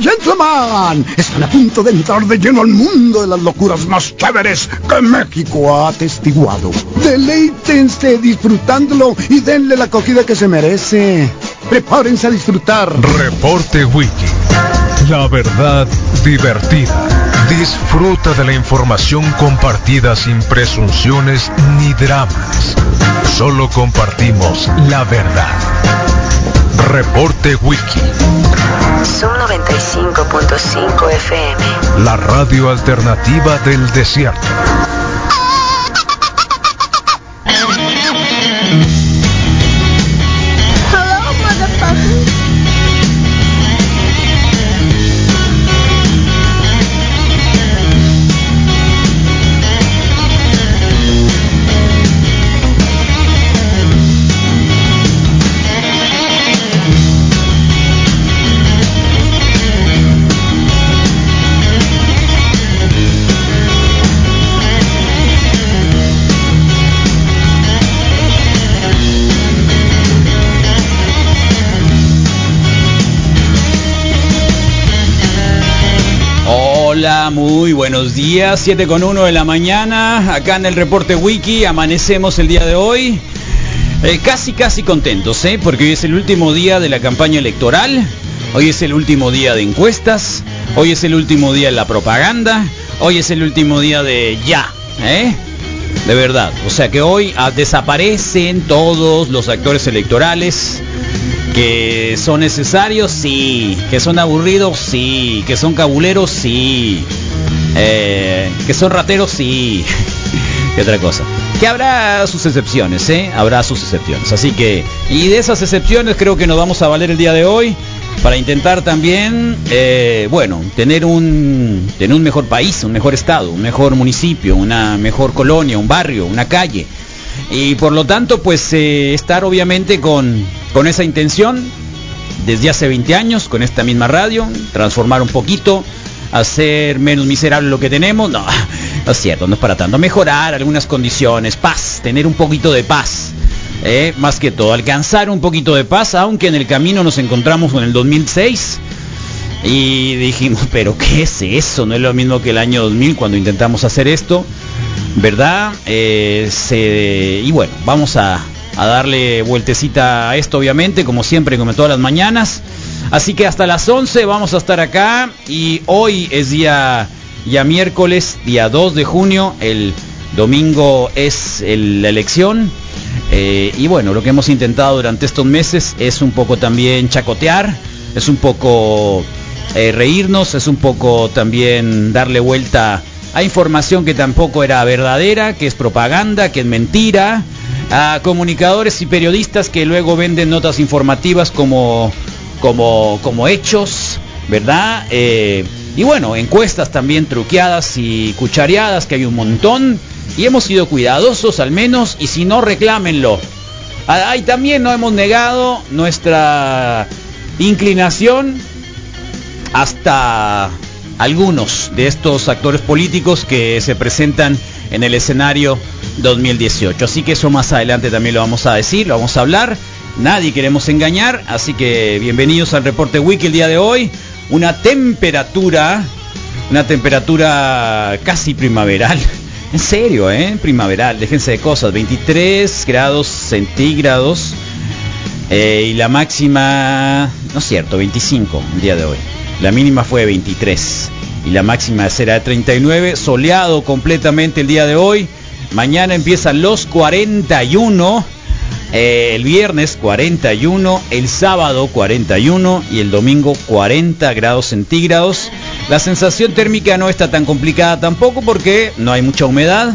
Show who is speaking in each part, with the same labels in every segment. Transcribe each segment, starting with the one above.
Speaker 1: gentlemen, están a punto de entrar de lleno al mundo de las locuras más chéveres que México ha atestiguado. Deleítense disfrutándolo y denle la acogida que se merece. Prepárense a disfrutar.
Speaker 2: Reporte Wiki. La verdad divertida. Disfruta de la información compartida sin presunciones ni dramas. Solo compartimos la verdad. Reporte Wiki.
Speaker 3: Son 95.5 FM.
Speaker 2: La radio alternativa del desierto.
Speaker 4: Hola, muy buenos días, 7 con 1 de la mañana, acá en el reporte wiki, amanecemos el día de hoy, Eh, casi casi contentos, ¿eh? porque hoy es el último día de la campaña electoral, hoy es el último día de encuestas, hoy es el último día de la propaganda, hoy es el último día de ya, ¿eh? De verdad, o sea que hoy ah, desaparecen todos los actores electorales, que son necesarios, sí. Que son aburridos, sí. Que son cabuleros, sí. Eh, que son rateros, sí. ¿Qué otra cosa? Que habrá sus excepciones, ¿eh? Habrá sus excepciones. Así que, y de esas excepciones creo que nos vamos a valer el día de hoy para intentar también, eh, bueno, tener un, tener un mejor país, un mejor estado, un mejor municipio, una mejor colonia, un barrio, una calle y por lo tanto pues eh, estar obviamente con, con esa intención desde hace 20 años con esta misma radio, transformar un poquito, hacer menos miserable lo que tenemos, no, no es cierto, no es para tanto, mejorar algunas condiciones, paz, tener un poquito de paz. eh, más que todo, alcanzar un poquito de paz, aunque en el camino nos encontramos con el 2006 y dijimos, pero ¿qué es eso? No es lo mismo que el año 2000 cuando intentamos hacer esto. ¿verdad? Eh, se- y bueno, vamos a, a darle vueltecita a esto, obviamente, como siempre, como todas las mañanas. Así que hasta las 11 vamos a estar acá y hoy es día, ya miércoles, día 2 de junio, el domingo es el- la elección. Eh, y bueno, lo que hemos intentado durante estos meses es un poco también chacotear, es un poco eh, reírnos, es un poco también darle vuelta a información que tampoco era verdadera, que es propaganda, que es mentira, a comunicadores y periodistas que luego venden notas informativas como, como, como hechos, ¿verdad? Eh, y bueno, encuestas también truqueadas y cuchareadas, que hay un montón, y hemos sido cuidadosos al menos, y si no, reclámenlo. Ah, y también no hemos negado nuestra inclinación hasta algunos de estos actores políticos que se presentan en el escenario 2018. Así que eso más adelante también lo vamos a decir, lo vamos a hablar. Nadie queremos engañar, así que bienvenidos al reporte Wiki el día de hoy. Una temperatura, una temperatura casi primaveral. En serio, ¿eh? Primaveral, déjense de cosas. 23 grados centígrados. Eh, y la máxima, no es cierto, 25 el día de hoy. La mínima fue 23. Y la máxima será de 39. Soleado completamente el día de hoy. Mañana empiezan los 41. eh, el viernes 41. El sábado 41. Y el domingo 40 grados centígrados. La sensación térmica no está tan complicada tampoco porque no hay mucha humedad.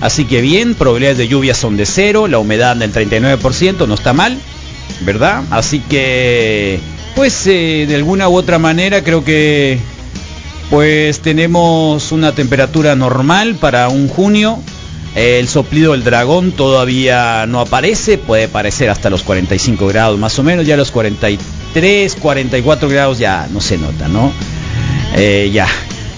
Speaker 4: Así que bien, probabilidades de lluvia son de cero, la humedad del 39%, no está mal. ¿verdad? Así que, pues eh, de alguna u otra manera creo que pues tenemos una temperatura normal para un junio. El soplido del dragón todavía no aparece, puede aparecer hasta los 45 grados más o menos, ya los 43, 44 grados ya no se nota, ¿no? Eh, ya.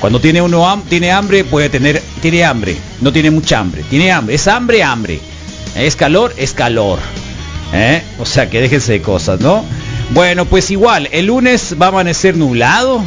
Speaker 4: Cuando tiene uno ham- tiene hambre, puede tener, tiene hambre, no tiene mucha hambre, tiene hambre, es hambre, hambre, es calor, es calor. ¿Eh? O sea que déjense de cosas, ¿no? Bueno, pues igual, el lunes va a amanecer nublado,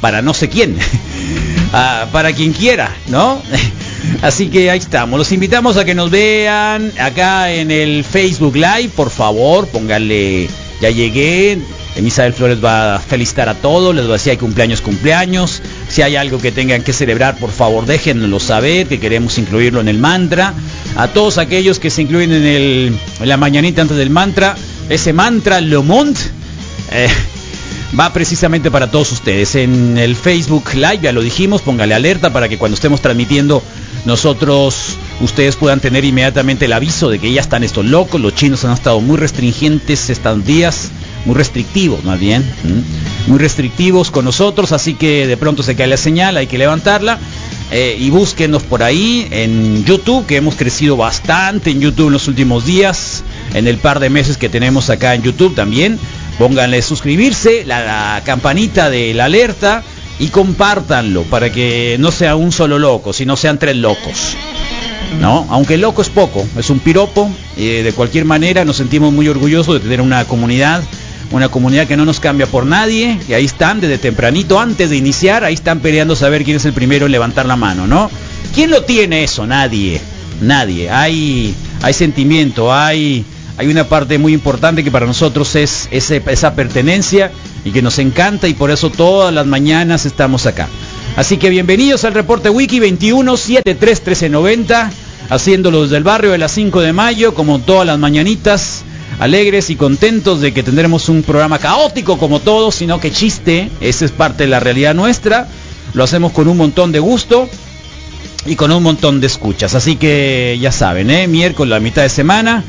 Speaker 4: para no sé quién, ah, para quien quiera, ¿no? Así que ahí estamos. Los invitamos a que nos vean acá en el Facebook Live. Por favor, pónganle ya llegué. Misael Flores va a felicitar a todos, les va a decir hay cumpleaños, cumpleaños. Si hay algo que tengan que celebrar, por favor déjenlo saber, que queremos incluirlo en el mantra. A todos aquellos que se incluyen en, el, en la mañanita antes del mantra, ese mantra Lomont eh, va precisamente para todos ustedes. En el Facebook Live, ya lo dijimos, póngale alerta para que cuando estemos transmitiendo nosotros ustedes puedan tener inmediatamente el aviso de que ya están estos locos, los chinos han estado muy restringentes estos días, muy restrictivos más bien, ¿Mm? muy restrictivos con nosotros, así que de pronto se cae la señal, hay que levantarla. eh, y búsquenos por ahí en YouTube, que hemos crecido bastante en YouTube en los últimos días, en el par de meses que tenemos acá en YouTube también. Pónganle suscribirse, la- la campanita de la alerta y compártanlo para que no sea un solo loco, sino sean tres locos. ¿no? Aunque loco es poco, es un piropo. eh, de cualquier manera, nos sentimos muy orgullosos de tener una comunidad, una comunidad que no nos cambia por nadie. Y ahí están, desde tempranito, antes de iniciar, ahí están peleando saber quién es el primero en levantar la mano, ¿no? ¿Quién lo tiene eso? Nadie, nadie. Hay, hay sentimiento, hay, hay una parte muy importante que para nosotros es ese- esa pertenencia y que nos encanta y por eso todas las mañanas estamos acá. Así que bienvenidos al reporte Wiki 21 73 1390, haciéndolo desde el barrio de las 5 de mayo, como todas las mañanitas, alegres y contentos de que tendremos un programa caótico como todos, sino que chiste, esa es parte de la realidad nuestra, lo hacemos con un montón de gusto y con un montón de escuchas. Así que ya saben, ¿eh? miércoles la mitad de semana.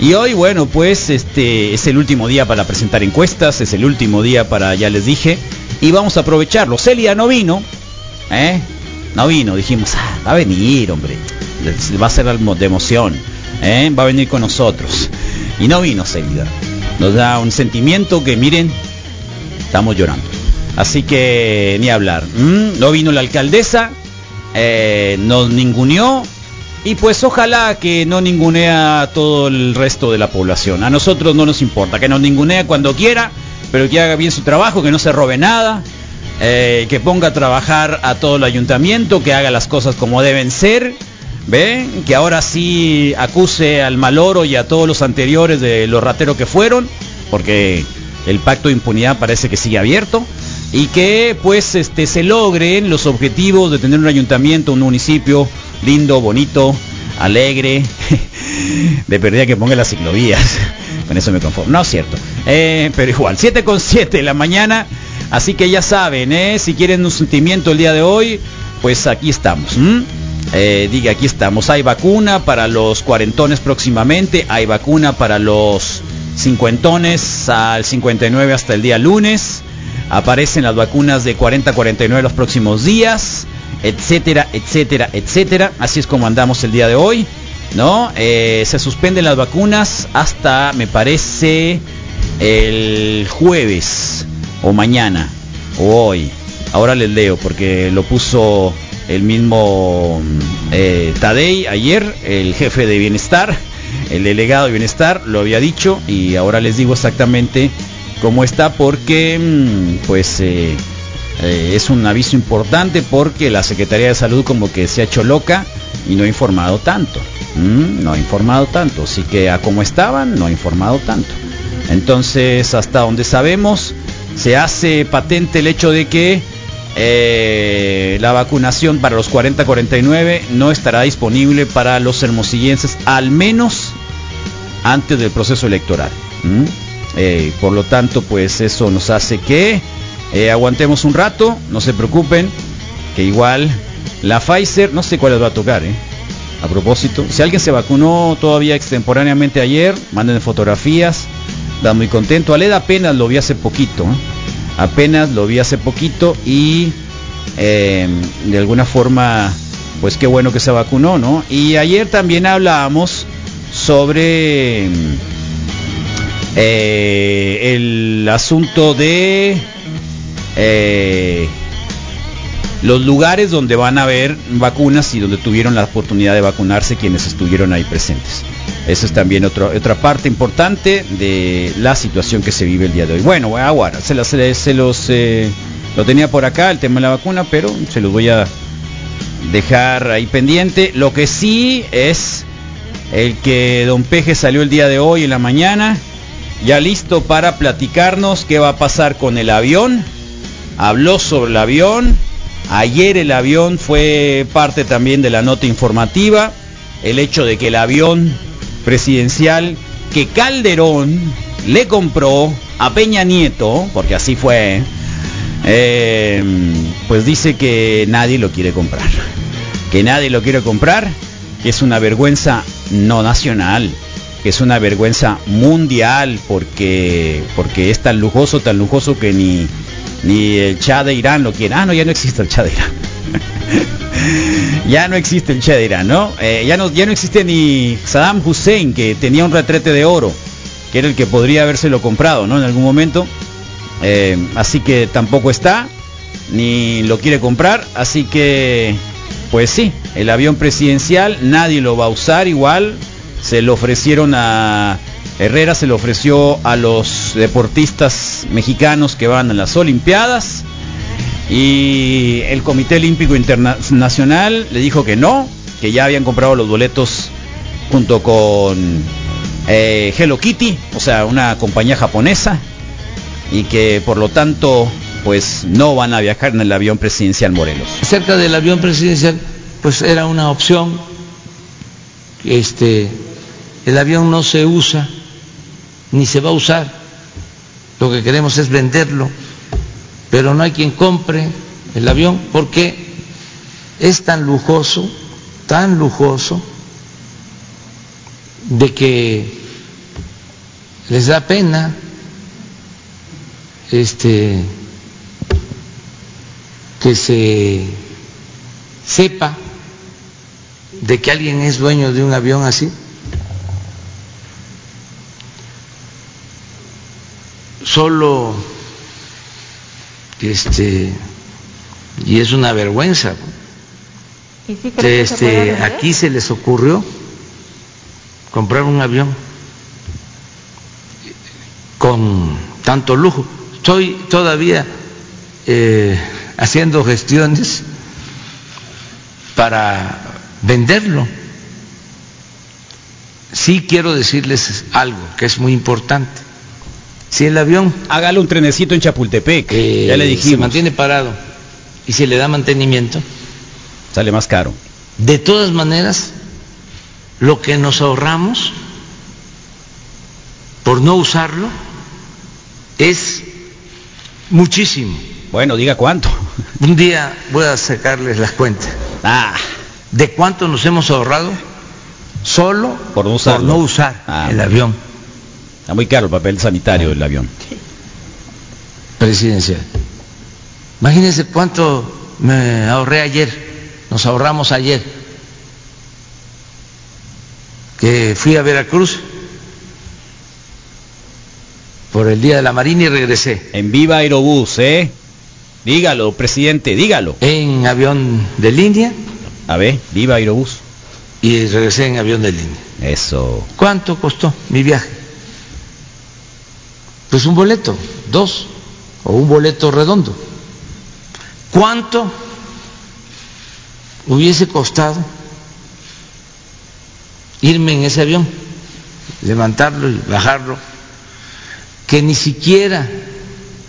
Speaker 4: Y hoy, bueno, pues este es el último día para presentar encuestas, es el último día para, ya les dije, y vamos a aprovecharlo. Celia no vino, ¿eh? No vino, dijimos, "Ah, va a venir, hombre, Les- va a ser algo de emoción, ¿eh? va a venir con nosotros. Y no vino Celia. Nos da un sentimiento que, miren, estamos llorando. Así que ni hablar. Mm, No vino la alcaldesa, eh, nos ninguneó y pues ojalá que no ningunea a todo el resto de la población. A nosotros no nos importa, que nos ningunea cuando quiera, pero que haga bien su trabajo, que no se robe nada, eh, que ponga a trabajar a todo el ayuntamiento, que haga las cosas como deben ser. ¿Ve? Que ahora sí acuse al maloro y a todos los anteriores de los rateros que fueron, porque el pacto de impunidad parece que sigue abierto y que pues este se logren los objetivos de tener un ayuntamiento, un municipio lindo, bonito, alegre, de perdida que ponga las ciclovías. Con eso me conformo. No es cierto. Eh, pero igual, 7 con 7 de la mañana. Así que ya saben, ¿eh? si quieren un sentimiento el día de hoy, pues aquí estamos. ¿m? Eh, diga, aquí estamos. Hay vacuna para los cuarentones próximamente. Hay vacuna para los cincuentones al 59 hasta el día lunes. Aparecen las vacunas de 40 a 49 los próximos días. Etcétera, etcétera, etcétera. Así es como andamos el día de hoy. ¿No? Eh, se suspenden las vacunas hasta, me parece, el jueves o mañana o hoy. Ahora les leo porque lo puso el mismo eh, Tadei ayer, el jefe de bienestar, el delegado de bienestar, lo había dicho y ahora les digo exactamente cómo está porque mm, pues eh, eh, es un aviso importante porque la Secretaría de Salud como que se ha hecho loca y no ha informado tanto. Mm, no ha informado tanto. Así que a como estaban, no ha informado tanto. Entonces, hasta donde sabemos, se hace patente el hecho de que eh, la vacunación para los 40-49 no estará disponible para los hermosillenses, al menos antes del proceso electoral. ¿m? Eh, por lo tanto, pues eso nos hace que eh, aguantemos un rato, no se preocupen, que igual la Pfizer, no sé cuál les va a tocar, ¿eh? A propósito, si alguien se vacunó todavía extemporáneamente ayer, manden fotografías, da muy contento. Aled apenas lo vi hace poquito, ¿eh? apenas lo vi hace poquito y eh, de alguna forma, pues qué bueno que se vacunó, ¿no? Y ayer también hablábamos sobre mm, eh, el asunto de eh, los lugares donde van a haber vacunas y donde tuvieron la oportunidad de vacunarse quienes estuvieron ahí presentes. Eso es también otra otra parte importante de la situación que se vive el día de hoy. Bueno, ahora se, las- se los eh, Lo tenía por acá, el tema de la vacuna, pero se los voy a dejar ahí pendiente. Lo que sí es el que Don Peje salió el día de hoy en la mañana, ya listo para platicarnos qué va a pasar con el avión. Habló sobre el avión. Ayer el avión fue parte también de la nota informativa. El hecho de que el avión presidencial que Calderón le compró a Peña Nieto, porque así fue, eh, pues dice que nadie lo quiere comprar. Que nadie lo quiere comprar, que es una vergüenza no nacional, que es una vergüenza mundial, porque, porque es tan lujoso, tan lujoso que ni, ni el Chá de Irán lo quiere. Ah, no, ya no existe el Chá de Irán. ya no existe el Chá de Irán, ¿no? Eh, ya ¿no? Ya no existe ni Saddam Hussein, que tenía un retrete de oro, que era el que podría habérselo comprado, ¿no? En algún momento. Eh, así que tampoco está, ni lo quiere comprar, así que pues sí, el avión presidencial nadie lo va a usar igual, se lo ofrecieron a Herrera, se lo ofreció a los deportistas mexicanos que van a las Olimpiadas y el Comité Olímpico Internacional le dijo que no, que ya habían comprado los boletos junto con eh, Hello Kitty, o sea, una compañía japonesa, y que por lo tanto pues no van a viajar en el avión presidencial Morelos.
Speaker 5: Cerca del avión presidencial pues era una opción, este, el avión no se usa ni se va a usar, lo que queremos es venderlo, pero no hay quien compre el avión porque es tan lujoso, tan lujoso, de que les da pena este, que se sepa de que alguien es dueño de un avión así. Solo, este, y es una vergüenza,
Speaker 6: ¿Y sí
Speaker 5: que,
Speaker 6: crees que se puede
Speaker 5: este,
Speaker 6: vender?
Speaker 5: aquí se les ocurrió comprar un avión con tanto lujo. Estoy todavía eh, haciendo gestiones para venderlo. Sí quiero decirles algo que es muy importante. Si el avión
Speaker 4: Hágale un trenecito en Chapultepec,
Speaker 5: eh,
Speaker 4: ya le
Speaker 5: se
Speaker 4: dijimos,
Speaker 5: mantiene parado y se le da mantenimiento,
Speaker 4: sale más caro.
Speaker 5: de todas maneras, lo que nos ahorramos por no usarlo es muchísimo.
Speaker 4: Bueno, diga cuánto.
Speaker 5: Un día voy a sacarles las cuentas
Speaker 4: Ah,
Speaker 5: de cuánto nos hemos ahorrado solo
Speaker 4: Por no usarlo.
Speaker 5: no usar
Speaker 4: Ah.
Speaker 5: el avión
Speaker 4: está muy caro el papel sanitario del avión.
Speaker 5: presidencial. Imagínense cuánto me ahorré ayer, nos ahorramos ayer, que fui a Veracruz por el Día de la Marina y regresé
Speaker 4: En Viva Aerobús, ¿eh? Dígalo, presidente, dígalo.
Speaker 5: en avión de línea
Speaker 4: A ver, Viva Aerobús.
Speaker 5: y regresé en avión de línea.
Speaker 4: Eso.
Speaker 5: ¿Cuánto costó mi viaje? Pues un boleto, dos, o un boleto redondo. ¿Cuánto hubiese costado irme en ese avión, levantarlo y bajarlo, que ni siquiera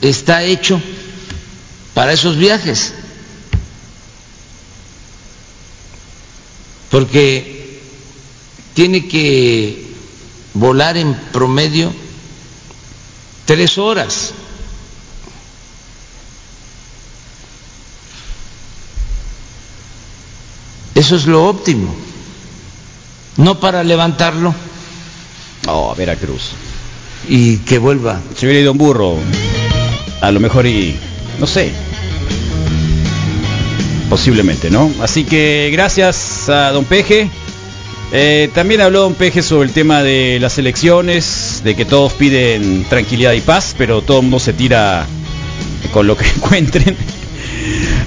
Speaker 5: está hecho para esos viajes? Porque tiene que volar en promedio tres horas. Eso es lo óptimo. No para levantarlo
Speaker 4: Oh, Veracruz.
Speaker 5: y que vuelva.
Speaker 4: Si hubiera ido un burro, a lo mejor y... no sé. Posiblemente, ¿no? Así que gracias a don Peje. Eh, también habló don Peje sobre el tema de las elecciones, de que todos piden tranquilidad y paz, pero todo el mundo se tira con lo que encuentren.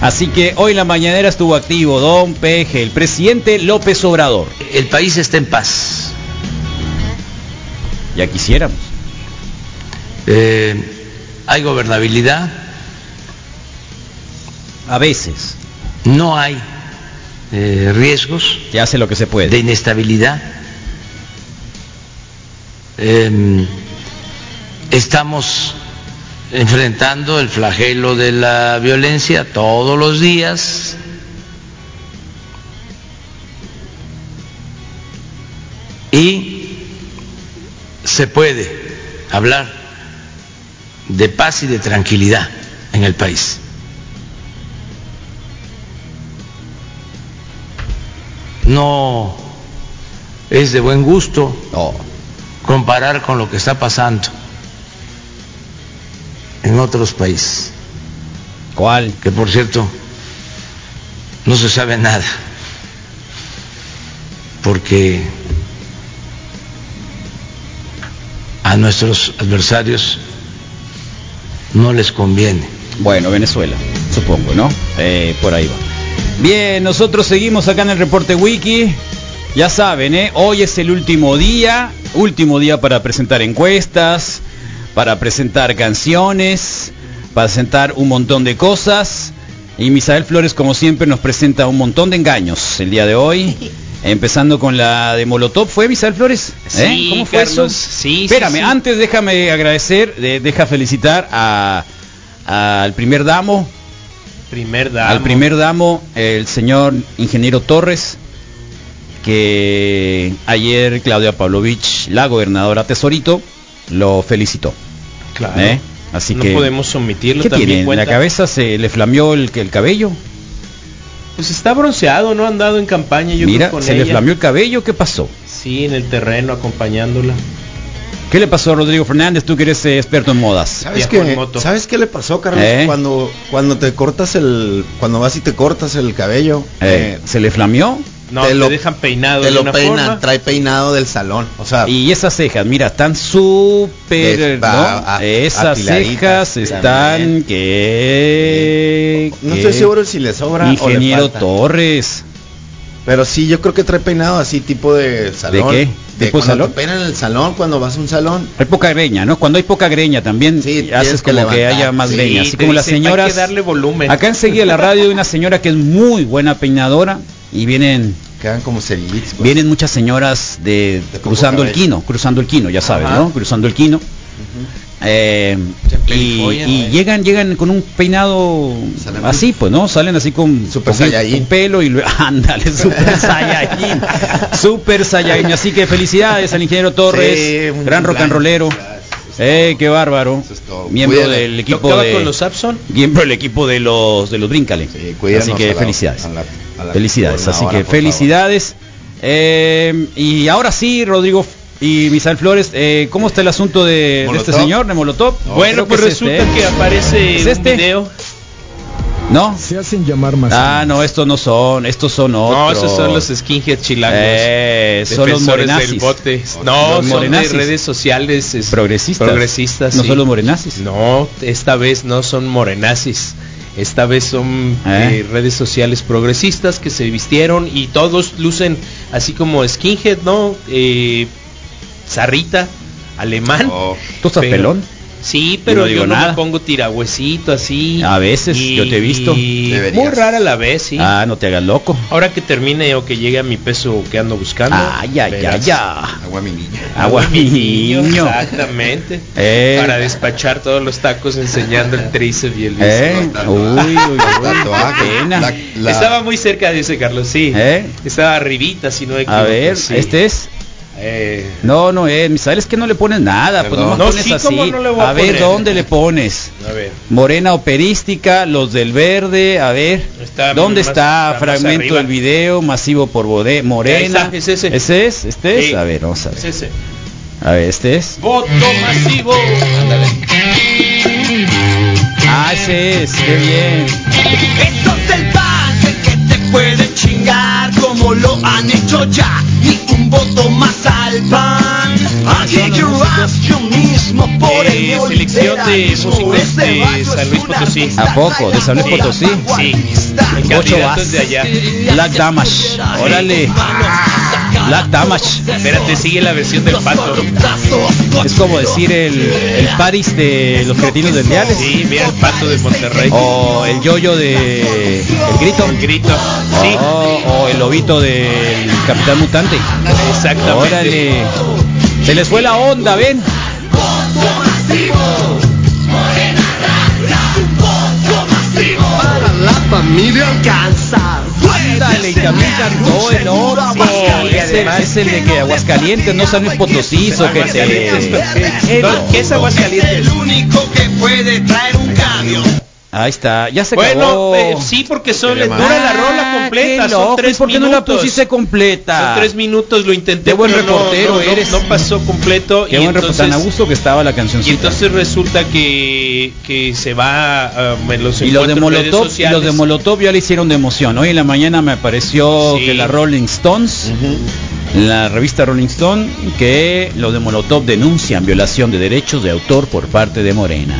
Speaker 4: Así que hoy en la mañanera estuvo activo don Peje, el presidente López Obrador.
Speaker 5: El país está en paz.
Speaker 4: Ya quisiéramos.
Speaker 5: Eh, hay gobernabilidad,
Speaker 4: A veces.
Speaker 5: No hay eh, riesgos
Speaker 4: Se hace lo que se puede.
Speaker 5: de inestabilidad. Eh, estamos enfrentando el flagelo de la violencia todos los días. Y se puede hablar de paz y de tranquilidad en el país. No es de buen gusto comparar con lo que está pasando en otros países,
Speaker 4: ¿Cuál?
Speaker 5: que por cierto no se sabe nada, porque a nuestros adversarios no les conviene.
Speaker 4: Bueno, Venezuela, supongo, ¿no? Eh, por ahí va. Bien, nosotros seguimos acá en el reporte wiki. Ya saben, ¿eh? hoy es el último día, último día para presentar encuestas, para presentar canciones, para presentar un montón de cosas. Y Misael Flores, como siempre, nos presenta un montón de engaños el día de hoy. Empezando con la de Molotov, ¿fue Misael Flores? ¿Eh?
Speaker 7: Sí,
Speaker 4: ¿Cómo fue
Speaker 7: Carlos,
Speaker 4: eso?
Speaker 7: sí, sí,
Speaker 4: Espérame,
Speaker 7: sí.
Speaker 4: antes déjame agradecer, de- deja felicitar a- al primer damo,
Speaker 7: Primer damo.
Speaker 4: al primer damo, el señor ingeniero Torres, que ayer Claudia Pavlovich, la gobernadora tesorito, lo felicitó.
Speaker 7: Claro.
Speaker 4: ¿eh? Así
Speaker 7: no
Speaker 4: que-
Speaker 7: podemos omitirlo
Speaker 4: ¿Qué
Speaker 7: también
Speaker 4: tiene? ¿En
Speaker 7: cuenta.
Speaker 4: la cabeza se le flameó el, el cabello?
Speaker 7: Pues está bronceado, no ha andado en campaña yo
Speaker 4: Mira,
Speaker 7: creo, con
Speaker 4: se
Speaker 7: ella.
Speaker 4: le flameó el cabello, ¿qué pasó?
Speaker 7: Sí, en el terreno acompañándola.
Speaker 4: ¿Qué le pasó a Rodrigo Fernández? Tú que eres eh, experto en modas.
Speaker 8: ¿Sabes
Speaker 7: Viajó en
Speaker 8: qué,
Speaker 7: moto.
Speaker 8: ¿Sabes qué le pasó, Carlos?
Speaker 4: ¿Eh?
Speaker 8: Cuando, cuando te cortas el. Cuando vas y te cortas el cabello.
Speaker 4: Eh,
Speaker 8: eh,
Speaker 4: ¿Se le flameó?
Speaker 7: No,
Speaker 8: Te
Speaker 7: te,
Speaker 8: lo-
Speaker 7: dejan peinado
Speaker 8: te
Speaker 7: de
Speaker 8: lo
Speaker 7: una
Speaker 8: peinan,
Speaker 7: forma.
Speaker 8: trae peinado del salón. O sea,
Speaker 4: Y esas cejas, mira, están súper...
Speaker 8: Ah. Des-
Speaker 4: ¿no?
Speaker 8: a- a-
Speaker 4: Esas
Speaker 8: afiladitas,
Speaker 4: cejas están
Speaker 8: también.
Speaker 4: que...
Speaker 8: no
Speaker 4: que-
Speaker 8: estoy seguro si le sobra o
Speaker 4: Ingeniero
Speaker 8: le falta.
Speaker 4: Torres.
Speaker 8: Pero sí, yo creo que trae peinado así tipo de salón.
Speaker 4: qué? ¿Tipo
Speaker 8: ¿Tipo salón?
Speaker 4: salón?
Speaker 8: Te peinan en el salón cuando vas a un salón.
Speaker 4: Hay poca greña, ¿no? Cuando hay poca greña también
Speaker 8: Sí, tienes
Speaker 4: haces
Speaker 8: que
Speaker 4: como que
Speaker 8: levantar,
Speaker 4: haya más
Speaker 8: sí,
Speaker 4: greña. Así
Speaker 7: te
Speaker 4: como las
Speaker 7: dicen, "Hay
Speaker 4: señoras.
Speaker 7: que darle volumen.
Speaker 4: Acá enseguida la radio hay una señora que es muy buena peinadora y vienen
Speaker 8: Quedan como cerillitos. pues.
Speaker 4: vienen muchas señoras de,
Speaker 8: De poco
Speaker 4: cruzando el
Speaker 8: cabello.
Speaker 4: quino, cruzando el quino, ya sabes,
Speaker 7: Ajá.
Speaker 4: ¿no? Cruzando el quino. Eh,
Speaker 5: Se
Speaker 4: y
Speaker 5: emperifollan,
Speaker 4: y
Speaker 5: ¿no?
Speaker 4: llegan llegan con un peinado
Speaker 8: Salen
Speaker 4: así pues no salen así con
Speaker 8: Super
Speaker 4: con el-
Speaker 8: Saiyajin.
Speaker 4: con pelo y luego ándale super saiyajin super saiyajin así que felicidades al ingeniero Torres
Speaker 8: Sí, un
Speaker 4: gran rock and
Speaker 8: cumpleaños.
Speaker 4: rollero
Speaker 8: Gracias,
Speaker 4: eh qué bárbaro
Speaker 8: Eso es todo.
Speaker 4: miembro
Speaker 8: Cuídala.
Speaker 4: del equipo
Speaker 7: ¿Tocaba
Speaker 4: de
Speaker 7: con los Sapson?
Speaker 4: miembro del equipo de los de los Bríncale
Speaker 8: Sí, cuídanos
Speaker 4: así
Speaker 8: a
Speaker 4: que
Speaker 8: la-
Speaker 4: felicidades
Speaker 8: a la- a la
Speaker 4: felicidades así
Speaker 8: gobernadora, por
Speaker 4: que
Speaker 8: favor.
Speaker 4: felicidades Eh, y ahora sí Rodrigo y Misael Flores eh, cómo está el asunto de, de este
Speaker 8: Molotov.
Speaker 4: señor de Molotov
Speaker 7: bueno,
Speaker 4: Creo
Speaker 7: pues
Speaker 4: es
Speaker 7: resulta
Speaker 4: este, ¿eh?
Speaker 7: que aparece
Speaker 4: ¿Es
Speaker 7: un
Speaker 4: este?
Speaker 7: video.
Speaker 4: no
Speaker 2: Se hacen llamar más.
Speaker 4: ah no estos no son estos son otros
Speaker 7: No, esos son los skinheads chilangos.
Speaker 4: Eh, son los
Speaker 7: defensores del
Speaker 4: morenazis
Speaker 7: bote. No,
Speaker 4: Los
Speaker 7: son de
Speaker 4: morenazis.
Speaker 7: redes sociales es-
Speaker 4: progresistas
Speaker 7: progresistas,
Speaker 4: no
Speaker 7: sí.
Speaker 4: son los morenazis
Speaker 7: No, esta vez no son morenazis. Esta vez son
Speaker 4: ¿Eh?
Speaker 7: eh, redes sociales progresistas que se vistieron y todos lucen así como skinhead, ¿no? Eh, zarrita, alemán.
Speaker 8: Oh.
Speaker 4: tú estás
Speaker 7: Pero-
Speaker 4: pelón
Speaker 7: Sí, pero
Speaker 4: Yo no
Speaker 7: yo,
Speaker 4: digo
Speaker 7: no
Speaker 4: nada.
Speaker 7: me pongo tirahuesito así.
Speaker 4: A veces, yo te he visto.
Speaker 7: y Muy
Speaker 8: Deberías.
Speaker 7: rara la vez, sí.
Speaker 4: ah no te hagas loco
Speaker 7: Ahora que termine o que llegue a mi peso que ando buscando.
Speaker 4: ay ay ay
Speaker 7: verás.
Speaker 4: ay
Speaker 8: Agua mi niña.
Speaker 4: agua mi niño
Speaker 7: Exactamente.
Speaker 4: Eh.
Speaker 7: Para despachar todos los tacos enseñando el tríceps y el bíceps.
Speaker 4: ¿Eh?
Speaker 8: Los
Speaker 4: Uy, uy, uy,
Speaker 8: tatuajes,
Speaker 4: qué pena.
Speaker 8: la- la-
Speaker 7: Estaba muy cerca de ese Carlos, sí.
Speaker 4: ¿Eh?
Speaker 7: Estaba arribita, si no me
Speaker 4: A
Speaker 7: equivoco,
Speaker 4: ver,
Speaker 7: sí.
Speaker 4: este es.
Speaker 7: Eh,
Speaker 4: No, no es. Misael, es que no le pones nada. Pues
Speaker 8: Perdón.
Speaker 4: nomás
Speaker 7: No,
Speaker 4: pones
Speaker 7: sí,
Speaker 4: así.
Speaker 7: ¿cómo no le voy
Speaker 4: a,
Speaker 7: a
Speaker 4: ver,
Speaker 7: poner?
Speaker 4: ¿dónde le pones?
Speaker 7: a ver.
Speaker 4: Morena operística, los del verde, a ver.
Speaker 7: Está
Speaker 4: ¿Dónde
Speaker 7: más- está
Speaker 4: está?
Speaker 7: más
Speaker 4: Fragmento
Speaker 7: arriba.
Speaker 4: del video, masivo por Bode- Morena.
Speaker 7: Ahí está, es ese.
Speaker 4: ¿Ese es? ¿Este es?
Speaker 7: Sí.
Speaker 4: A ver, vamos a ver.
Speaker 7: Es ese.
Speaker 4: A ver, ¿este es?
Speaker 7: Voto masivo.
Speaker 4: Ah, ese es. Qué bien.
Speaker 7: Eh, selección de músicos de
Speaker 4: eh,
Speaker 7: San Luis Potosí.
Speaker 4: ¿A poco? ¿De San Luis Potosí?
Speaker 7: Sí. El
Speaker 4: Ocho
Speaker 7: candidato
Speaker 4: vas.
Speaker 7: es de allá.
Speaker 4: Black Damage. Órale. Black Damage.
Speaker 7: Espérate, sigue la versión del pato.
Speaker 4: Es como decir el, el Paris de los cretinos del Diales.
Speaker 7: Sí, mira el pato de Monterrey.
Speaker 4: O el yoyo de El Grito.
Speaker 7: El grito. Sí,
Speaker 4: O, o el lobito del Capitán Mutante.
Speaker 7: exactamente.
Speaker 4: Órale. Se les fue la onda, ven. Ándale, y también cantó el otro.
Speaker 7: Sí,
Speaker 4: es, el, es el de que Aguascalientes, no San Luis Potosí,
Speaker 7: Aguascalientes.
Speaker 4: que
Speaker 7: No, ¿Qué es Aguascalientes?
Speaker 4: Ahí está, ya se acabó.
Speaker 7: Bueno, eh, sí, porque son, les dura la rola completa,
Speaker 4: Ah, qué
Speaker 7: son
Speaker 4: loco, ¿y
Speaker 7: tres
Speaker 4: ¿Por qué no la
Speaker 7: minutos.
Speaker 4: pusiste completa?
Speaker 7: Son tres minutos, lo intenté.
Speaker 4: Qué buen
Speaker 7: pero no-
Speaker 4: reportero
Speaker 7: no, no,
Speaker 4: eres.
Speaker 7: No, pasó completo.
Speaker 4: Qué
Speaker 7: y
Speaker 4: buen reporte,
Speaker 7: entonces,
Speaker 4: tan a gusto que estaba la
Speaker 7: y
Speaker 4: cancioncita.
Speaker 7: entonces resulta que, que se va a los
Speaker 4: Y los
Speaker 7: encuentros en
Speaker 4: de
Speaker 7: redes
Speaker 4: Molotov, y los de
Speaker 7: sociales.
Speaker 4: Molotov ya le hicieron de emoción. Hoy en la mañana me apareció
Speaker 7: Sí.
Speaker 4: que la Rolling Stones, la revista Rolling Stone, que los de Molotov denuncian violación de derechos de autor por parte de Morena.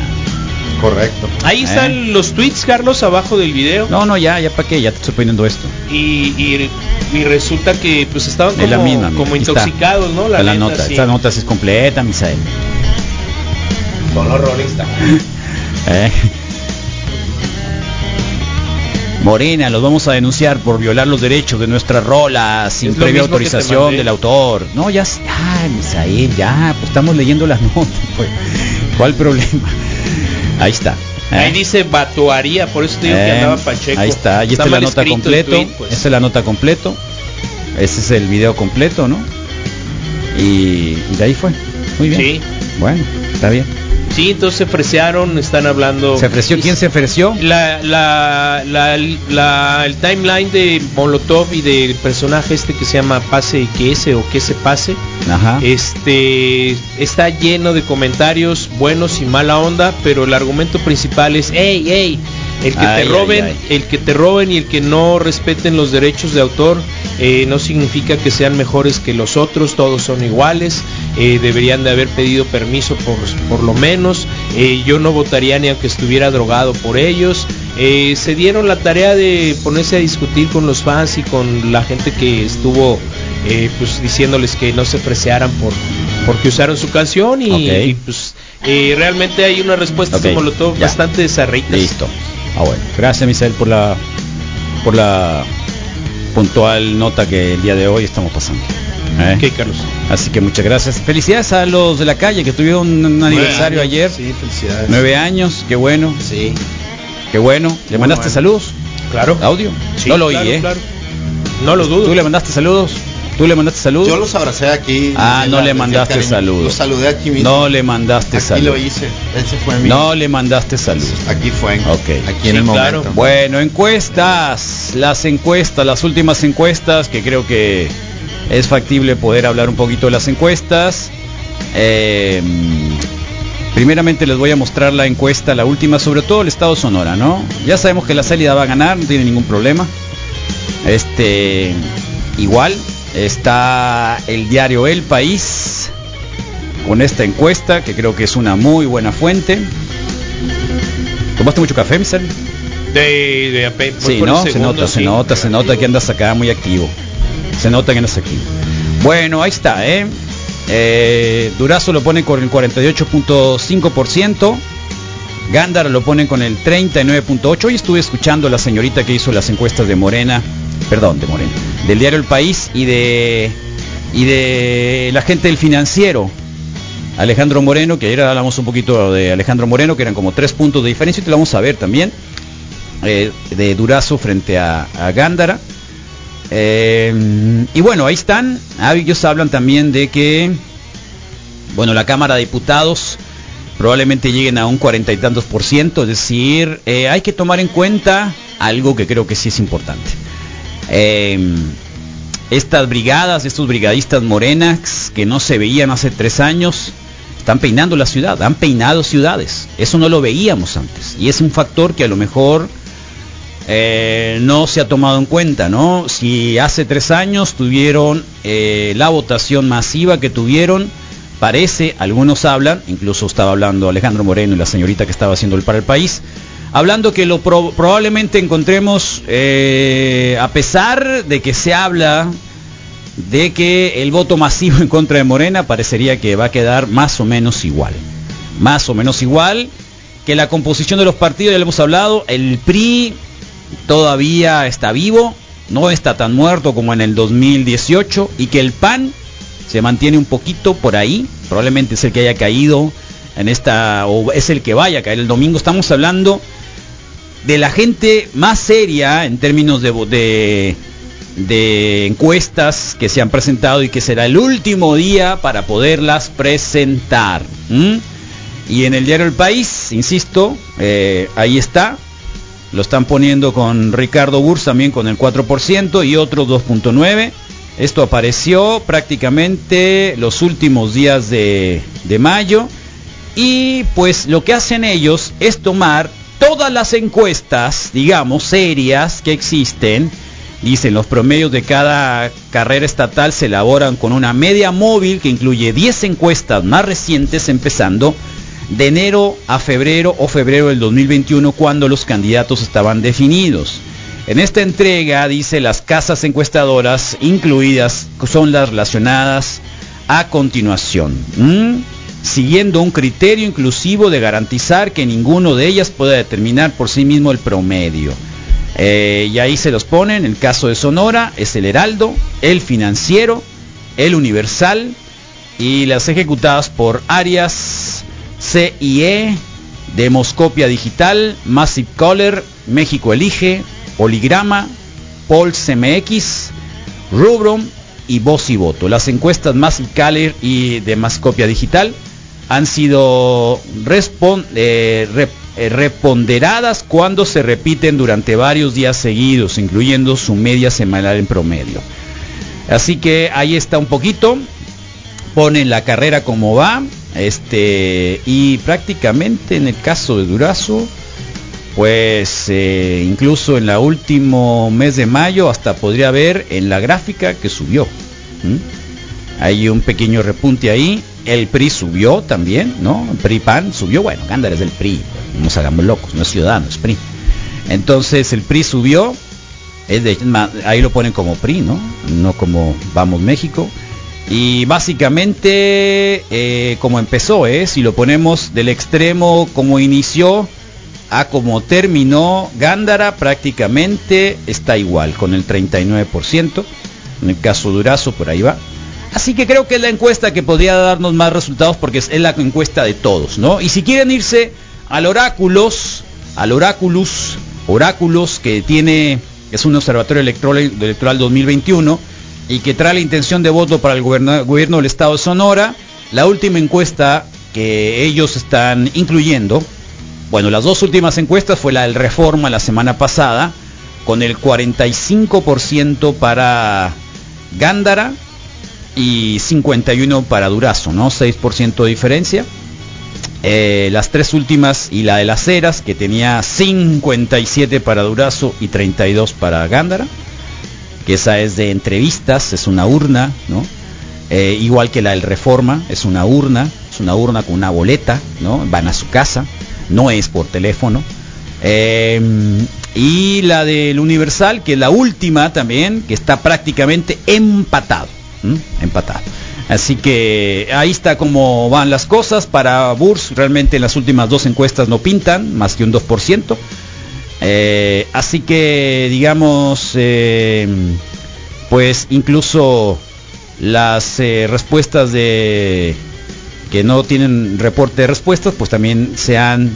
Speaker 8: Correcto.
Speaker 7: Ahí están
Speaker 4: ¿Eh?
Speaker 7: los tweets, Carlos, abajo del video.
Speaker 4: No, no, ya, ya para qué, ya te estoy poniendo esto.
Speaker 7: Y, y, y resulta que pues estaban
Speaker 4: Es
Speaker 7: como,
Speaker 4: la misma. mira,
Speaker 7: como
Speaker 4: aquí está.
Speaker 7: intoxicados, ¿no?
Speaker 4: Está La,
Speaker 7: neta,
Speaker 4: nota,
Speaker 7: sí.
Speaker 4: esta nota sí es completa, Misael.
Speaker 7: Solo Rolling Stone.
Speaker 4: ¿Eh? Morena, los vamos a denunciar por violar los derechos de nuestra rola sin
Speaker 7: Es lo
Speaker 4: previa
Speaker 7: mismo que te
Speaker 4: autorización
Speaker 7: mandé.
Speaker 4: del autor. No, ya, s- ay, Misael, ya, pues estamos leyendo las notas, pues. ¿Cuál problema? Ahí está. ¿eh?
Speaker 7: Ahí dice Batuaría, por eso te digo que
Speaker 4: Eh,
Speaker 7: andaba Pacheco.
Speaker 4: Ahí está, y esta es la
Speaker 7: mal
Speaker 4: nota
Speaker 7: escrito el
Speaker 4: completo.
Speaker 7: tweet, pues.
Speaker 4: Esta es la nota completo. Ese es el video completo, ¿no? Y de ahí fue. Muy bien.
Speaker 7: Sí.
Speaker 4: Bueno, está bien.
Speaker 7: Sí, entonces se fresearon, están hablando.
Speaker 4: ¿Se ofreció? ¿Quién se ofreció?
Speaker 7: La, la, la, la- el timeline de Molotov y del personaje este que se llama Pase y que ese o que se pase,
Speaker 4: Ajá.
Speaker 7: este está lleno de comentarios buenos y mala onda, pero el argumento principal es, hey, hey, el que
Speaker 4: Ay,
Speaker 7: te
Speaker 4: ay,
Speaker 7: roben,
Speaker 4: ay.
Speaker 7: el que te roben y el que no respeten los derechos de autor eh, no significa que sean mejores que los otros, todos son iguales, eh, deberían de haber pedido permiso por, por lo menos, eh, yo no votaría ni aunque estuviera drogado por ellos. Eh, se dieron la tarea de ponerse a discutir con los fans y con la gente que estuvo eh, pues diciéndoles que no se fresearan por porque usaron su canción y,
Speaker 4: Ok.
Speaker 7: y, pues eh, realmente hay unas respuestas
Speaker 4: Ok,
Speaker 7: de Molotov
Speaker 4: ya.
Speaker 7: bastante desarritas.
Speaker 4: Listo. Ah, bueno. Gracias, Misael, por la por la puntual nota que el día de hoy estamos pasando. ¿Eh?
Speaker 7: Ok, Carlos.
Speaker 4: Así que muchas gracias. Felicidades a los de la calle que tuvieron un, un aniversario ayer.
Speaker 8: Sí, felicidades.
Speaker 4: Nueve años. Qué bueno.
Speaker 8: Sí.
Speaker 4: Qué bueno. ¿Le mandaste saludos?
Speaker 7: Claro.
Speaker 4: ¿Audio?
Speaker 7: Sí,
Speaker 4: no lo oí,
Speaker 7: claro,
Speaker 4: ¿eh?
Speaker 7: claro. No lo dudo.
Speaker 4: Ah, ¿Tú le mandaste saludos? ¿Tú le mandaste saludos?
Speaker 8: Yo los abracé aquí.
Speaker 4: Ah,
Speaker 8: les di
Speaker 4: no
Speaker 8: la- les
Speaker 4: le
Speaker 8: di el
Speaker 4: mandaste
Speaker 8: cariño.
Speaker 4: saludos.
Speaker 8: Los saludé aquí mismo.
Speaker 4: No le mandaste
Speaker 8: aquí lo
Speaker 4: saludos.
Speaker 8: hice. Ese fue mi.
Speaker 4: No le mandaste saludos.
Speaker 8: Aquí fue.
Speaker 4: Ok.
Speaker 8: Aquí en
Speaker 7: Sí,
Speaker 8: el
Speaker 7: claro.
Speaker 8: momento.
Speaker 4: Bueno, encuestas, las encuestas, las últimas encuestas, que creo que es factible poder hablar un poquito de las encuestas. Eh, primeramente les voy a mostrar la encuesta, la última, sobre todo el estado de Sonora, ¿no? Ya sabemos que la salida va a ganar, no tiene ningún problema. Este, igual, está el diario El País con esta encuesta, que creo que es una muy buena fuente. ¿Tomaste mucho café, Misael?
Speaker 7: De, de, ape- voy
Speaker 4: Sí,
Speaker 7: por el
Speaker 4: ¿no? se
Speaker 7: segundo,
Speaker 4: nota, se
Speaker 7: sí.
Speaker 4: nota, se nota que andas acá muy activo. Se nota que andas aquí. Bueno, ahí está, ¿eh? Eh, Durazo lo pone con el 48.5%. Gándara lo pone con el 39.8. Hoy estuve escuchando a la señorita que hizo las encuestas de Morena, perdón, de Morena, del diario El País y de y de la gente del financiero. Alejandro Moreno, que ayer hablamos un poquito de Alejandro Moreno, que eran como tres puntos de diferencia, y te lo vamos a ver también, eh, de Durazo frente a, a Gándara. Eh, y bueno, ahí están. Ah, Ellos hablan también de que, bueno, la Cámara de Diputados probablemente lleguen a un cuarenta y tantos por ciento, es decir, eh, hay que tomar en cuenta algo que creo que sí es importante. Eh, estas brigadas, estos brigadistas morenax que no se veían hace tres años, están peinando la ciudad, han peinado ciudades. Eso no lo veíamos antes. Y es un factor que a lo mejor eh, no se ha tomado en cuenta, ¿no? Si hace tres años tuvieron eh, la votación masiva que tuvieron, parece, algunos hablan, incluso estaba hablando Alejandro Moreno y la señorita que estaba haciendo el para el país, hablando que lo pro- probablemente encontremos, eh, a pesar de que se habla de que el voto masivo en contra de Morena parecería que va a quedar más o menos igual. Más o menos igual que la composición de los partidos, ya lo hemos hablado, el PRI todavía está vivo, no está tan muerto como en el 2018 y que el PAN se mantiene un poquito por ahí, probablemente es el que haya caído en esta o es el que vaya a caer el domingo. Estamos hablando de la gente más seria en términos de, de, de encuestas que se han presentado y que será el último día para poderlas presentar. ¿Mm? Y en el diario El País, insisto, eh, ahí está. Lo están poniendo con Ricardo Burs también con el 4% y otro 2.9%. Esto apareció prácticamente los últimos días de, de mayo. Y pues lo que hacen ellos es tomar todas las encuestas, digamos, serias que existen. Dicen, los promedios de cada carrera estatal se elaboran con una media móvil que incluye 10 encuestas más recientes empezando de enero a febrero o febrero del 2021 cuando los candidatos estaban definidos. En esta entrega, dice, las casas encuestadoras incluidas son las relacionadas a continuación. ¿Mm? siguiendo un criterio inclusivo de garantizar que ninguno de ellas pueda determinar por sí mismo el promedio. Eh, y ahí se los ponen, el caso de Sonora es el Heraldo, el Financiero, el Universal y las ejecutadas por Arias, CIE, Demoscopia Digital, Massive Caller, México Elige, Oligrama, Paul CMX, Rubrum y Voz y Voto. Las encuestas más Caller y de más copia digital han sido respond, eh, rep, eh, reponderadas cuando se repiten durante varios días seguidos, incluyendo su media semanal en promedio. Así que ahí está un poquito. Ponen la carrera como va. Este, y prácticamente en el caso de Durazo, pues eh, incluso en el último mes de mayo hasta podría ver en la gráfica que subió. ¿Mm? Hay un pequeño repunte ahí el PRI subió también, ¿no? PRI PAN subió, bueno, Gándar es del PRI, no nos hagamos locos, no es ciudadano, es PRI. Entonces el PRI subió, es de, ahí lo ponen como PRI, ¿no? No como Vamos México. Y básicamente eh, como empezó, ¿eh? si lo ponemos del extremo como inició a como terminó, Gándara prácticamente está igual, con el 39%, en el caso Durazo por ahí va. Así que creo que es la encuesta que podría darnos más resultados porque es la encuesta de todos, ¿no? Y si quieren irse al oráculos, al oráculos, oráculos que tiene, es un observatorio electoral, electoral 2021 y que trae la intención de voto para el gobierno, gobierno del estado de Sonora, la última encuesta que ellos están incluyendo, bueno, las dos últimas encuestas fue la del Reforma la semana pasada, con el 45% para Gándara, y 51 para Durazo, ¿no? 6% de diferencia. Eh, las tres últimas y la de las Heras, que tenía 57 para Durazo y 32 para Gándara, que esa es de entrevistas, es una urna, ¿no? Eh, igual que la del Reforma, es una urna, es una urna con una boleta, ¿no? Van a su casa, no es por teléfono. Eh, y la del Universal, que es la última también, que está prácticamente empatado. ¿Mm? empatado. Así que ahí está como van las cosas. Para Burs realmente en las últimas dos encuestas no pintan más que un 2%. Eh, así que digamos, eh, pues incluso las eh, respuestas de que no tienen reporte de respuestas, pues también se han,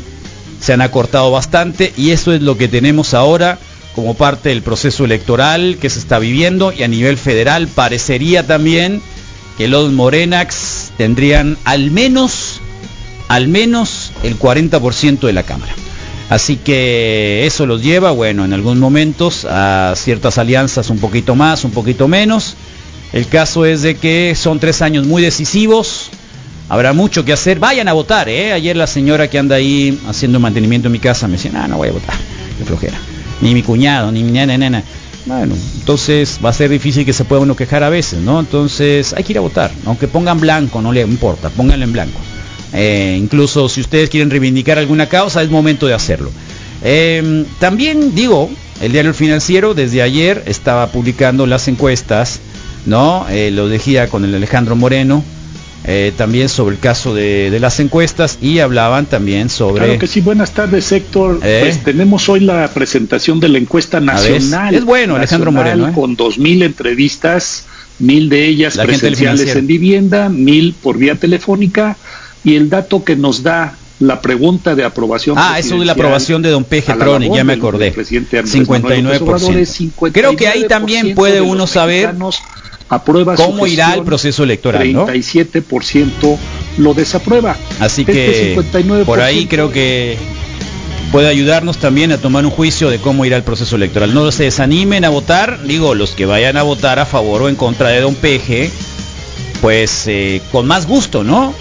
Speaker 4: se han acortado bastante y eso es lo que tenemos ahora como parte del proceso electoral que se está viviendo y a nivel federal parecería también que los Morenax tendrían al menos, al menos el 40% de la Cámara. Así que eso los lleva, bueno, en algunos momentos a ciertas alianzas un poquito más, un poquito menos. El caso es de que son tres años muy decisivos. Habrá mucho que hacer. Vayan a votar, ¿eh? Ayer la señora que anda ahí haciendo mantenimiento en mi casa me decía, ah, no voy a votar. Qué flojera ni mi cuñado, ni mi nana, nana. Bueno, entonces va a ser difícil que se pueda uno quejar a veces, ¿no? Entonces hay que ir a votar, aunque pongan blanco, no le importa, pónganlo en blanco. Eh, incluso si ustedes quieren reivindicar alguna causa, es momento de hacerlo. Eh, también digo, el diario El Financiero desde ayer estaba publicando las encuestas ¿no? Eh, lo decía con el Alejandro Moreno, eh, también sobre el caso de, de las encuestas y hablaban también sobre...
Speaker 9: Claro que sí, buenas tardes Héctor.
Speaker 4: Eh.
Speaker 9: Pues tenemos hoy la presentación de la encuesta
Speaker 4: ver,
Speaker 9: nacional.
Speaker 4: es bueno, Alejandro
Speaker 9: nacional,
Speaker 4: Moreno, ¿eh?
Speaker 9: Con dos mil entrevistas, mil de ellas
Speaker 4: La gente del
Speaker 9: presenciales
Speaker 4: financiero.
Speaker 9: en vivienda, mil por vía telefónica y el dato que nos da la pregunta de aprobación.
Speaker 4: Ah, eso de la aprobación de don Peje
Speaker 9: a la
Speaker 4: Tronic,
Speaker 9: labor
Speaker 4: ya me
Speaker 9: del
Speaker 4: acordé.
Speaker 9: presidente Andrés Manuel López
Speaker 4: 59%.
Speaker 9: Obrador es 59%
Speaker 4: Creo que ahí también puede
Speaker 9: de los
Speaker 4: uno saber
Speaker 9: mexicanos aprueba su
Speaker 4: ¿Cómo irá el
Speaker 9: gestión.
Speaker 4: proceso electoral? ¿no?
Speaker 9: 37% lo desaprueba.
Speaker 4: Así
Speaker 9: Este
Speaker 4: que
Speaker 9: 59%
Speaker 4: por ahí creo que puede ayudarnos también a tomar un juicio de cómo irá el proceso electoral. No se desanimen a votar, digo, los que vayan a votar a favor o en contra de Don Peje, pues eh, con más gusto, ¿no?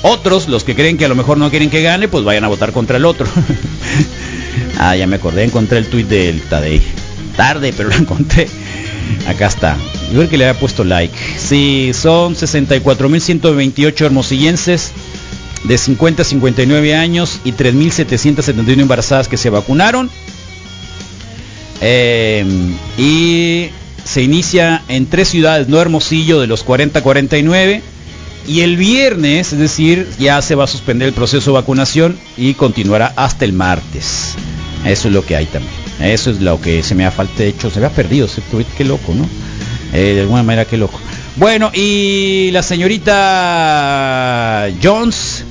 Speaker 4: Otros, los que creen que a lo mejor no quieren que gane, pues vayan a votar contra el otro. ah, ya me acordé, encontré el tuit del Tadei. Tarde, pero lo encontré. Acá está. Yo creo que le había puesto like. Sí, son 64.128 hermosillenses de 50 a 59 años y 3.771 embarazadas que se vacunaron. Eh, y se inicia en tres ciudades, no Hermosillo, de los 40 a 49. Y el viernes, es decir, ya se va a suspender el proceso de vacunación y continuará hasta el martes. Eso es lo que hay también. Eso es lo que se me ha falta de hecho. Se me ha perdido ese tweet, qué loco, ¿no? Eh, de alguna manera, qué loco. Bueno, y la señorita Jones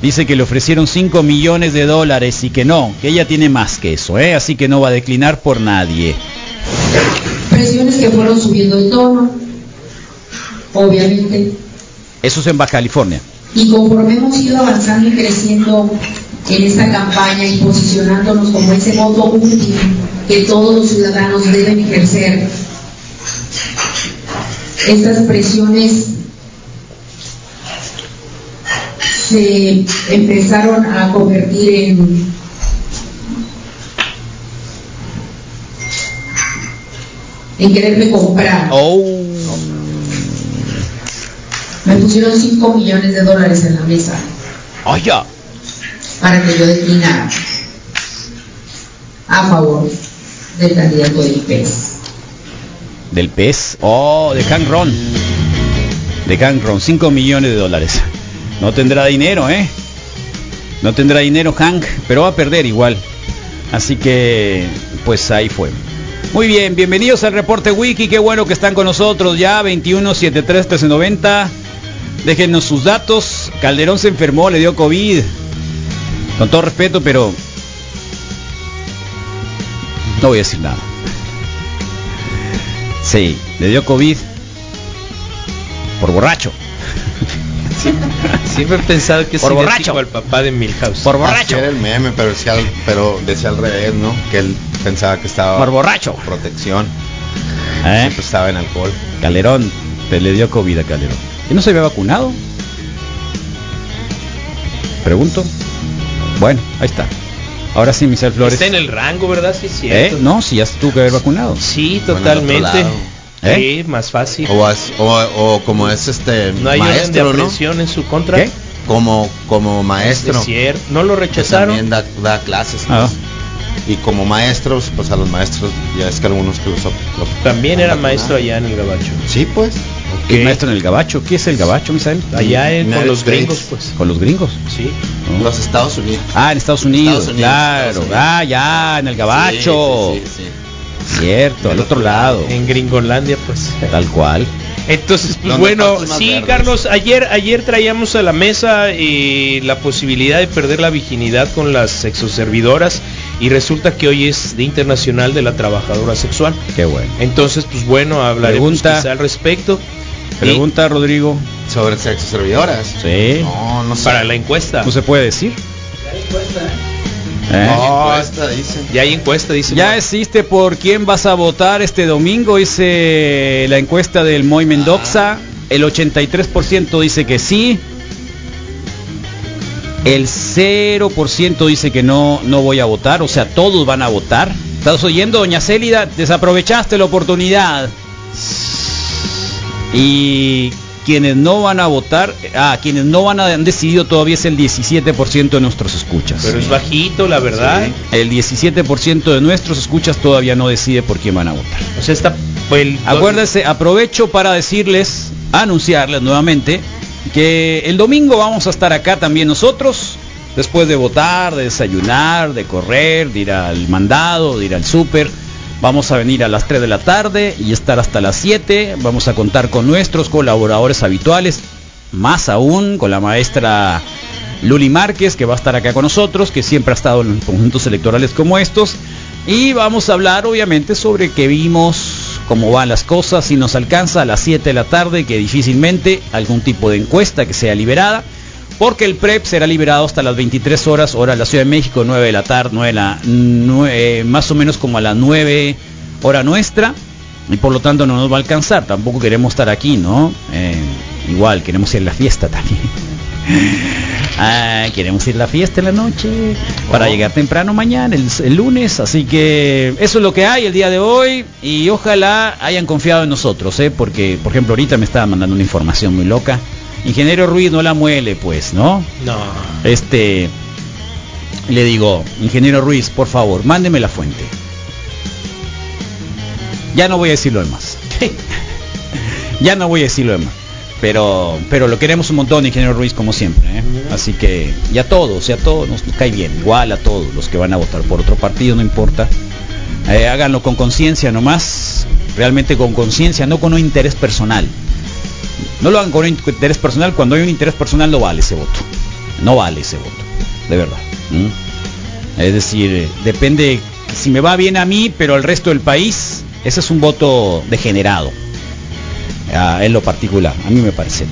Speaker 4: dice que le ofrecieron 5 millones de dólares y que no, que ella tiene más que eso, ¿eh? Así que no va a declinar por nadie.
Speaker 10: presiones que fueron subiendo de tono, obviamente,
Speaker 4: Eso es en Baja California.
Speaker 10: y conforme hemos ido avanzando y creciendo en esta campaña y posicionándonos como ese voto útil que todos los ciudadanos deben ejercer, estas presiones se empezaron a convertir en en quererme comprar.
Speaker 4: Oh,
Speaker 10: Me pusieron 5 millones de dólares en la mesa
Speaker 4: oye,
Speaker 10: para que yo declinara a favor del candidato del IPES.
Speaker 4: del pez, oh, de Hank Ron, de Hank Ron, 5 millones de dólares. No tendrá dinero, ¿eh? No tendrá dinero Hank, pero va a perder igual. Así que, pues ahí fue. Muy bien, bienvenidos al reporte Wiki, qué bueno que están con nosotros ya, 21 73 1390. Déjenos sus datos. Calderón se enfermó, le dio COVID. Con todo respeto, pero no voy a decir nada. Sí, le dio COVID por borracho.
Speaker 7: Siempre he pensado que es
Speaker 4: Por
Speaker 7: idéntico
Speaker 4: borracho.
Speaker 7: al papá de Milhouse.
Speaker 4: Por
Speaker 8: Así
Speaker 4: borracho.
Speaker 8: era el meme, pero decía, al- pero decía al revés, ¿no? Que él pensaba que estaba
Speaker 4: Por borracho.
Speaker 8: protección,
Speaker 4: ¿Eh?
Speaker 8: pues estaba en alcohol.
Speaker 4: Calderón, te le dio COVID a Calderón. ¿Y no se había vacunado? Pregunto. Bueno, ahí está. Ahora sí, Michel Flores.
Speaker 7: Está en el rango, ¿verdad? Sí, es
Speaker 4: ¿Eh?
Speaker 7: cierto.
Speaker 4: No, si ya se tuvo que haber vacunado.
Speaker 7: Sí,
Speaker 8: Bueno, al otro
Speaker 7: totalmente.
Speaker 8: lado.
Speaker 4: ¿Eh?
Speaker 7: Sí, más fácil.
Speaker 8: O,
Speaker 4: Pues,
Speaker 8: as- o- o como es este
Speaker 7: No hay orden de
Speaker 8: maestro, ¿no?
Speaker 7: aprehensión en su contra.
Speaker 4: ¿Qué?
Speaker 8: Como, como
Speaker 7: Es
Speaker 8: maestro.
Speaker 7: cierto. No lo
Speaker 8: que también
Speaker 7: rechazaron.
Speaker 8: da, da clases.
Speaker 4: Ah.
Speaker 8: pues. Y como maestros, pues a los maestros, ya es que algunos que los... los-
Speaker 7: También era
Speaker 8: los-
Speaker 7: maestro allá en el gabacho.
Speaker 8: Sí, pues.
Speaker 4: El maestro en el gabacho. ¿Qué es el gabacho, Misael?
Speaker 7: Allá en- con
Speaker 8: United
Speaker 7: los
Speaker 8: States.
Speaker 7: gringos, pues.
Speaker 4: Con los gringos.
Speaker 7: Sí.
Speaker 8: Los Estados Unidos.
Speaker 4: Ah, en Estados Unidos,
Speaker 8: Estados Unidos,
Speaker 4: claro.
Speaker 8: Estados Unidos.
Speaker 4: Ah, ya, en el gabacho.
Speaker 8: Sí, sí, sí,
Speaker 4: Cierto, al otro lado.
Speaker 7: En Gringolandia, pues.
Speaker 4: Tal cual.
Speaker 7: Entonces, pues
Speaker 8: Donde
Speaker 7: bueno,
Speaker 8: pasan más
Speaker 7: sí,
Speaker 8: verdes.
Speaker 7: Carlos, ayer, ayer traíamos a la mesa eh, la posibilidad de perder la virginidad con las exoservidoras y resulta que hoy es Día Internacional de la Trabajadora Sexual.
Speaker 4: Qué bueno.
Speaker 7: Entonces, pues bueno, hablaremos
Speaker 4: Pregunta.
Speaker 7: quizá al respecto.
Speaker 4: Pregunta, Rodrigo.
Speaker 8: sí. Sobre sexo servidoras.
Speaker 4: Sí. Pues,
Speaker 8: No, no
Speaker 7: Y
Speaker 8: sé.
Speaker 7: para la encuesta.
Speaker 4: ¿No se puede decir? ¿Eh?
Speaker 8: No, esta dicen.
Speaker 7: ya hay encuesta, dice.
Speaker 4: Ya existe por quién vas a votar este domingo, dice la encuesta del Moy Mendoza. El 83% dice que sí. El 0% dice que no, no voy a votar. O sea, todos van a votar. ¿Estás oyendo, doña Célida? Desaprovechaste la oportunidad. Y quienes no van a votar, ah, quienes no van a, han decidido todavía es el 17% de nuestros escuchas.
Speaker 7: Pero es bajito, la verdad.
Speaker 4: El 17% de nuestros escuchas todavía no decide por quién van a votar.
Speaker 7: O sea, está
Speaker 4: El... Acuérdense, aprovecho para decirles, anunciarles nuevamente, que el domingo vamos a estar acá también nosotros, después de votar, de desayunar, de correr, de ir al mandado, de ir al súper. Vamos a venir a las 3 de la tarde y estar hasta las 7. Vamos a contar con nuestros colaboradores habituales, más aún con la maestra Luli Márquez, que va a estar acá con nosotros, que siempre ha estado en conjuntos electorales como estos. Y vamos a hablar obviamente sobre qué vimos, cómo van las cosas, si nos alcanza a las 7 de la tarde, que difícilmente algún tipo de encuesta que sea liberada, porque el PREP será liberado hasta las 23 horas, hora de la Ciudad de México, 9 de la tarde, 9 de la, 9, más o menos como a las 9 hora nuestra, y por lo tanto no nos va a alcanzar, tampoco queremos estar aquí, ¿no? Eh, igual, queremos ir a la fiesta también. Ah, queremos ir a la fiesta en la noche para oh. llegar temprano mañana, el, el, lunes. Así que eso es lo que hay el día de hoy y ojalá hayan confiado en nosotros, ¿eh? porque por ejemplo ahorita me estaba mandando una información muy loca. Ingeniero Ruiz no la muele, pues, ¿no?
Speaker 7: No.
Speaker 4: Este, le digo, ingeniero Ruiz, por favor, mándeme la fuente. Ya no voy a decir lo demás. ya no voy a decir lo demás pero pero lo queremos un montón ingeniero Ruiz como siempre ¿eh? así que y a todos y a todos nos cae bien igual a todos los que van a votar por otro partido no importa eh, háganlo con conciencia nomás realmente con conciencia no con un interés personal no lo hagan con un interés personal cuando hay un interés personal no vale ese voto no vale ese voto de verdad ¿Mm? es decir depende si me va bien a mí pero al resto del país ese es un voto degenerado Ah, en lo particular, a mí me parece.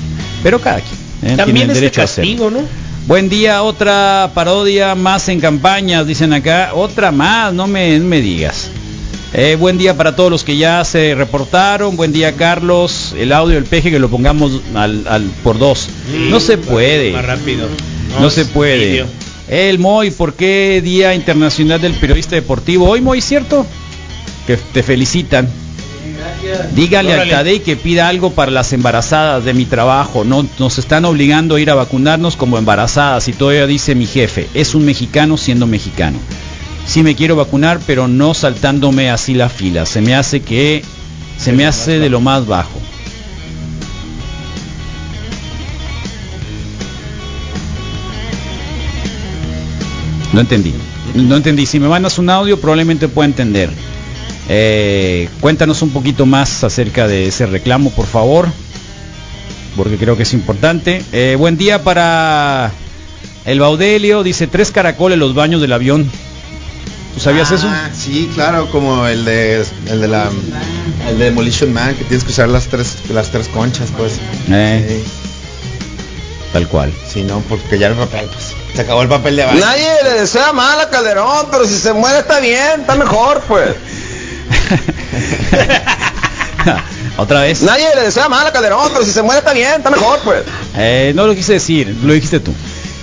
Speaker 4: Pero cada quien
Speaker 7: eh, También tiene el derecho este castigo, a hacer. ¿no?
Speaker 4: Buen día, otra parodia más en campañas, dicen acá. Otra más, no me, no me digas. Eh, buen día para todos los que ya se reportaron. Buen día, Carlos. El audio del peje que lo pongamos al, al por dos. Mm, no se puede.
Speaker 7: Más rápido.
Speaker 4: No, no se puede. Video. El Moy, ¿por qué Día Internacional del Periodista Deportivo? Hoy, Moy, ¿cierto? Que te felicitan. Dígale Órale. al CADEI que pida algo para las embarazadas de mi trabajo. No, nos están obligando a ir a vacunarnos como embarazadas y todavía dice mi jefe, es un mexicano siendo mexicano. Sí me quiero vacunar, pero no saltándome así la fila. Se me hace que se me hace de lo más bajo. No entendí. No entendí. Si me mandas un audio probablemente pueda entender. Eh, cuéntanos un poquito más acerca de ese reclamo, por favor, porque creo que es importante. Eh, buen día para el Baudelio, dice tres caracoles los baños del avión. ¿Tú sabías ah, eso?
Speaker 8: Sí, claro, como el de, el de la el de Demolition Man, que tienes que usar las tres, las tres conchas, pues.
Speaker 4: Eh, tal cual.
Speaker 8: Si sí, no, porque ya el papel, pues. Se acabó el papel de abajo.
Speaker 11: Nadie le desea mal a Calderón, pero si se muere está bien, está mejor, pues.
Speaker 4: Otra vez.
Speaker 11: Nadie le desea mal a Calderón, pero si se muere está bien, está mejor, pues.
Speaker 4: Eh, no lo quise decir, lo dijiste tú.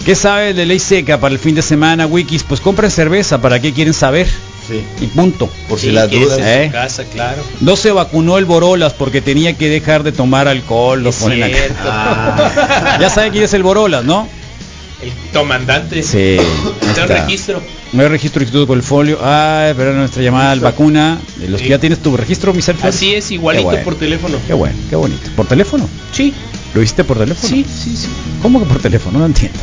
Speaker 4: ¿Qué sabe de ley seca para el fin de semana, Wikis? Pues compren cerveza, ¿para qué quieren saber?
Speaker 8: Sí.
Speaker 4: Y punto.
Speaker 8: Por si sí, las dudas.
Speaker 7: ¿eh? En casa, claro.
Speaker 4: No se vacunó el Borolas porque tenía que dejar de tomar alcohol. Lo ponen acá. Ah. ya saben quién es el Borolas, ¿no?
Speaker 7: El comandante.
Speaker 4: Sí.
Speaker 7: Está en registro.
Speaker 4: No hay registro de instituto con el folio. Ah, pero nuestra llamada al vacuna. De los sí. que ya tienes tu registro, mi selfie.
Speaker 7: Así es, igualito bueno. por teléfono.
Speaker 4: Qué bueno, qué bonito. ¿Por teléfono?
Speaker 7: Sí.
Speaker 4: ¿Lo hiciste por teléfono?
Speaker 7: Sí, sí, sí.
Speaker 4: ¿Cómo que por teléfono? No entiendo.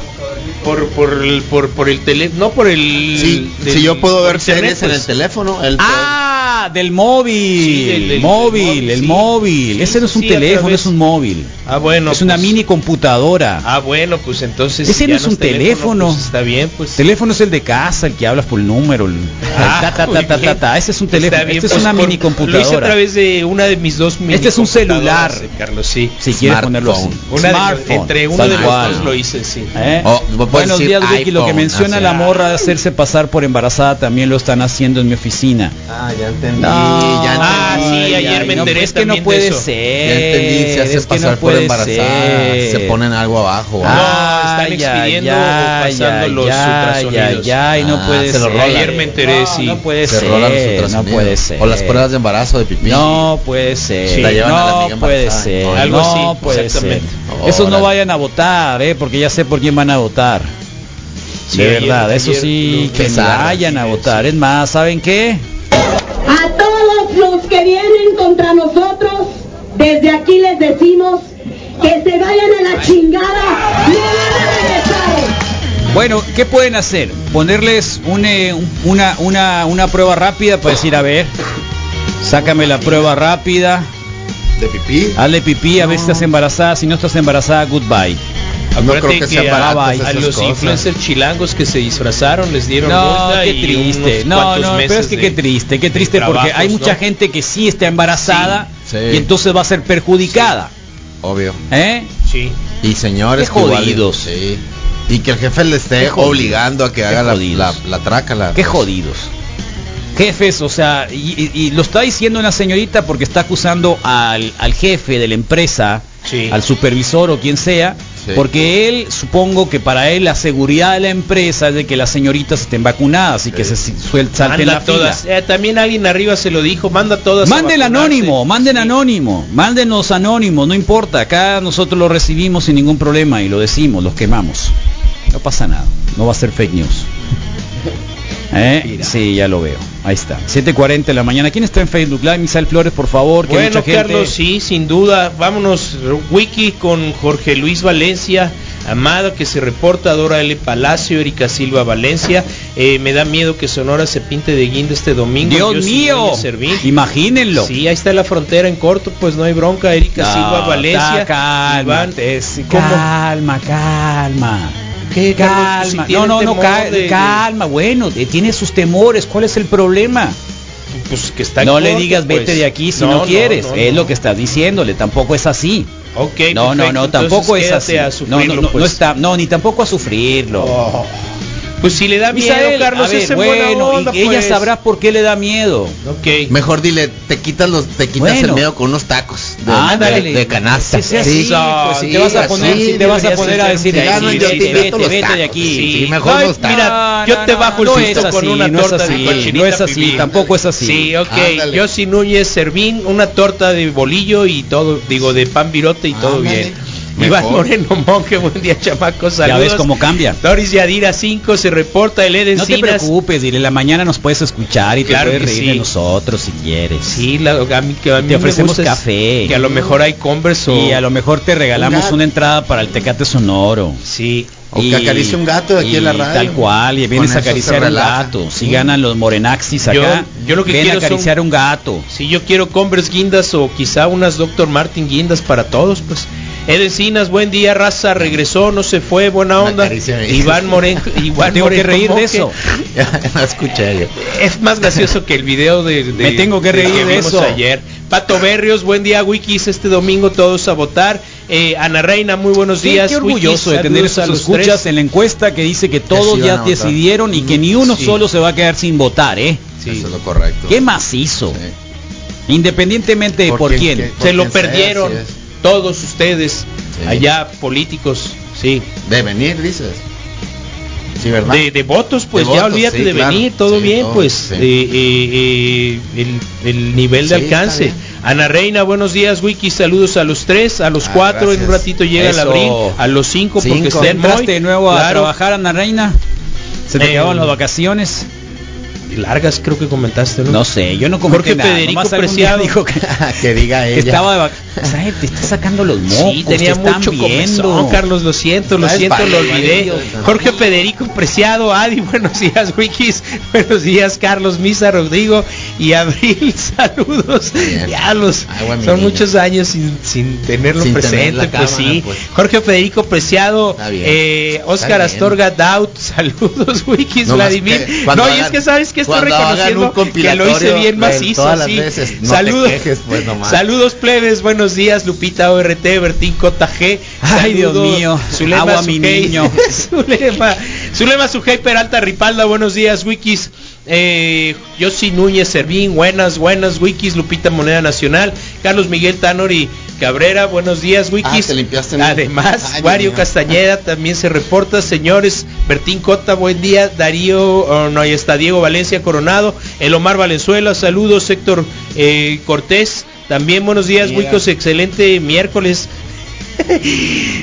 Speaker 7: Por, por, el, por, por el teléfono, no por el... pues,
Speaker 8: Sí, del, si yo puedo ver series en el teléfono. El
Speaker 4: pues. ah, del móvil. Sí, del, del, móvil, móvil, el sí. móvil. Ese no es un teléfono, es un móvil.
Speaker 7: Ah, bueno.
Speaker 4: Es una pues, mini computadora.
Speaker 7: Ah, bueno, pues entonces...
Speaker 4: Ese no es un teléfono.
Speaker 7: Pues está bien, pues...
Speaker 4: Teléfono es el de casa, el que hablas por el número. El, ah, ta, ta, ta, ese es un teléfono. Bien, este pues, es una mini computadora. Lo hice
Speaker 7: a través de una de mis dos mini
Speaker 4: Este es un celular.
Speaker 7: Carlos, sí.
Speaker 4: Si quieres ponerlo así.
Speaker 7: Una Smartphone, de, entre uno de los dos lo hice, sí.
Speaker 4: ¿Eh? Oh, Buenos días, Vicky. Lo que menciona o sea, la morra de hacerse pasar por embarazada también lo están haciendo en mi oficina.
Speaker 8: Ah, ya entendí. No, ya entendí.
Speaker 7: Ah, sí, ayer me enteré. No,
Speaker 4: es que no puede ser.
Speaker 8: Ya entendí. Se hace es pasar no por embarazada. Ser. Se ponen algo abajo.
Speaker 7: Ah, no, están expidiendo ya, pasando ya, los ya, ultrasonidos.
Speaker 4: Ya, ya, y no ah, puede se
Speaker 7: ser. Rolan. Ayer me enteré, sí.
Speaker 4: No puede se ser. Los no puede ser.
Speaker 8: O las pruebas de embarazo de pipí.
Speaker 4: No puede ser. Sí. no puede ser. Algo así. No puede ser. Esos no vayan a votar, ¿eh? Porque ya sé por quién van a votar. Sí, de verdad, ayer, eso ayer, sí, que vayan a votar. Es más, ¿saben qué?
Speaker 12: A todos los que vienen contra nosotros, desde aquí les decimos que se vayan a la chingada. No van a regresar.
Speaker 4: Bueno, ¿qué pueden hacer? Ponerles un, eh, un- una, una, una prueba rápida para decir, a ver, sácame la prueba rápida.
Speaker 8: ¿De pipí?
Speaker 4: Hazle pipí, a ver si estás embarazada. Si no estás embarazada, goodbye.
Speaker 7: Acuérdate
Speaker 4: creo que sean
Speaker 7: a,
Speaker 4: baratas
Speaker 7: a
Speaker 4: esas
Speaker 7: los
Speaker 4: cosas.
Speaker 7: influencers chilangos que se disfrazaron les dieron
Speaker 4: No,
Speaker 7: multa
Speaker 4: qué
Speaker 7: y
Speaker 4: triste.
Speaker 7: unos
Speaker 4: No,
Speaker 7: cuantos
Speaker 4: no, pero
Speaker 7: meses
Speaker 4: es que
Speaker 7: de-
Speaker 4: qué triste, qué
Speaker 7: de
Speaker 4: triste porque hay
Speaker 7: trabajos,
Speaker 4: mucha
Speaker 7: ¿no?
Speaker 4: gente que sí está embarazada
Speaker 8: Sí, sí.
Speaker 4: y entonces va a ser perjudicada.
Speaker 8: Obvio.
Speaker 4: ¿Eh?
Speaker 7: Sí.
Speaker 8: Y señores,
Speaker 4: Qué
Speaker 8: que igual-
Speaker 4: jodidos.
Speaker 8: sí. Y que el jefe le
Speaker 4: Qué
Speaker 8: esté
Speaker 4: jodidos.
Speaker 8: obligando a que haga la, la, la traca. La,
Speaker 4: Qué jodidos. Jefes, o sea, y, y- y lo está diciendo una señorita porque está acusando al, al jefe de la empresa, al supervisor o quien sea,
Speaker 8: Sí.
Speaker 4: porque él, supongo que para él la seguridad de la empresa es de que las señoritas estén vacunadas y que se si- suel- salten
Speaker 7: Manda
Speaker 4: la fila.
Speaker 7: todas. Eh, también alguien arriba se lo dijo, manda todas. a
Speaker 4: Manden
Speaker 7: vacunarse.
Speaker 4: anónimo, manden anónimo, mándenos anónimo, no importa, acá nosotros lo recibimos sin ningún problema y lo decimos, los quemamos. No pasa nada, no va a ser fake news. ¿Eh? Sí, ya lo veo. Ahí está. 7.40 de la mañana. ¿Quién está en Facebook Live? Misael Flores, por favor. que hay
Speaker 7: Bueno,
Speaker 4: mucha gente.
Speaker 7: Carlos, sí, sin duda. Vámonos, Wiki, con Jorge Luis Valencia, Amado, que se reporta, Dora L. Palacio, Erika Silva Valencia. Eh, me da miedo que Sonora se pinte de guinda este domingo.
Speaker 4: Dios
Speaker 7: Yo sí voy
Speaker 4: mío.
Speaker 7: a servir.
Speaker 4: Imagínenlo.
Speaker 7: Sí, ahí está la frontera en corto, pues no hay bronca. Erika
Speaker 4: No,
Speaker 7: Silva Valencia.
Speaker 4: ta- calma,
Speaker 7: Iván,
Speaker 4: es-
Speaker 7: ¿cómo?
Speaker 4: calma, calma.
Speaker 7: ¿Qué, Carlos?
Speaker 4: calma.
Speaker 7: Si
Speaker 4: no,
Speaker 7: tiene
Speaker 4: no, no,
Speaker 7: temor
Speaker 4: ca-
Speaker 7: de- de-
Speaker 4: calma. Bueno, eh, tiene sus temores. ¿Cuál es el problema?
Speaker 7: Pues que está en
Speaker 4: no le
Speaker 7: corto,
Speaker 4: digas vete
Speaker 7: pues.
Speaker 4: de aquí si no, quieres.
Speaker 7: no,
Speaker 4: es
Speaker 7: no.
Speaker 4: lo que estás diciéndole. Tampoco es así.
Speaker 7: Ok, perfecto,
Speaker 4: no, no, no.
Speaker 7: entonces
Speaker 4: Tampoco es
Speaker 7: quédate
Speaker 4: así.
Speaker 7: a
Speaker 4: no, no,
Speaker 7: sufrirlo,
Speaker 4: no, no
Speaker 7: pues.
Speaker 4: está. No, ni tampoco a sufrirlo.
Speaker 7: Oh. Pues si le da miedo,
Speaker 4: Misael,
Speaker 7: Carlos,
Speaker 4: a ver,
Speaker 7: es en buena
Speaker 4: bueno,
Speaker 7: onda,
Speaker 4: y ella
Speaker 7: pues.
Speaker 4: sabrá por qué le da miedo.
Speaker 7: Ok.
Speaker 8: Mejor dile, te quitas los, te quitas
Speaker 4: Bueno.
Speaker 8: el miedo con unos tacos de,
Speaker 4: Ándale.
Speaker 8: de- de canasta.
Speaker 4: Sí, sí, así, pues, si te vas a poner,
Speaker 8: así
Speaker 4: si te vas a
Speaker 8: debería
Speaker 4: poner a
Speaker 8: ser.
Speaker 4: decir,
Speaker 8: Sí,
Speaker 4: "Ay,
Speaker 8: no,
Speaker 4: sí,
Speaker 8: yo
Speaker 4: vete,
Speaker 8: te invito
Speaker 4: vete,
Speaker 8: los
Speaker 4: vete de
Speaker 8: tacos.
Speaker 4: aquí".
Speaker 8: Sí, mejor
Speaker 7: Ay,
Speaker 8: los tacos.
Speaker 7: mira, yo te bajo el
Speaker 4: no
Speaker 7: pisto
Speaker 4: es así,
Speaker 7: con una
Speaker 4: no es
Speaker 7: torta
Speaker 4: así,
Speaker 7: de cochinita
Speaker 4: no es así,
Speaker 7: pibil.
Speaker 4: tampoco es así.
Speaker 7: Sí, ok.
Speaker 4: Ándale.
Speaker 7: Yossi Núñez Servín, una torta de bolillo y todo, digo, de pan virote y todo
Speaker 4: Ándale.
Speaker 7: bien. Iván
Speaker 4: Mejor.
Speaker 7: Moreno Monge, buen día, chamacos.
Speaker 4: Ya
Speaker 7: saludos.
Speaker 4: ves cómo cambia.
Speaker 7: Doris Yadira 5 se reporta el Eden
Speaker 4: No te
Speaker 7: Sinas.
Speaker 4: preocupes, dile, la mañana nos puedes escuchar y te
Speaker 7: Claro
Speaker 4: puedes
Speaker 7: que
Speaker 4: reír
Speaker 7: sí.
Speaker 4: de nosotros si quieres.
Speaker 7: Sí, la- a mí, que a mí
Speaker 4: Te
Speaker 7: me
Speaker 4: ofrecemos
Speaker 7: gusta es
Speaker 4: café.
Speaker 7: Que a lo mejor hay Converse o...
Speaker 4: Y a lo mejor te regalamos
Speaker 8: gato.
Speaker 4: una entrada para el Tecate Sonoro.
Speaker 7: Sí.
Speaker 8: O que acaricie un gato de aquí
Speaker 4: y
Speaker 8: en la radio.
Speaker 4: Tal cual, y
Speaker 8: Con
Speaker 4: vienes a
Speaker 8: eso se
Speaker 4: acariciar un
Speaker 8: relaja. Mm.
Speaker 4: gato. Si ganan los morenaxis
Speaker 7: Yo-
Speaker 4: acá,
Speaker 7: yo lo que
Speaker 4: ven a
Speaker 7: quiero son-
Speaker 4: acariciar un gato.
Speaker 7: Si yo quiero Converse guindas o quizá unas Dr. Martin guindas para todos, pues. Edecinas, buen día, raza, regresó, no se fue, buena
Speaker 8: Una
Speaker 7: onda.
Speaker 8: caricia.
Speaker 7: Iván Moreno, Iván
Speaker 4: tengo que
Speaker 7: Moreno
Speaker 4: reír de
Speaker 7: Monge.
Speaker 4: eso.
Speaker 8: Ya, no escuché yo.
Speaker 7: Es más gracioso que el video de, de-
Speaker 4: Me tengo que reír de
Speaker 7: vimos
Speaker 4: eso.
Speaker 7: ayer. Pato Berrios, buen día, Wikis, este domingo todos a votar. Eh, Ana Reina, muy buenos
Speaker 4: Sí,
Speaker 7: días.
Speaker 4: qué
Speaker 7: Wikis,
Speaker 4: orgulloso de
Speaker 7: saludos
Speaker 4: tener esos
Speaker 7: los
Speaker 4: escuchas
Speaker 7: tres.
Speaker 4: en la encuesta que dice que
Speaker 8: sí
Speaker 4: todos
Speaker 8: van
Speaker 4: ya
Speaker 8: a votar.
Speaker 4: decidieron y que ni uno
Speaker 7: Sí.
Speaker 4: solo se va a quedar sin votar, ¿eh?
Speaker 7: Sí.
Speaker 8: Eso es lo correcto.
Speaker 4: Qué macizo.
Speaker 8: Sí.
Speaker 4: Independientemente de por,
Speaker 8: Por
Speaker 4: quién.
Speaker 8: quién, qué-
Speaker 7: Se lo
Speaker 8: Porque sea,
Speaker 7: perdieron
Speaker 8: así es.
Speaker 7: todos ustedes,
Speaker 8: Sí.
Speaker 7: allá políticos, sí.
Speaker 8: De venir, dices. Sí, ¿verdad?
Speaker 7: De, de votos, pues
Speaker 8: De
Speaker 7: ya
Speaker 8: votos,
Speaker 7: olvídate
Speaker 8: sí,
Speaker 7: de
Speaker 8: claro.
Speaker 7: venir, todo
Speaker 8: Sí,
Speaker 7: bien,
Speaker 8: todo,
Speaker 7: pues
Speaker 8: sí.
Speaker 7: eh, eh, eh, el, el nivel de
Speaker 8: Sí,
Speaker 7: alcance.
Speaker 8: está bien.
Speaker 7: Ana Reina, buenos días, Wiki, saludos a los tres, a los
Speaker 8: Ah,
Speaker 7: cuatro, en un
Speaker 8: gracias.
Speaker 7: ratito llega el
Speaker 4: Eso.
Speaker 7: abril, a los cinco, porque
Speaker 8: Cinco.
Speaker 7: está en Moy.
Speaker 4: ¿Entraste de nuevo a
Speaker 7: Claro,
Speaker 4: trabajar, Ana Reina? ¿Se te
Speaker 7: Eh,
Speaker 4: acabaron las vacaciones?
Speaker 7: Largas creo que comentaste, ¿no?
Speaker 4: No sé, yo no comenté
Speaker 7: Jorge
Speaker 4: nada.
Speaker 7: Federico
Speaker 4: nomás algún día
Speaker 7: Preciado.
Speaker 4: dijo que,
Speaker 8: que diga
Speaker 4: que
Speaker 8: ella.
Speaker 4: estaba de vacaciones. te está sacando los mocos,
Speaker 7: Sí, tenía
Speaker 4: te están
Speaker 7: mucho
Speaker 4: viendo.
Speaker 7: comezón, Carlos, lo siento, lo
Speaker 8: Está
Speaker 7: siento, lo
Speaker 8: espalda,
Speaker 7: olvidé.
Speaker 8: Dios.
Speaker 7: Jorge Federico Preciado, Adi, buenos días, Wikis, buenos días, Carlos Misa, Rodrigo y Abril, saludos.
Speaker 8: Bien.
Speaker 7: Ya los,
Speaker 8: Agua, mi
Speaker 7: son
Speaker 8: niño.
Speaker 7: muchos años sin, sin tenerlo
Speaker 8: Sin tener
Speaker 7: presente,
Speaker 8: la
Speaker 7: pues
Speaker 8: cámara,
Speaker 7: sí.
Speaker 8: pues.
Speaker 7: Jorge Federico Preciado,
Speaker 8: Está bien.
Speaker 7: eh,
Speaker 8: Está
Speaker 7: Oscar
Speaker 8: bien.
Speaker 7: Astorga Daut, saludos, Wikis,
Speaker 8: No más
Speaker 7: Vladimir.
Speaker 8: que
Speaker 7: no,
Speaker 8: Eh, cuando
Speaker 7: y es
Speaker 8: hagan-
Speaker 7: que sabes que estoy
Speaker 8: cuando hagan un
Speaker 7: reconociendo que lo hice
Speaker 8: compilatorio
Speaker 7: bien
Speaker 8: de
Speaker 7: macizo,
Speaker 8: todas las
Speaker 7: sí.
Speaker 8: veces, no te
Speaker 7: saludos,
Speaker 8: quejes, pues, nomás.
Speaker 7: saludos plebes, buenos días, Lupita ORT, Bertín Cota G.
Speaker 4: Ay, Dios
Speaker 7: Saludo,
Speaker 4: mío.
Speaker 7: Zulema
Speaker 4: Agua, mi
Speaker 7: Sujei.
Speaker 4: niño.
Speaker 7: Zulema, Zulema Sujei Peralta Ripalda, buenos días, Wikis. Eh, Yossi Núñez Servín, buenas, buenas, Wikis. Lupita Moneda Nacional. Carlos Miguel Tanori Cabrera, buenos días, Wikis.
Speaker 8: Ah, te limpiaste el-
Speaker 7: Además,
Speaker 8: Ay,
Speaker 7: Wario
Speaker 8: Dios mío.
Speaker 7: Castañeda también se reporta. Señores, Bertín Cota, buen día. Darío, oh, no, ahí está Diego Valencia Coronado. El Omar Valenzuela, saludos. Héctor eh, Cortés, también buenos días,
Speaker 8: Mira.
Speaker 7: Wikos. Excelente miércoles.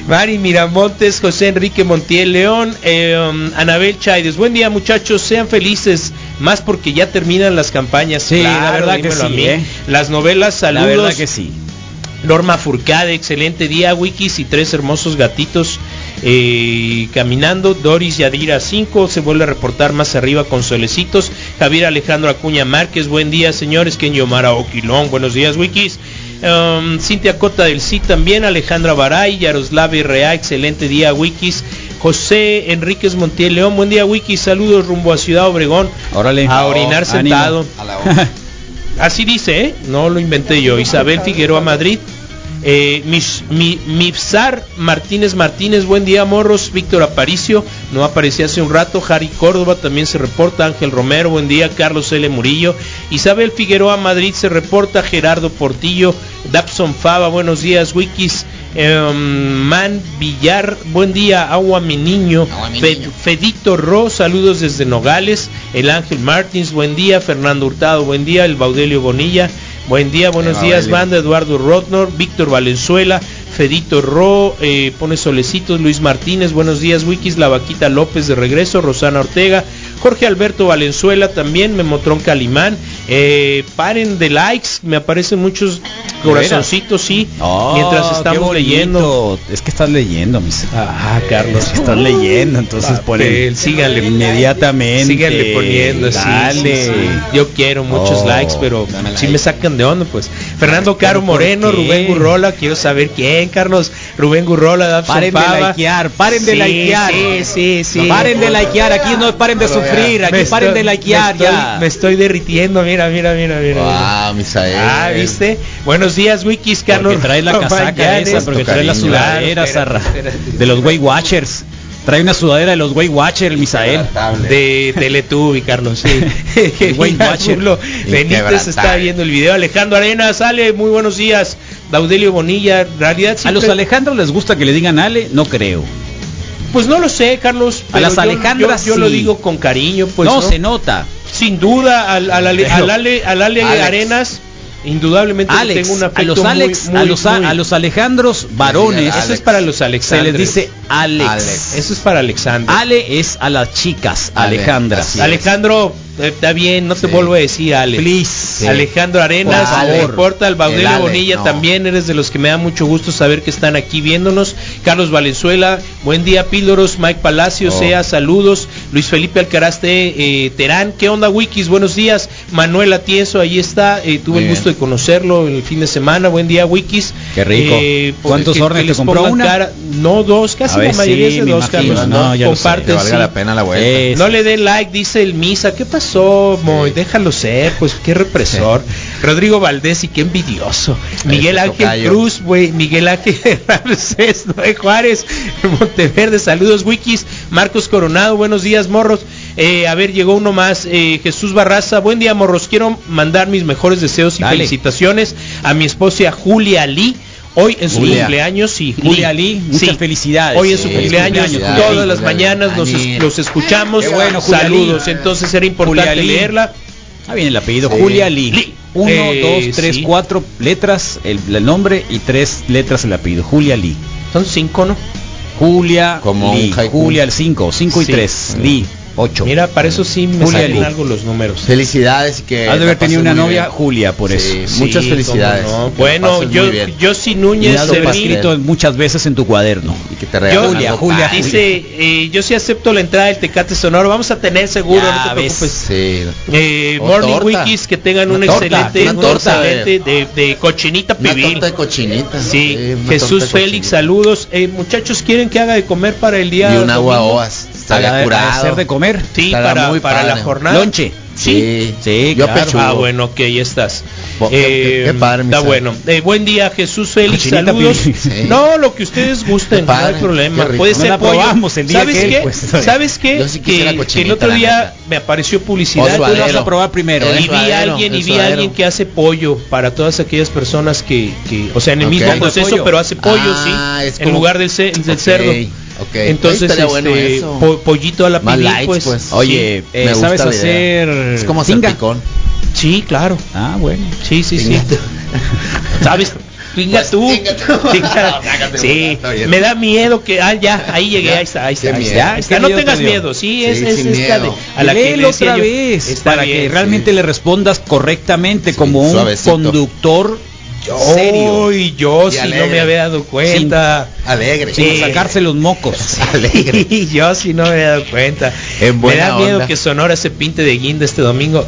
Speaker 7: Mari Miramontes, José Enrique Montiel León, eh, um, Anabel Chaides. Buen día muchachos, sean felices. más porque ya terminan las campañas.
Speaker 4: Sí, la verdad que
Speaker 7: dímelo a
Speaker 4: sí,
Speaker 7: mí.
Speaker 4: ¿eh?
Speaker 7: Las novelas, saludos.
Speaker 4: verdad que sí.
Speaker 7: Norma Furcade, excelente día, Wikis y tres hermosos gatitos eh, caminando. Doris Yadira 5 se vuelve a reportar más arriba con solecitos. Javier Alejandro Acuña Márquez, buen día señores. Kenny Omar Oquilón, buenos días Wikis. Um, Cintia Cota del Sí también, Alejandra Baray, Yaroslav Rea, excelente día Wikis. José Enríquez Montiel León, buen día Wikis, saludos rumbo a Ciudad Obregón.
Speaker 4: Órale. Oh,
Speaker 7: A orinar
Speaker 4: Ánimo.
Speaker 7: sentado. Así dice, ¿eh? No lo inventé yo. Isabel Figueroa Madrid. Eh, Mis- Mi- Mifsar Martínez Martínez, buen día morros, Víctor Aparicio, no aparecía hace un rato, Jari Córdoba también se reporta, Ángel Romero, buen día, Carlos L. Murillo, Isabel Figueroa Madrid se reporta, Gerardo Portillo, Dapson Fava, buenos días, Wikis, Em, Man Villar, buen día, Agua Mi Niño, Fe- Fedito Ro, saludos desde Nogales, el Ángel Martins, buen día, Fernando Hurtado, buen día, el Baudelio Bonilla, buen día, buenos
Speaker 8: Eh,
Speaker 7: días,
Speaker 8: Baudelio.
Speaker 7: banda, Eduardo Rotnor, Víctor Valenzuela, Fedito Ro, eh, pone solecitos, Luis Martínez, buenos días, Wikis, La Vaquita López de regreso, Rosana Ortega, Jorge Alberto Valenzuela también, Memotrón Calimán, eh, paren de likes, me aparecen muchos corazoncitos, sí, mientras estamos leyendo.
Speaker 4: Oh, Es que estás leyendo, mis.
Speaker 7: Ah, Carlos,
Speaker 4: estás leyendo, entonces
Speaker 7: Papel, síganle.
Speaker 4: inmediatamente.
Speaker 7: Síganle poniendo, sí,
Speaker 4: Dale.
Speaker 7: sí, sí. Yo quiero muchos
Speaker 4: Oh,
Speaker 7: likes, pero si me sacan de onda, pues. Fernando Caro
Speaker 4: ¿por
Speaker 7: Moreno,
Speaker 4: qué?
Speaker 7: Rubén Gurrola, quiero saber quién, Carlos. Rubén Gurrola, Dabson
Speaker 4: Paren de
Speaker 7: Fava.
Speaker 4: likear, paren de
Speaker 7: Sí,
Speaker 4: likear.
Speaker 7: Sí, sí, sí.
Speaker 4: Paren de likear, aquí no paren de sufrir, aquí
Speaker 7: Me
Speaker 4: paren
Speaker 7: estoy-
Speaker 4: de likear
Speaker 7: me estoy-
Speaker 4: ya.
Speaker 7: Me estoy derritiendo, mira, mira, mira, mira.
Speaker 8: Ah, Misael.
Speaker 7: Ah, ¿viste? Buenos días, Wikis, Carlos.
Speaker 4: eh. Porque trae la
Speaker 7: Romayanes.
Speaker 4: casaca esa, porque trae la
Speaker 7: Cariño.
Speaker 4: sudadera, Sarra, de los Way Watchers. Trae una sudadera de los Way Watchers, el Misael.
Speaker 7: de Teletubby, Carlos. Sí. Qué
Speaker 4: Weight Watcher.
Speaker 7: diablo. Benítez
Speaker 4: Inquebrantable.
Speaker 7: está viendo el video. Alejandro Arenas, sale. Muy buenos días. Daudelio Bonilla. En realidad,
Speaker 4: A
Speaker 7: siempre-
Speaker 4: los Alejandros les gusta que le digan Ale, no creo.
Speaker 7: Pues no lo sé, Carlos.
Speaker 4: A las
Speaker 7: yo-
Speaker 4: Alejandras
Speaker 7: Yo, yo lo
Speaker 4: sí.
Speaker 7: digo con cariño, pues.
Speaker 4: no, se nota.
Speaker 7: Sin duda, al, al, Ale-
Speaker 4: Pero-
Speaker 7: al Ale, al Ale
Speaker 4: Alex.
Speaker 7: Arenas, indudablemente le
Speaker 4: Alex,
Speaker 7: tengo un
Speaker 4: a
Speaker 7: afecto
Speaker 4: los
Speaker 7: muy-
Speaker 4: Alex,
Speaker 7: muy-
Speaker 4: a los a,
Speaker 7: muy-
Speaker 4: a los Alejandros varones.
Speaker 7: Eso es para los
Speaker 4: Se
Speaker 7: Alexandres.
Speaker 4: les dice Alex.
Speaker 7: Alex. Eso es para Alexandre.
Speaker 4: Ale es a las chicas,
Speaker 7: Ale,
Speaker 4: Alejandras.
Speaker 7: así es. Alejandro, eh, está bien, no te vuelvo a decir Ale.
Speaker 4: Please.
Speaker 7: Sí. Alejandro Arenas,
Speaker 4: Por
Speaker 7: Ale,
Speaker 4: favor.
Speaker 7: Porta, el Baudelio
Speaker 4: El Ale,
Speaker 7: Bonilla
Speaker 4: no.
Speaker 7: también, eres de los que me da mucho gusto saber que están aquí viéndonos. Carlos Valenzuela, buen día Píldoros, Mike Palacio,
Speaker 8: Oh.
Speaker 7: sea saludos. Luis Felipe Alcaraz de, eh, Terán, ¿qué onda Wikis? Buenos días. Manuel Atienzo, ahí está, eh, tuve
Speaker 4: Muy
Speaker 7: el
Speaker 4: bien.
Speaker 7: gusto de conocerlo el fin de semana, buen día Wikis.
Speaker 4: Qué rico.
Speaker 7: pues,
Speaker 4: ¿Cuántos
Speaker 7: que-
Speaker 4: órdenes
Speaker 7: que
Speaker 4: te
Speaker 7: les
Speaker 4: compró
Speaker 7: pongan
Speaker 4: una?
Speaker 7: no, dos, casi
Speaker 4: A
Speaker 7: la
Speaker 4: ver,
Speaker 7: mayoría
Speaker 4: sí,
Speaker 7: es de
Speaker 4: me
Speaker 7: dos,
Speaker 4: imagino,
Speaker 7: Carlos.
Speaker 4: no,
Speaker 7: No,
Speaker 4: ya lo sé,
Speaker 7: Comparten,
Speaker 8: Que valga
Speaker 7: sí.
Speaker 8: la pena la vuelta.
Speaker 4: Es-
Speaker 7: No le den like, dice el Misa. ¿Qué pasó, Moy? Déjalo ser, pues qué represor. Rodrigo Valdés y qué envidioso.
Speaker 4: Este
Speaker 7: Miguel
Speaker 8: Ese
Speaker 7: Ángel
Speaker 8: tocayo.
Speaker 7: Cruz, güey. Miguel Ángel Ramsés, Noé Juárez, Monteverde, saludos, Wikis. Marcos Coronado, buenos días, morros. Eh, a ver, llegó uno más, eh, Jesús Barraza. Buen día, morros. Quiero mandar mis mejores deseos y
Speaker 4: Dale.
Speaker 7: felicitaciones a mi esposa Julia Lee. Hoy en su
Speaker 4: Julia.
Speaker 7: cumpleaños, sí.
Speaker 4: Julia Lee, muchas
Speaker 7: Sí.
Speaker 4: felicidades.
Speaker 7: Hoy en su
Speaker 4: Sí,
Speaker 7: cumpleaños,
Speaker 4: cumpleaños,
Speaker 7: todas
Speaker 4: Julia
Speaker 7: las
Speaker 4: Lee.
Speaker 7: mañanas nos es-
Speaker 4: Daniel.
Speaker 7: los escuchamos.
Speaker 4: Qué bueno, Julia
Speaker 7: Saludos.
Speaker 4: Lee.
Speaker 7: Entonces era importante
Speaker 4: Julia Lee.
Speaker 7: leerla.
Speaker 4: Ah, bien el apellido.
Speaker 7: Sí.
Speaker 4: Julia Lee.
Speaker 7: Lee.
Speaker 4: Uno,
Speaker 7: Eh,
Speaker 4: dos, tres,
Speaker 7: sí.
Speaker 4: cuatro letras el, el nombre y tres letras el apellido. Julia Lee.
Speaker 7: Son cinco, ¿no?
Speaker 4: Julia
Speaker 8: Como un
Speaker 4: Lee.
Speaker 8: haiku.
Speaker 4: Julia el cinco. Cinco y
Speaker 7: Sí.
Speaker 4: tres. Lee. Ocho.
Speaker 7: Mira, para eso sí me
Speaker 4: Julia
Speaker 7: salen
Speaker 4: Lee.
Speaker 7: algo los números.
Speaker 8: Felicidades y
Speaker 7: Eh,
Speaker 8: que.
Speaker 4: Has de
Speaker 8: la
Speaker 4: haber
Speaker 8: pases
Speaker 4: tenido una
Speaker 8: muy
Speaker 4: novia,
Speaker 8: bien.
Speaker 4: Julia, por
Speaker 8: Sí,
Speaker 4: eso.
Speaker 8: Muchas
Speaker 7: Sí,
Speaker 8: felicidades.
Speaker 7: cómo no.
Speaker 8: Que la
Speaker 7: Bueno,
Speaker 8: pases
Speaker 7: yo,
Speaker 8: muy bien.
Speaker 7: yo sí
Speaker 4: Ya
Speaker 7: Núñez
Speaker 4: lo
Speaker 7: Servín-
Speaker 4: has escrito muchas veces en tu cuaderno.
Speaker 8: Y que te regalen
Speaker 7: Julia,
Speaker 8: algo
Speaker 4: Julia,
Speaker 8: padre.
Speaker 7: Dice, eh, yo sí acepto la entrada del Tecate Sonoro. Vamos a tener seguro,
Speaker 4: Ya
Speaker 7: no te
Speaker 4: ves.
Speaker 7: preocupes.
Speaker 8: Sí.
Speaker 7: Eh,
Speaker 8: O
Speaker 7: Morning
Speaker 8: torta.
Speaker 7: Wikis, que tengan
Speaker 8: Una
Speaker 7: un
Speaker 8: torta,
Speaker 7: excelente,
Speaker 8: una
Speaker 7: un
Speaker 8: torta,
Speaker 7: excelente de, de cochinita
Speaker 8: Una
Speaker 7: pibil.
Speaker 8: torta de cochinita.
Speaker 7: Sí,
Speaker 8: una
Speaker 7: Jesús
Speaker 8: torta de
Speaker 7: Félix,
Speaker 8: cochinita.
Speaker 7: saludos. Eh, muchachos, ¿quieren que haga de comer para el día
Speaker 8: Y un agua
Speaker 7: domingo?
Speaker 8: oas. Estaría
Speaker 4: Para para
Speaker 8: curado.
Speaker 4: hacer de comer.
Speaker 7: Sí,
Speaker 8: Estará
Speaker 7: para,
Speaker 8: muy
Speaker 7: para la
Speaker 8: padre.
Speaker 7: jornada.
Speaker 4: Lonche.
Speaker 8: Sí.
Speaker 4: Sí,
Speaker 8: Yo
Speaker 4: claro.
Speaker 8: pechugo.
Speaker 7: Ah, bueno, ok, ya estás.
Speaker 8: Bo- qué-
Speaker 7: Eh,
Speaker 8: qué padre, mi
Speaker 7: está
Speaker 8: Sam.
Speaker 7: bueno. Eh, buen día, Jesús Félix,
Speaker 4: Cochinita
Speaker 7: saludos.
Speaker 4: pibil.
Speaker 8: Sí.
Speaker 7: No, lo que ustedes gusten,
Speaker 8: Qué padre,
Speaker 7: no hay problema.
Speaker 8: qué rico.
Speaker 7: Puede
Speaker 4: No
Speaker 7: ser
Speaker 4: la
Speaker 7: pollo.
Speaker 4: probamos el día
Speaker 7: ¿Sabes
Speaker 4: que él,
Speaker 7: qué?
Speaker 4: pues,
Speaker 7: ¿Sabes qué?
Speaker 8: Yo sí quisiera
Speaker 7: que, que el
Speaker 8: cochinita,
Speaker 7: otro
Speaker 8: la
Speaker 7: día
Speaker 8: neta.
Speaker 7: me apareció publicidad.
Speaker 8: Osvaldo.
Speaker 4: Tú lo vas a probar primero.
Speaker 8: El
Speaker 7: Y
Speaker 4: ¿eh?
Speaker 7: vi a
Speaker 8: suadero,
Speaker 7: alguien
Speaker 8: el
Speaker 7: y vi a
Speaker 8: suadero.
Speaker 7: alguien que hace pollo para todas aquellas personas que, que o sea, en el
Speaker 8: Ok.
Speaker 7: mismo
Speaker 8: Pollo,
Speaker 7: proceso,
Speaker 4: pollo.
Speaker 7: pero hace pollo,
Speaker 8: Ah,
Speaker 7: sí,
Speaker 8: es
Speaker 7: en
Speaker 8: como-
Speaker 7: lugar del, ce- del
Speaker 8: Ok,
Speaker 7: cerdo.
Speaker 8: ok.
Speaker 7: Entonces,
Speaker 8: Estaría bueno
Speaker 7: este,
Speaker 8: eso.
Speaker 7: po- pollito a la
Speaker 8: Más
Speaker 7: pibil,
Speaker 8: likes,
Speaker 7: pues.
Speaker 8: pues.
Speaker 4: Oye,
Speaker 8: Sí,
Speaker 4: eh,
Speaker 8: me gusta
Speaker 4: ¿sabes
Speaker 8: la idea.
Speaker 4: hacer
Speaker 8: Es como
Speaker 4: tinga?
Speaker 8: salpicón.
Speaker 7: Sí, claro.
Speaker 4: Ah, bueno.
Speaker 7: Sí, sí, sí.
Speaker 8: Tinga.
Speaker 7: ¿Sabes? Venga tú. Venga- Sí, me da miedo que. Ah, ya, ahí llegué, ahí está, ahí está.
Speaker 4: Qué
Speaker 7: ahí
Speaker 4: miedo.
Speaker 7: está, ahí está.
Speaker 4: Qué
Speaker 7: No
Speaker 4: miedo
Speaker 7: tengas
Speaker 4: te dio.
Speaker 7: miedo, sí,
Speaker 4: Sí,
Speaker 7: es, es
Speaker 4: sin
Speaker 7: esta de.
Speaker 4: miedo.
Speaker 7: A la que
Speaker 4: Léelo
Speaker 7: le decía
Speaker 4: otra
Speaker 7: yo,
Speaker 4: vez
Speaker 7: está
Speaker 4: para
Speaker 7: bien,
Speaker 4: que realmente le respondas correctamente como un
Speaker 7: suavecito.
Speaker 4: conductor serio.
Speaker 7: Uy, yo
Speaker 4: Y
Speaker 7: si no
Speaker 4: alegre.
Speaker 7: me había dado cuenta.
Speaker 8: alegre.
Speaker 7: eh,
Speaker 4: Sin sacarse los mocos.
Speaker 7: Alegre. yo si no me había dado cuenta.
Speaker 8: En
Speaker 7: me
Speaker 8: buena
Speaker 7: da miedo
Speaker 8: onda.
Speaker 7: que Sonora se pinte de guinda este domingo.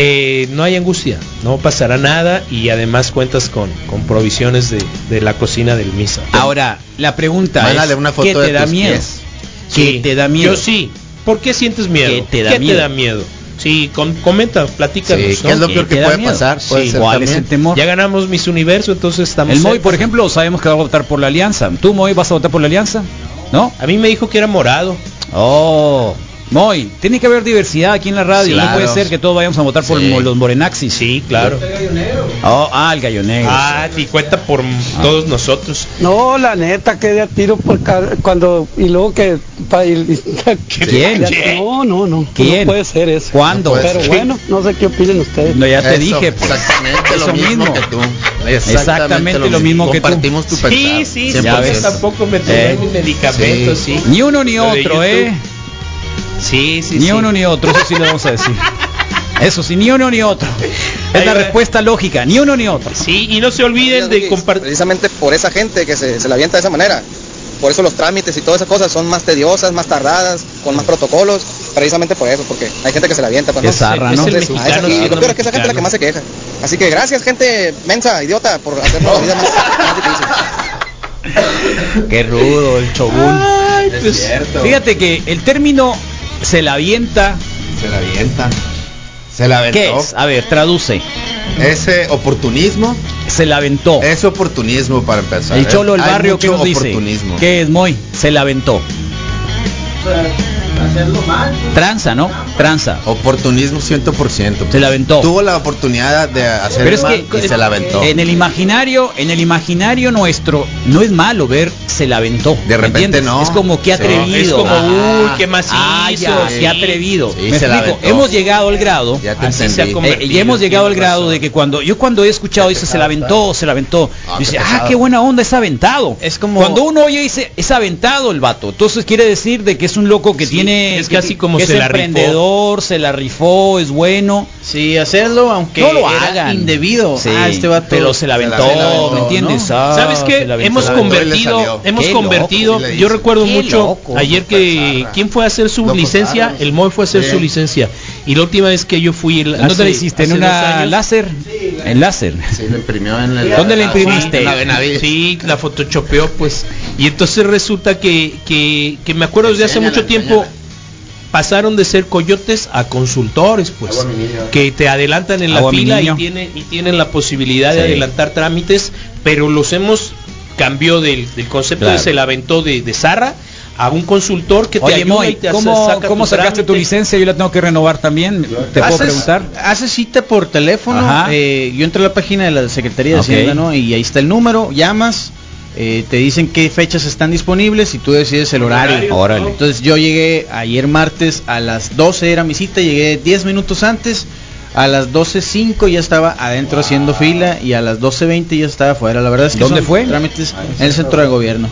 Speaker 7: Eh, no hay angustia, no pasará nada y además cuentas con, con provisiones de, de la cocina del misa.
Speaker 4: Ahora, la pregunta
Speaker 7: Mándale
Speaker 4: es
Speaker 7: una foto
Speaker 4: ¿qué te
Speaker 7: de
Speaker 4: da
Speaker 7: tus
Speaker 4: miedo?
Speaker 7: pies.
Speaker 4: ¿Qué
Speaker 7: Sí,
Speaker 4: te da miedo?
Speaker 7: Yo sí. ¿Por qué sientes miedo?
Speaker 4: ¿Qué te da miedo?
Speaker 7: Sí, com- comenta, platícanos.
Speaker 4: Sí, ¿qué es lo ¿Qué peor que te da puede miedo? pasar? Puede Sí, ser ¿cuál también. es el temor?
Speaker 7: Ya ganamos Miss Universo, entonces estamos
Speaker 4: El Moy,
Speaker 7: cerca.
Speaker 4: por ejemplo, sabemos que va a votar por la alianza. ¿Tú, Moy, vas a votar por la alianza? ¿No?
Speaker 7: A mí me dijo que era morado.
Speaker 4: Oh. Moy, tiene que haber diversidad aquí en la radio.
Speaker 7: Claro.
Speaker 4: No puede ser que todos vayamos a votar por
Speaker 7: Sí.
Speaker 4: mo- los morenaxis.
Speaker 7: Sí, claro.
Speaker 4: Oh, ah, el gallo negro.
Speaker 7: Ah, y cuenta por
Speaker 4: Ah.
Speaker 7: todos nosotros.
Speaker 13: No, la neta, que de a tiro por ca- cuando y luego que pa- y-
Speaker 4: ¿Quién?
Speaker 13: Ya- No, no, no.
Speaker 4: ¿Quién?
Speaker 13: No puede ser eso.
Speaker 4: ¿Cuándo?
Speaker 13: Pero
Speaker 4: Sí.
Speaker 13: bueno, no sé qué opinen ustedes.
Speaker 4: No, ya te
Speaker 13: Eso,
Speaker 4: dije, pues.
Speaker 8: Exactamente
Speaker 4: Eso
Speaker 8: lo mismo,
Speaker 4: mismo.
Speaker 8: que tú.
Speaker 4: Exactamente lo mismo que tú.
Speaker 8: Compartimos tu
Speaker 4: Pues
Speaker 7: Sí, sí, sí,
Speaker 4: Ya
Speaker 7: porque
Speaker 4: ves.
Speaker 7: tampoco me tomé
Speaker 4: Eh,
Speaker 7: mis medicamentos, sí.
Speaker 4: Ni uno ni
Speaker 7: Lo de YouTube.
Speaker 4: otro, ¿eh?
Speaker 7: Sí, sí,
Speaker 4: Ni
Speaker 7: sí.
Speaker 4: uno ni otro, eso sí le vamos a decir. Eso sí, ni uno ni otro. Es la respuesta lógica, ni uno ni otro.
Speaker 7: Sí, y no se olviden de compartir.
Speaker 11: Precisamente por esa gente que se, se la avienta de esa manera. Por eso los trámites y todas esas cosas son más tediosas, más tardadas, con más protocolos. Precisamente por eso, porque hay gente que se la avienta. Pues,
Speaker 4: Qué zarra, ¿no? Es el
Speaker 11: Entonces, a
Speaker 4: mexicano,
Speaker 11: esa-
Speaker 4: sí,
Speaker 11: y
Speaker 4: no
Speaker 11: lo peor es que esa gente es la que
Speaker 4: mexicano.
Speaker 11: más se queja. Así que gracias, gente mensa, idiota, por hacernos la vida más, más difícil.
Speaker 4: Qué rudo el chogún. pues, Fíjate que el término se la avienta.
Speaker 8: Se la avienta. Se la aventó.
Speaker 4: ¿Qué es? A ver, traduce.
Speaker 8: Ese oportunismo.
Speaker 4: Se la aventó.
Speaker 8: Es oportunismo para empezar. ¿eh?
Speaker 4: El cholo del
Speaker 8: Hay
Speaker 4: barrio que
Speaker 8: mucho
Speaker 4: nos dice.
Speaker 8: oportunismo.
Speaker 4: ¿Qué es Moy? Se la aventó. Tranza, ¿no? Tranza.
Speaker 8: Oportunismo 100%.
Speaker 4: Se la aventó.
Speaker 8: Tuvo la oportunidad de hacer
Speaker 4: Pero
Speaker 8: el
Speaker 4: es
Speaker 8: mal
Speaker 4: que
Speaker 8: y se la aventó.
Speaker 4: En el imaginario, en el imaginario nuestro, no es malo ver se la aventó. ¿me
Speaker 8: repente
Speaker 4: entiendes?
Speaker 8: no.
Speaker 4: Es como que
Speaker 8: Sí.
Speaker 4: atrevido.
Speaker 8: Es como,
Speaker 7: uy, qué macizo,
Speaker 4: Ah, ya,
Speaker 7: sí.
Speaker 4: qué atrevido.
Speaker 8: Sí,
Speaker 4: Me
Speaker 8: se la
Speaker 4: explico,
Speaker 8: aventó.
Speaker 4: Hemos llegado al grado.
Speaker 8: Ya te
Speaker 7: Así se ha
Speaker 8: entendí.
Speaker 7: convertido.
Speaker 4: Eh, y hemos llegado al grado de que cuando yo cuando he escuchado dice se la aventó, se la aventó,
Speaker 8: qué
Speaker 4: dice, ah,
Speaker 8: pesado.
Speaker 4: qué buena onda, es aventado. Es como cuando uno oye dice, es aventado el vato. Entonces quiere decir de que es un loco que tiene
Speaker 7: es casi
Speaker 4: que-
Speaker 7: como
Speaker 4: que
Speaker 7: se
Speaker 4: es
Speaker 7: la rifó.
Speaker 4: emprendedor, se la rifó, es bueno.
Speaker 14: Sí, hacerlo aunque
Speaker 4: no lo
Speaker 14: era
Speaker 4: hagan.
Speaker 14: indebido.
Speaker 4: Sí,
Speaker 14: Ah, este vato-
Speaker 4: Pero se la aventó,
Speaker 14: Se la aventó,
Speaker 4: ¿me entiendes?
Speaker 14: ¿no?
Speaker 4: Ah,
Speaker 7: ¿Sabes
Speaker 4: se
Speaker 7: qué?
Speaker 4: la aventó.
Speaker 7: Hemos convertido, hemos
Speaker 4: Qué
Speaker 7: convertido,
Speaker 4: loco, sí le
Speaker 7: yo
Speaker 4: dice.
Speaker 7: recuerdo
Speaker 4: Qué
Speaker 7: mucho
Speaker 4: loco.
Speaker 7: ayer que quién fue a hacer su licencia, el Moy fue a hacer su licencia. Y la última vez que yo fui el
Speaker 4: ¿Dónde la hiciste? ¿En una láser? En láser.
Speaker 8: Sí, lo imprimió en el-
Speaker 4: ¿Dónde la
Speaker 8: Ah,
Speaker 4: imprimiste?
Speaker 8: en la Benavides.
Speaker 7: Sí, la photoshopeó pues. Y entonces resulta que, que, que me acuerdo desde hace
Speaker 8: Enséñala,
Speaker 7: mucho tiempo pasaron de ser coyotes a consultores, pues, que te adelantan en la
Speaker 4: Agua, mi
Speaker 7: fila y
Speaker 4: niño.
Speaker 7: tienen, y tienen la posibilidad de
Speaker 4: Sí.
Speaker 7: adelantar trámites, pero los hemos cambió del, del concepto
Speaker 4: Claro.
Speaker 7: de se la aventó de, de Zarra a un consultor que te
Speaker 4: Oye,
Speaker 7: ayuda
Speaker 4: Moy,
Speaker 7: y te
Speaker 4: ¿cómo,
Speaker 7: hace, saca
Speaker 4: cómo
Speaker 7: tu
Speaker 4: sacaste tu
Speaker 7: trámite.
Speaker 4: licencia? Yo la tengo que renovar también. ¿Te puedo
Speaker 14: Haces-
Speaker 4: preguntar?
Speaker 14: Haces cita por teléfono.
Speaker 4: Ajá.
Speaker 14: eh, yo entro a la página de la Secretaría de
Speaker 4: Ok.
Speaker 14: Hacienda, ¿no? Y ahí está el número, llamas. eh, te dicen qué fechas están disponibles y tú decides el horario.
Speaker 4: Órale.
Speaker 14: Entonces yo llegué ayer martes a las 12 era mi cita, llegué 10 minutos antes, a las 12.05 ya estaba adentro haciendo fila y a las 12.20 ya estaba afuera. La verdad es que
Speaker 4: ¿Dónde
Speaker 14: son
Speaker 4: fue?
Speaker 14: trámites en el centro de gobierno.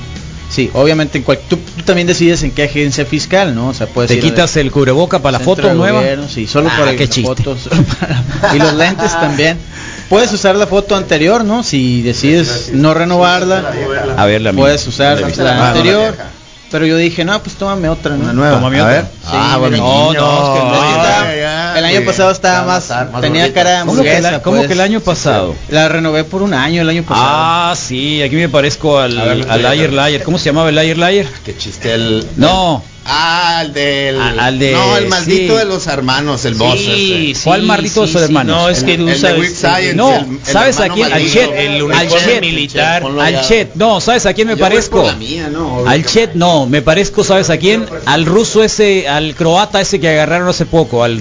Speaker 14: Sí, obviamente en cual, tú, tú también decides en qué agencia fiscal, ¿no? O sea, puedes
Speaker 4: ¿Te
Speaker 14: ir a la-
Speaker 4: quitas el cubreboca para la
Speaker 14: Centro
Speaker 4: foto
Speaker 14: de
Speaker 4: nueva?
Speaker 14: gobierno, sí, solo
Speaker 4: Ah,
Speaker 14: para
Speaker 4: qué
Speaker 14: la
Speaker 4: chiste.
Speaker 14: foto, solo para- y los lentes también. Puedes usar la foto anterior, ¿no? Si decides no renovarla,
Speaker 4: A ver, la mía.
Speaker 14: puedes usar
Speaker 4: La
Speaker 14: la,
Speaker 4: vista.
Speaker 8: Ah,
Speaker 14: anterior. Pero yo dije, no, pues tómame otra, ¿no?
Speaker 8: Una nueva.
Speaker 4: Tómame
Speaker 8: a
Speaker 4: otra.
Speaker 8: ver.
Speaker 14: Sí,
Speaker 8: Ah, bueno.
Speaker 14: no, no, es que no,
Speaker 8: Ah,
Speaker 14: estaba-
Speaker 8: ya,
Speaker 14: el año
Speaker 8: sí.
Speaker 14: pasado estaba más, tenía cara de
Speaker 4: ¿Cómo que,
Speaker 14: hamburguesa.
Speaker 4: la- cómo
Speaker 14: pues.
Speaker 4: que el año pasado?
Speaker 14: La renové por un año el año pasado.
Speaker 4: Ah, sí, aquí me parezco al,
Speaker 8: A ver,
Speaker 4: al
Speaker 8: la-
Speaker 4: Liar Liar. ¿Cómo se llamaba el Liar Liar?
Speaker 8: Qué chiste el.
Speaker 4: No,
Speaker 8: Ah, el
Speaker 5: Eh,
Speaker 8: del.
Speaker 4: A- al de-
Speaker 8: no, el maldito
Speaker 4: sí.
Speaker 8: de los hermanos, el boss.
Speaker 7: Sí,
Speaker 8: ese.
Speaker 7: sí,
Speaker 4: eh, ¿Cuál maldito de
Speaker 7: sí,
Speaker 4: sus
Speaker 7: sí,
Speaker 4: hermanos?
Speaker 7: No, es que
Speaker 8: El- el
Speaker 7: usa
Speaker 8: de Weird
Speaker 7: este-
Speaker 8: Science,
Speaker 4: No,
Speaker 8: el- el
Speaker 4: ¿sabes a
Speaker 8: hermano
Speaker 4: quién? Al
Speaker 8: maldito.
Speaker 4: Chet,
Speaker 7: El
Speaker 4: al
Speaker 7: uniforme
Speaker 4: Chet,
Speaker 7: militar.
Speaker 8: Ponlo
Speaker 4: al
Speaker 8: ya.
Speaker 4: Chet, no, ¿sabes a quién me
Speaker 8: Yo voy
Speaker 4: parezco?
Speaker 8: por la mía, ¿no?
Speaker 4: Al Chet no, me parezco, ¿sabes a quién? Al ruso ese, al croata ese que agarraron hace poco, al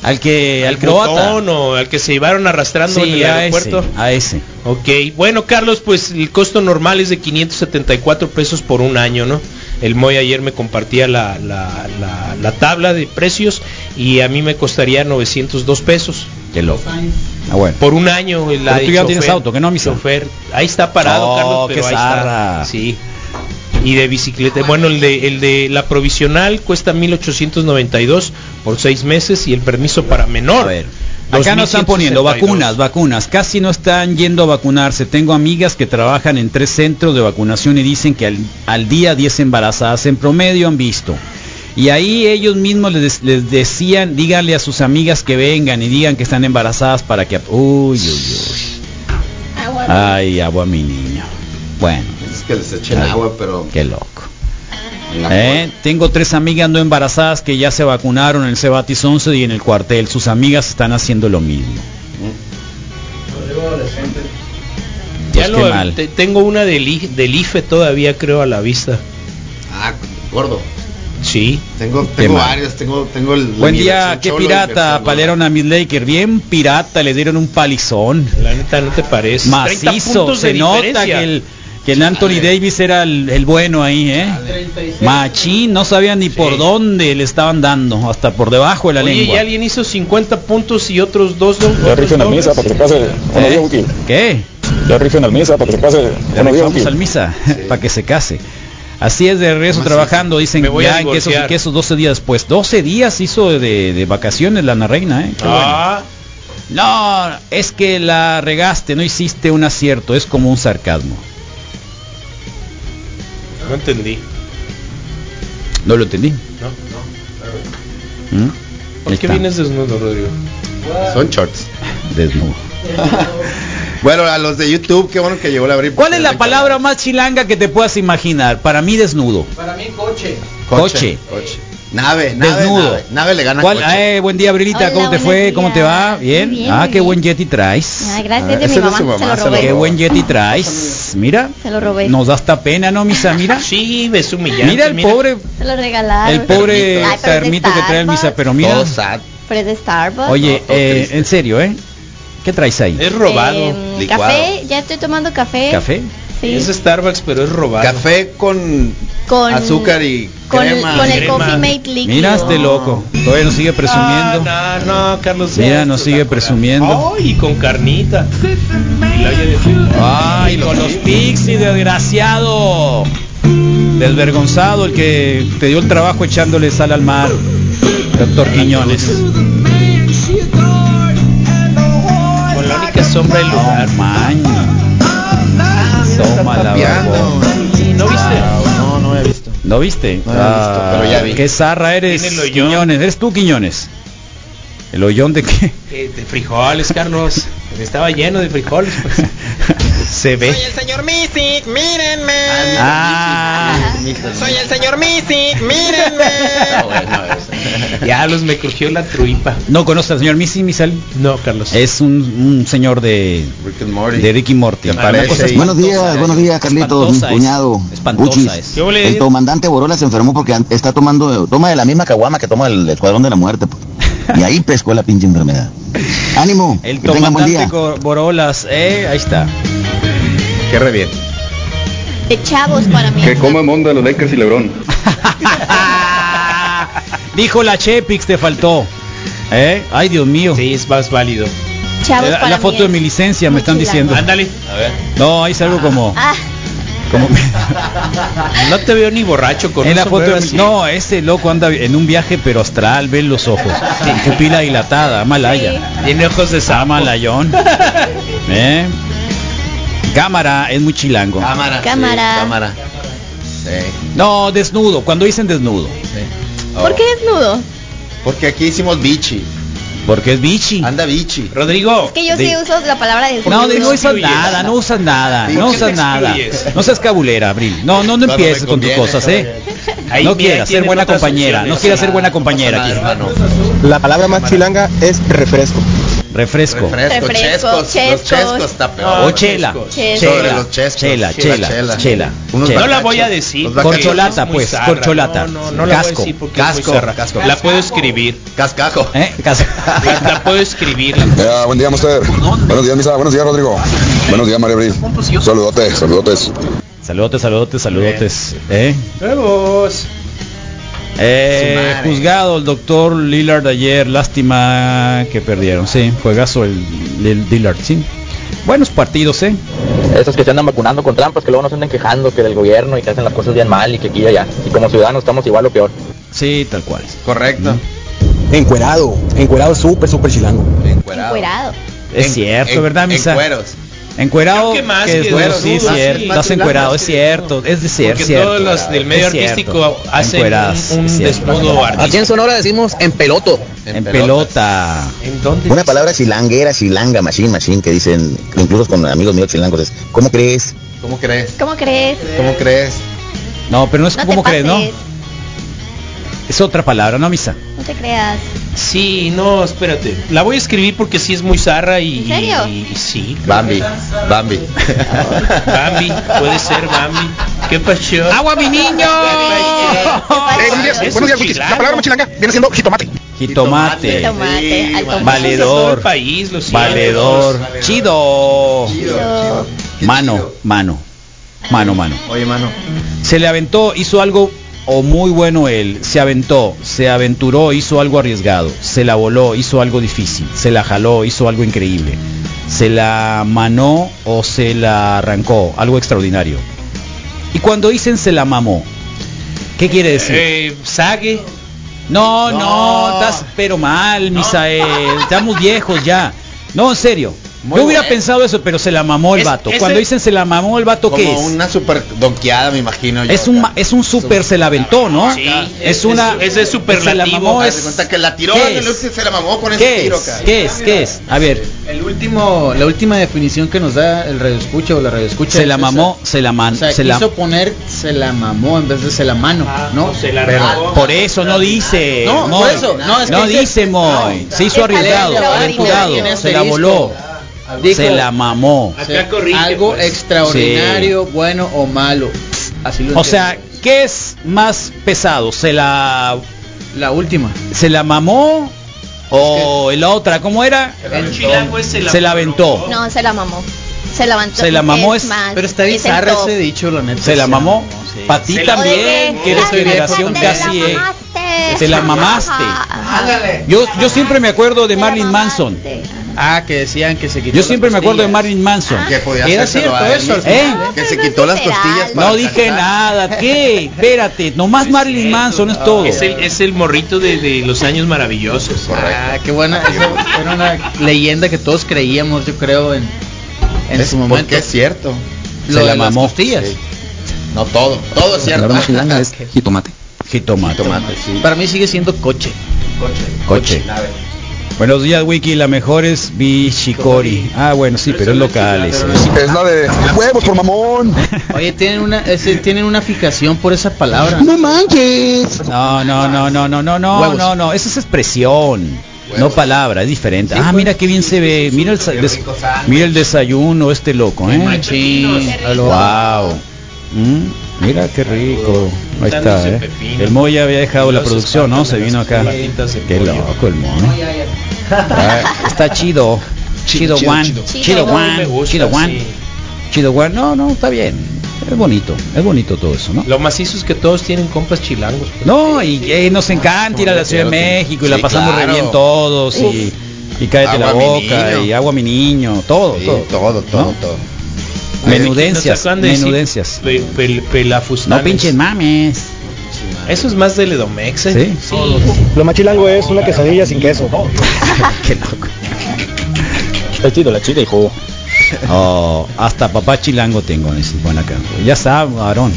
Speaker 4: al que al,
Speaker 7: al
Speaker 4: croata.
Speaker 7: botón o al que se llevaron arrastrando en
Speaker 4: Sí,
Speaker 7: el
Speaker 4: a ese,
Speaker 7: aeropuerto.
Speaker 4: a ese.
Speaker 7: Ok, bueno Carlos, pues el costo normal es de 574 pesos por un año, ¿no? El Moy ayer me compartía la, la- la- la tabla de precios y a mí me costaría 902 pesos.
Speaker 4: Qué loco.
Speaker 7: Ah, bueno. Por un año el
Speaker 4: Pero tú ya tienes auto, que no, mi
Speaker 7: chofer. Ahí está parado,
Speaker 4: Oh,
Speaker 7: Carlos, pero
Speaker 4: qué
Speaker 7: ahí está.
Speaker 4: zarra.
Speaker 7: Sí. Y de bicicleta, bueno, el de, el de la provisional cuesta 1892 por seis meses y el permiso para menor.
Speaker 4: Acá nos están poniendo vacunas, vacunas. Casi no están yendo a vacunarse. Tengo amigas que trabajan en tres centros de vacunación y dicen que al, al día 10 embarazadas en promedio han visto. Y ahí ellos mismos les, les decían, díganle a sus amigas que vengan y digan que están embarazadas para que... Uy, uy, uy. Ay, agua mi niño. Bueno.
Speaker 8: Es que les echen
Speaker 4: Ay,
Speaker 8: agua, pero.
Speaker 4: Qué loco. Eh, Tengo tres amigas no embarazadas que ya se vacunaron en el Cebatis 11 y en el cuartel. Sus amigas están haciendo lo mismo.
Speaker 7: Ya
Speaker 4: Pues
Speaker 7: lo-
Speaker 4: qué mal.
Speaker 7: te- tengo una del, I- del IFE todavía creo a la vista.
Speaker 8: Ah, gordo.
Speaker 7: Sí.
Speaker 8: Tengo,
Speaker 7: Qué
Speaker 8: tengo
Speaker 7: mal.
Speaker 8: varios, tengo, tengo el.
Speaker 4: Buen
Speaker 8: mi
Speaker 4: día,
Speaker 8: versión
Speaker 4: qué
Speaker 8: cholo y
Speaker 4: pirata,
Speaker 8: versión gordo.
Speaker 4: palearon a mis Lakers, bien pirata, le dieron un palizón.
Speaker 7: La neta no te parece. 30
Speaker 4: Macizo,
Speaker 7: puntos
Speaker 4: se
Speaker 7: de
Speaker 4: nota
Speaker 7: diferencia.
Speaker 4: que el, que el Anthony Davis era el, el bueno ahí, ¿eh? Machín, no sabía ni por dónde le estaban dando, hasta por debajo de la
Speaker 7: Oye, y
Speaker 4: lengua.
Speaker 7: alguien hizo 50 puntos y otros dos. dos
Speaker 15: Ya rifen al misa para que se pase. Buenos días, Wiki.
Speaker 4: Eh, ¿Qué?
Speaker 15: Ya rifen al misa para que se pase.
Speaker 4: Le
Speaker 15: Buenos días,
Speaker 4: rezamos
Speaker 15: Wiki.
Speaker 4: al misa para que se case. Así es de regreso trabajando, dicen
Speaker 7: Me voy a
Speaker 4: ya en que, esos,
Speaker 7: divorciar.
Speaker 4: que esos 12 días después. 12 días hizo de, de vacaciones la Ana Reina, ¿eh? Qué bueno.
Speaker 7: Ah,
Speaker 4: No, es que la regaste, no hiciste un acierto, es como un sarcasmo.
Speaker 7: no entendí.
Speaker 4: No lo entendí.
Speaker 7: No, no.
Speaker 4: ¿Mm?
Speaker 7: ¿Por qué
Speaker 4: Está
Speaker 7: vienes desnudo, Rodrigo?
Speaker 8: Son shorts.
Speaker 4: desnudo.
Speaker 8: Bueno, a los de YouTube, qué bueno que llegó la abrir.
Speaker 4: ¿Cuál es la palabra más chilanga que te puedas imaginar? Para mí desnudo.
Speaker 14: Para mí, coche.
Speaker 4: Coche.
Speaker 8: Coche. Nave, nave,
Speaker 4: Desnudo.
Speaker 8: nave. Nave le gana
Speaker 4: ¿Cuál?
Speaker 8: coche.
Speaker 4: Eh, buen día, Brilita.
Speaker 16: Hola,
Speaker 4: ¿Cómo te
Speaker 16: buenos
Speaker 4: fue?
Speaker 16: días.
Speaker 4: ¿Cómo te va? ¿Bien?
Speaker 16: Muy bien,
Speaker 4: ah,
Speaker 16: muy
Speaker 4: qué
Speaker 16: bien.
Speaker 4: buen Yeti traes.
Speaker 16: Ah, gracias,
Speaker 4: Ah,
Speaker 16: de mi
Speaker 4: ese es
Speaker 16: mamá,
Speaker 4: su
Speaker 16: se lo robé. Pues,
Speaker 4: Qué buen Yeti traes. Mira.
Speaker 16: Se lo robé.
Speaker 4: Nos da hasta pena, ¿no, misa? Mira.
Speaker 7: Sí, ves humillante.
Speaker 4: Mira el pobre,
Speaker 16: Se lo regalaron.
Speaker 4: el pobre
Speaker 16: Ay, pero es de
Speaker 4: termito que trae el misa,
Speaker 16: Starbucks,
Speaker 4: pero mira.
Speaker 16: Pero es de Starbucks.
Speaker 4: Oye, eh, en serio, ¿eh? ¿Qué traes ahí?
Speaker 7: Es
Speaker 16: Em, café, ya estoy tomando café.
Speaker 4: ¿Café?
Speaker 16: Sí.
Speaker 7: Es Starbucks, pero es robado.
Speaker 8: Café con,
Speaker 16: Con
Speaker 8: azúcar y
Speaker 16: con el-
Speaker 8: crema.
Speaker 16: con el Crema. Coffee Mate líquido.
Speaker 4: Mira este loco. Todavía nos sigue presumiendo.
Speaker 7: Ah, no, no, Carlos.
Speaker 4: Mira, nos sigue presumiendo. Ah.
Speaker 7: Ay, con carnita. Y la olla de frijol.
Speaker 4: Ay, con los pixies, desgraciado. Desvergonzado el que te dio el trabajo echándole sal al mar. Doctor Quiñones.
Speaker 7: Con la única sombra del lugar.
Speaker 4: Toma la
Speaker 7: ¿No viste?
Speaker 8: No, no he visto.
Speaker 4: ¿No viste?
Speaker 8: No había visto,
Speaker 4: Ah,
Speaker 8: pero ya vi.
Speaker 4: Qué zarra eres,
Speaker 7: Tiene el hoyón.
Speaker 4: Quiñones. ¿Eres tú, Quiñones? ¿El hoyón de qué?
Speaker 7: Eh, de frijoles, Carlos. Estaba lleno de frijoles. pues.
Speaker 4: Se ve.
Speaker 17: Soy el señor Misic, mírenme.
Speaker 4: Ah,
Speaker 17: Soy el señor Misic, mírenme.
Speaker 7: Ya los me cogió la truipa.
Speaker 4: ¿No conoces al señor Missy Misal?
Speaker 7: No, Carlos.
Speaker 4: Es un, un señor de Rick and Morty. De Rick y Morty. Para una cosa
Speaker 18: Buenos
Speaker 4: espantosa,
Speaker 18: días, buenos días, Carlitos,
Speaker 4: Espantosa es.
Speaker 18: cuñado,
Speaker 4: Espantosa
Speaker 18: Uchis.
Speaker 4: es. ¿Qué huele?
Speaker 18: El comandante Borola se enfermó porque an- está tomando, toma de la misma caguama que toma el escuadrón de la muerte. pues. Y ahí pescó la pinche enfermedad. Ánimo,
Speaker 4: El
Speaker 18: que tengan buen
Speaker 4: comandante
Speaker 18: día.
Speaker 4: Cor- Borolas, eh, ahí está.
Speaker 8: Qué re bien.
Speaker 16: De chavos para mí.
Speaker 19: coma monda los Lakers y Lebron.
Speaker 4: Dijo la Chepix, te faltó. ¿Eh? Ay, Dios mío. Eh,
Speaker 7: Sí, es más válido.
Speaker 16: Chavos
Speaker 4: la
Speaker 16: para
Speaker 4: la foto
Speaker 16: mí
Speaker 4: de mi licencia me están
Speaker 16: mochila.
Speaker 4: diciendo.
Speaker 7: Ándale. A ver.
Speaker 4: No, ahí salgo como...
Speaker 16: Ah,
Speaker 4: como
Speaker 7: No te veo ni borracho con
Speaker 4: en
Speaker 7: un
Speaker 4: la foto
Speaker 7: sombrero
Speaker 4: de mi-
Speaker 7: así.
Speaker 4: No, ese loco anda en un viaje pero astral, ven los ojos. Pupila dilatada, malaya.
Speaker 7: Tiene ojos de
Speaker 4: Ah, malayón. ¿Eh? Cámara es muy chilango.
Speaker 8: Cámara.
Speaker 16: Cámara.
Speaker 8: sí, cámara. Sí.
Speaker 4: No, desnudo, cuando dicen desnudo.
Speaker 8: Oh,
Speaker 16: ¿Por qué desnudo?
Speaker 8: Porque aquí hicimos bichi.
Speaker 4: Porque es bichi.
Speaker 8: Anda bichi.
Speaker 7: Rodrigo.
Speaker 16: Es que yo
Speaker 4: De-
Speaker 16: sí uso la palabra desnudo.
Speaker 4: No, de- no usas nada, no usas nada,
Speaker 8: ¿Por
Speaker 4: no
Speaker 8: qué
Speaker 4: usas
Speaker 8: te
Speaker 4: nada.
Speaker 8: excluyes?
Speaker 4: No seas cabulera, Abril. No, no, no
Speaker 8: Cuando me
Speaker 4: empieces con tus
Speaker 8: conviene,
Speaker 4: cosas, ¿eh?
Speaker 7: Ahí,
Speaker 4: no
Speaker 7: mira,
Speaker 4: quieras ser
Speaker 7: tienen
Speaker 4: buena
Speaker 7: otras
Speaker 4: compañera,
Speaker 7: opciones.
Speaker 4: no quieras ser buena compañera
Speaker 8: Nada,
Speaker 4: aquí.
Speaker 8: hermano.
Speaker 20: La palabra más chilanga es refresco.
Speaker 4: Refresco.
Speaker 8: Refresco,
Speaker 16: Refresco,
Speaker 8: chescos. Los
Speaker 16: chescos.
Speaker 8: chescos está peor.
Speaker 4: O chela.
Speaker 16: Chela.
Speaker 8: Sobre los chescos.
Speaker 4: Chela, chela, chela.
Speaker 8: Unos
Speaker 4: chela.
Speaker 7: No la voy a
Speaker 8: Bacachos,
Speaker 7: decir.
Speaker 8: los bacachos.
Speaker 7: Porque
Speaker 4: Corcholata,
Speaker 7: es muy
Speaker 4: pues,
Speaker 7: zarra.
Speaker 4: corcholata.
Speaker 7: No, no, no la voy a
Speaker 4: Casco,
Speaker 7: decir porque es muy
Speaker 8: Casco,
Speaker 7: zarra.
Speaker 8: casco.
Speaker 7: La puedo escribir.
Speaker 8: Cascajo.
Speaker 4: ¿Eh? Cas-
Speaker 7: La, la puedo escribir.
Speaker 19: Ya, buen día, Master. Buenos días, Misa. Buenos días, Rodrigo. Buenos días, María Abril. Saludotes, saludotes.
Speaker 4: Saludotes, saludotes, saludotes. ¿Eh?
Speaker 7: Nuevos.
Speaker 4: Eh, juzgado el doctor Lillard ayer, lástima que perdieron, sí, juegazo el, el Lillard, sí. Buenos partidos, ¿eh?
Speaker 21: Esos que se andan vacunando con trampas, que luego nos andan quejando que del gobierno y que hacen las cosas bien mal y que aquí y allá. Y como ciudadanos estamos igual o peor.
Speaker 4: Sí, tal cual.
Speaker 8: Correcto.
Speaker 20: Encuerado, encuerado súper, súper chilango.
Speaker 8: Encuerado.
Speaker 16: Encuerado.
Speaker 4: Es
Speaker 8: En-
Speaker 4: cierto,
Speaker 8: en-
Speaker 4: ¿verdad,
Speaker 8: en
Speaker 4: Misa?
Speaker 8: cueros.
Speaker 4: Encuerado,
Speaker 7: Creo que más
Speaker 4: que es
Speaker 7: que
Speaker 4: bueno,
Speaker 7: desnudo,
Speaker 4: sí, es
Speaker 7: más
Speaker 4: cierto,
Speaker 7: que-
Speaker 4: estás
Speaker 7: más
Speaker 4: encuerado,
Speaker 7: que
Speaker 4: es cierto, es de ser,
Speaker 7: Porque
Speaker 4: cierto.
Speaker 7: todos los del medio
Speaker 4: es cierto,
Speaker 7: artístico hacen
Speaker 4: encueradas,
Speaker 7: un-
Speaker 4: es
Speaker 7: un
Speaker 4: cierto.
Speaker 7: desnudo
Speaker 18: Aquí en Sonora decimos en peloto.
Speaker 4: En pelota.
Speaker 7: ¿En dónde?
Speaker 18: Una palabra chilanguera, chilanga, machín, machín, que dicen, incluso con amigos míos chilangos, es, ¿cómo crees?
Speaker 8: ¿Cómo crees?
Speaker 16: ¿Cómo crees?
Speaker 8: ¿Cómo crees?
Speaker 4: No, pero no es
Speaker 16: No
Speaker 4: como
Speaker 16: te
Speaker 4: crees, ¿no?
Speaker 16: pases.
Speaker 4: Es otra palabra, ¿no, Misa?
Speaker 16: No te creas.
Speaker 7: Sí, no, espérate. La voy a escribir porque sí es muy zarra y,
Speaker 16: ¿En serio?
Speaker 7: y- y sí.
Speaker 8: Bambi, Bambi.
Speaker 7: Bambi, puede ser Bambi. ¿Qué pasión?
Speaker 4: ¡Agua, mi niño!
Speaker 7: buenos días, Wikis. La palabra
Speaker 20: mochilanga viene siendo jitomate.
Speaker 4: Jitomate.
Speaker 16: Tomate, al tomate.
Speaker 7: Todo el
Speaker 4: Valedor.
Speaker 7: país, lo siento.
Speaker 4: Valedor. Chido. Mano, mano. Mano, mano.
Speaker 8: Oye, mano.
Speaker 4: Se le aventó, hizo algo o muy bueno él. Se aventó, se aventuró, hizo algo arriesgado. Se la voló, hizo algo difícil. Se la jaló, hizo algo increíble. Se la manó o se la arrancó. Algo extraordinario. Y cuando dicen se la mamó, ¿qué quiere decir?
Speaker 7: Eh, Sague.
Speaker 4: No, no,
Speaker 7: No.
Speaker 4: estás pero mal, Misael. Estamos viejos ya. No, en serio.
Speaker 8: Muy
Speaker 4: Yo hubiera
Speaker 8: bueno.
Speaker 4: pensado eso, pero se la mamó el
Speaker 8: Es-
Speaker 4: vato.
Speaker 8: ese-
Speaker 4: Cuando dicen se la mamó el vato, ¿qué
Speaker 8: Como
Speaker 4: es?
Speaker 8: una super donqueada, me imagino yo.
Speaker 4: Es un, ma- es un super se la aventó, ¿no?
Speaker 8: Sí,
Speaker 4: es
Speaker 7: es-
Speaker 4: una...
Speaker 7: es- ese es
Speaker 4: Se la
Speaker 7: superlativo.
Speaker 4: mamó
Speaker 8: Haz de
Speaker 4: es-
Speaker 8: cuenta que la tiró,
Speaker 4: ¿Qué
Speaker 8: ándale,
Speaker 4: es?
Speaker 8: se la mamó con ese
Speaker 4: ¿Qué
Speaker 8: tiro,
Speaker 4: es?
Speaker 8: cara.
Speaker 4: ¿Qué es? ¿Qué es? A ver,
Speaker 14: El último, la última definición que nos da el radio escucha o la radio escucha.
Speaker 4: se la mamó, se la
Speaker 14: O
Speaker 4: man,
Speaker 14: sea,
Speaker 4: se la...
Speaker 14: quiso poner se la mamó en vez de se la mano, ¿no?
Speaker 7: Ah, Se la
Speaker 4: Pero
Speaker 7: arrancó.
Speaker 4: Ah, por eso no dice.
Speaker 14: No, por
Speaker 4: Moy.
Speaker 14: eso, no, es que dice-
Speaker 4: dice Moy. Se hizo
Speaker 14: Está
Speaker 4: arriesgado,
Speaker 14: leyendo,
Speaker 4: aventurado,
Speaker 14: ahí en
Speaker 4: se
Speaker 14: este
Speaker 4: la
Speaker 14: disco.
Speaker 4: voló,
Speaker 14: Dijo,
Speaker 4: se la mamó.
Speaker 14: o
Speaker 7: Acá
Speaker 14: sea,
Speaker 7: corrige,
Speaker 14: algo
Speaker 7: pues.
Speaker 14: extraordinario, bueno o malo. Así lo
Speaker 4: O
Speaker 14: entiendo.
Speaker 4: sea, ¿qué es más pesado? ¿Se la
Speaker 14: la última.
Speaker 4: se la mamó o la otra? ¿Cómo era?
Speaker 7: El chilango es se la
Speaker 4: Se la aventó.
Speaker 16: No, se la mamó. Se la aventó.
Speaker 4: Se la mamó es-
Speaker 16: más,
Speaker 14: Pero está
Speaker 16: es el
Speaker 14: bizarro
Speaker 16: top.
Speaker 14: ese dicho, la neta.
Speaker 4: Se la mamó.
Speaker 14: sí.
Speaker 4: Para ti
Speaker 7: Se la-
Speaker 4: también,
Speaker 16: O de
Speaker 4: que eres
Speaker 16: "Ay,
Speaker 4: generación
Speaker 16: te la
Speaker 4: casi eh,
Speaker 16: mamaste". Ah,
Speaker 4: Te la mamaste.
Speaker 16: Ajá.
Speaker 4: Yo yo siempre me acuerdo de
Speaker 16: Te la
Speaker 4: Marilyn Manson.
Speaker 16: mamaste.
Speaker 14: Ah, que decían que se quitó.
Speaker 4: Yo
Speaker 14: las
Speaker 4: siempre me acuerdo
Speaker 14: costillas.
Speaker 4: de Marilyn Manson.
Speaker 14: Ah,
Speaker 8: Que podía
Speaker 14: Era
Speaker 8: hacérselo
Speaker 14: cierto
Speaker 8: a
Speaker 14: eso,
Speaker 8: él,
Speaker 4: ¿eh?
Speaker 8: Que
Speaker 16: No,
Speaker 8: se
Speaker 16: no
Speaker 8: quitó
Speaker 16: es
Speaker 8: las
Speaker 16: literal.
Speaker 8: costillas para
Speaker 4: No dije
Speaker 8: cantar.
Speaker 4: nada. ¿Qué? Espérate, nomás Marilyn Manson es todo.
Speaker 7: Es el, es el morrito de, de los años maravillosos.
Speaker 14: Ah, qué buena. Esa era una leyenda que todos creíamos, yo creo, en, en
Speaker 8: Es
Speaker 14: su momento.
Speaker 8: Porque es cierto.
Speaker 14: Lo
Speaker 4: Se la
Speaker 14: de las
Speaker 4: mamó.
Speaker 14: costillas.
Speaker 8: Sí. No todo, todo es
Speaker 18: La
Speaker 8: cierto.
Speaker 18: palabra chilanga es jitomate.
Speaker 4: Jitomate.
Speaker 8: Tomate, sí.
Speaker 14: Para mí sigue siendo coche.
Speaker 4: Coche. Buenos días, Wiki. La mejor es Bishikori. Ah, bueno, sí, pero es local. eso.
Speaker 19: Es la de huevos por mamón.
Speaker 14: Oye, tienen una, ese- tienen una fijación por esa palabra.
Speaker 20: No manches.
Speaker 4: No, no, no, no, no, no, no,
Speaker 14: Huevos.
Speaker 4: no, no. Esa es expresión. No palabra, es diferente.
Speaker 19: pues.
Speaker 4: ah, mira qué bien se ve. Mira
Speaker 8: pues,
Speaker 4: el, sa- des- mira el desayuno, este loco, ¿eh?
Speaker 14: Machín.
Speaker 4: Wow. Mm, mira qué rico. Ahí está,
Speaker 7: Dándose
Speaker 4: ¿eh?
Speaker 7: pepino.
Speaker 4: El Moy ya había dejado la
Speaker 7: Los
Speaker 4: producción, ¿no?
Speaker 7: zapatos
Speaker 4: Se
Speaker 7: de
Speaker 4: vino
Speaker 7: las
Speaker 4: acá.
Speaker 7: patitas de
Speaker 4: Qué
Speaker 7: pollo.
Speaker 4: loco el mono. Ah, Está chido.
Speaker 8: Chido,
Speaker 4: Chido
Speaker 8: chido,
Speaker 4: Juan.
Speaker 8: chido.
Speaker 16: No,
Speaker 4: Chido
Speaker 7: me
Speaker 4: Juan.
Speaker 7: gusta,
Speaker 4: Chido Juan.
Speaker 7: sí.
Speaker 4: Chido Juan. No, no, está bien. Es bonito. Es bonito todo eso, ¿no?
Speaker 7: Lo macizo es que todos tienen compas chilangos. pues.
Speaker 4: No, y eh, nos encanta ir a la Ciudad de México y la
Speaker 8: Sí,
Speaker 4: pasamos re
Speaker 8: claro.
Speaker 4: bien todos y, y cállate la
Speaker 8: Agua, mi
Speaker 4: boca
Speaker 8: niño.
Speaker 4: y agua mi niño, todo,
Speaker 8: Sí,
Speaker 4: todo.
Speaker 8: todo, todo,
Speaker 4: ¿no?
Speaker 8: todo.
Speaker 4: Menudencias,
Speaker 7: ¿No te acuerdan de decir
Speaker 4: menudencias.
Speaker 7: pe- pel- pelafustanes?
Speaker 4: No pinches mames.
Speaker 7: Eso es más del Edomex. ¿eh?
Speaker 4: Sí.
Speaker 20: Lo más chilango es una quesadilla sin queso.
Speaker 4: Qué loco.
Speaker 20: Es chido, la chica, hijo.
Speaker 4: Oh, hasta papá chilango tengo, dice, bueno acá. Ya sabe, varón.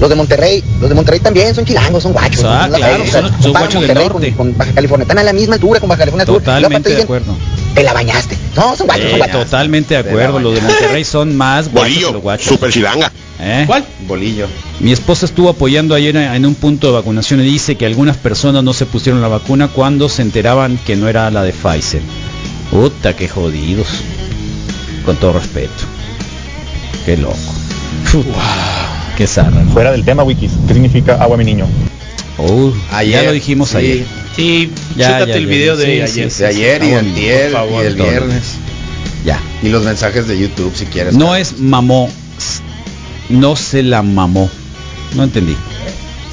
Speaker 18: Los de Monterrey, los de Monterrey también son chilangos, son guachos.
Speaker 4: Ah,
Speaker 18: Son la-
Speaker 4: claro,
Speaker 18: eh,
Speaker 4: son- son
Speaker 18: comparan
Speaker 4: guachos del
Speaker 18: Monterrey
Speaker 4: norte.
Speaker 18: Con, con Baja California, están a la misma altura con Baja California Sur. Y luego aparte
Speaker 4: Totalmente de
Speaker 18: dicen,
Speaker 4: acuerdo.
Speaker 18: Te la bañaste. No, son guachos,
Speaker 4: Eh,
Speaker 18: son guachos.
Speaker 4: totalmente de acuerdo. Los de Monterrey son más guachos que los guachos.
Speaker 19: chilanga.
Speaker 4: ¿Eh?
Speaker 7: ¿Cuál?
Speaker 8: Bolillo.
Speaker 4: Mi esposa estuvo apoyando ayer en un punto de vacunación y dice que algunas personas no se pusieron la vacuna cuando se enteraban que no era la de Pfizer. Puta, qué jodidos. Con todo respeto. Qué loco. Puta, Qué zarra, ¿no?
Speaker 15: Fuera del tema, Wikis. ¿Qué significa agua, mi niño?
Speaker 4: Uh, ya
Speaker 8: Ayer,
Speaker 4: lo dijimos
Speaker 8: sí.
Speaker 4: ayer.
Speaker 7: Sí,
Speaker 4: Ya,
Speaker 7: chútate
Speaker 4: ya,
Speaker 7: el
Speaker 4: ya,
Speaker 7: video
Speaker 4: sí,
Speaker 7: de
Speaker 4: sí,
Speaker 7: ayer.
Speaker 4: sí,
Speaker 8: De ayer y de
Speaker 4: Está bonito,
Speaker 8: antier
Speaker 4: por favor,
Speaker 8: y el
Speaker 4: todo.
Speaker 8: viernes.
Speaker 4: Ya.
Speaker 8: Y los mensajes de YouTube si quieres.
Speaker 4: No es mamó. No se la mamó. No entendí.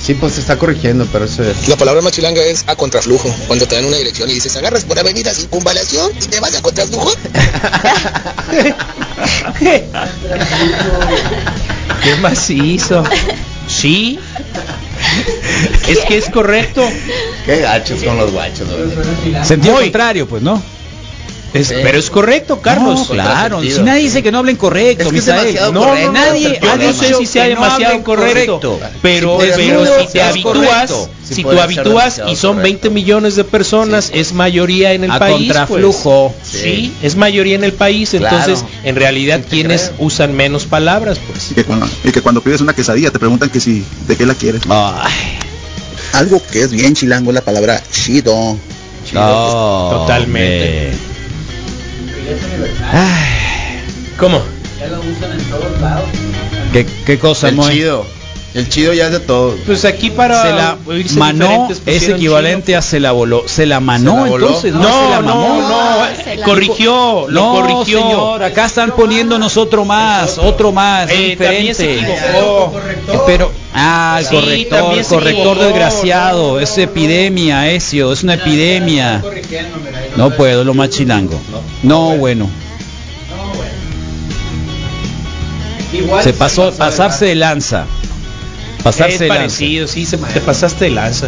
Speaker 8: Sí, pues se está corrigiendo, pero eso es.
Speaker 1: La palabra más chilanga es a contraflujo. Cuando te dan una dirección y dices, agarras por avenida circunvalación y te vas a contraflujo.
Speaker 7: ¿Qué macizo? Sí. Es que es correcto.
Speaker 8: Qué gachos con los guachos, güey.
Speaker 4: Sentido contrario, pues, ¿no?
Speaker 7: Es- Pero es correcto, Carlos.
Speaker 4: No, claro, si nadie dice que no hablen correcto,
Speaker 7: Es que es
Speaker 4: Misael.
Speaker 7: demasiado
Speaker 4: no,
Speaker 7: correcto, es
Speaker 4: nadie
Speaker 7: el problema. Yo no sé si sea
Speaker 4: que
Speaker 7: demasiado
Speaker 4: hablen
Speaker 7: correcto, pero-
Speaker 4: puede
Speaker 7: pero
Speaker 4: ser
Speaker 7: si te
Speaker 4: demasiado
Speaker 7: habitúas,
Speaker 4: correcto.
Speaker 7: si Sí tú puede ser habitúas demasiado y son correcto. 20 millones de personas, es mayoría en el
Speaker 4: A
Speaker 7: país.
Speaker 4: contraflujo.
Speaker 7: pues. Sí. es mayoría en el país,
Speaker 4: Claro.
Speaker 7: entonces en realidad quienes usan menos palabras, pues.
Speaker 22: Y que, cuando, y que cuando pides una quesadilla te preguntan que si de qué la quieres.
Speaker 18: Algo que es bien chilango es la palabra chido.
Speaker 4: No,
Speaker 7: Totalmente. ¿Cómo?
Speaker 4: ¿Qué, qué cosa,
Speaker 8: El
Speaker 4: Moy?
Speaker 8: chido. El chido ya es de todo.
Speaker 7: Pues aquí para
Speaker 4: Se la
Speaker 7: irse
Speaker 4: manó
Speaker 7: diferentes
Speaker 4: es
Speaker 7: pusieron
Speaker 4: equivalente a se la voló. Se la manó
Speaker 7: Se la voló.
Speaker 4: entonces, no,
Speaker 7: No,
Speaker 4: se la
Speaker 7: no,
Speaker 4: mamó.
Speaker 7: no, eh,
Speaker 4: Se la-
Speaker 7: corrigió, lo
Speaker 4: No,
Speaker 7: corrigió.
Speaker 4: señor, acá están poniéndonos otro más, otro más,
Speaker 7: Eh, también se
Speaker 4: diferente.
Speaker 7: equivocó.
Speaker 4: Pero, ah, el
Speaker 7: Sí,
Speaker 4: corrector,
Speaker 7: también
Speaker 4: el
Speaker 7: se
Speaker 4: corrector
Speaker 7: equivocó.
Speaker 4: desgraciado, es epidemia, Ezio, es una epidemia. No puedo, lo más chilango. No, bueno. Se pasó, pasarse de lanza. Pasarse
Speaker 7: es
Speaker 4: de lanza.
Speaker 7: parecido, sí, se- te pasaste de lanza.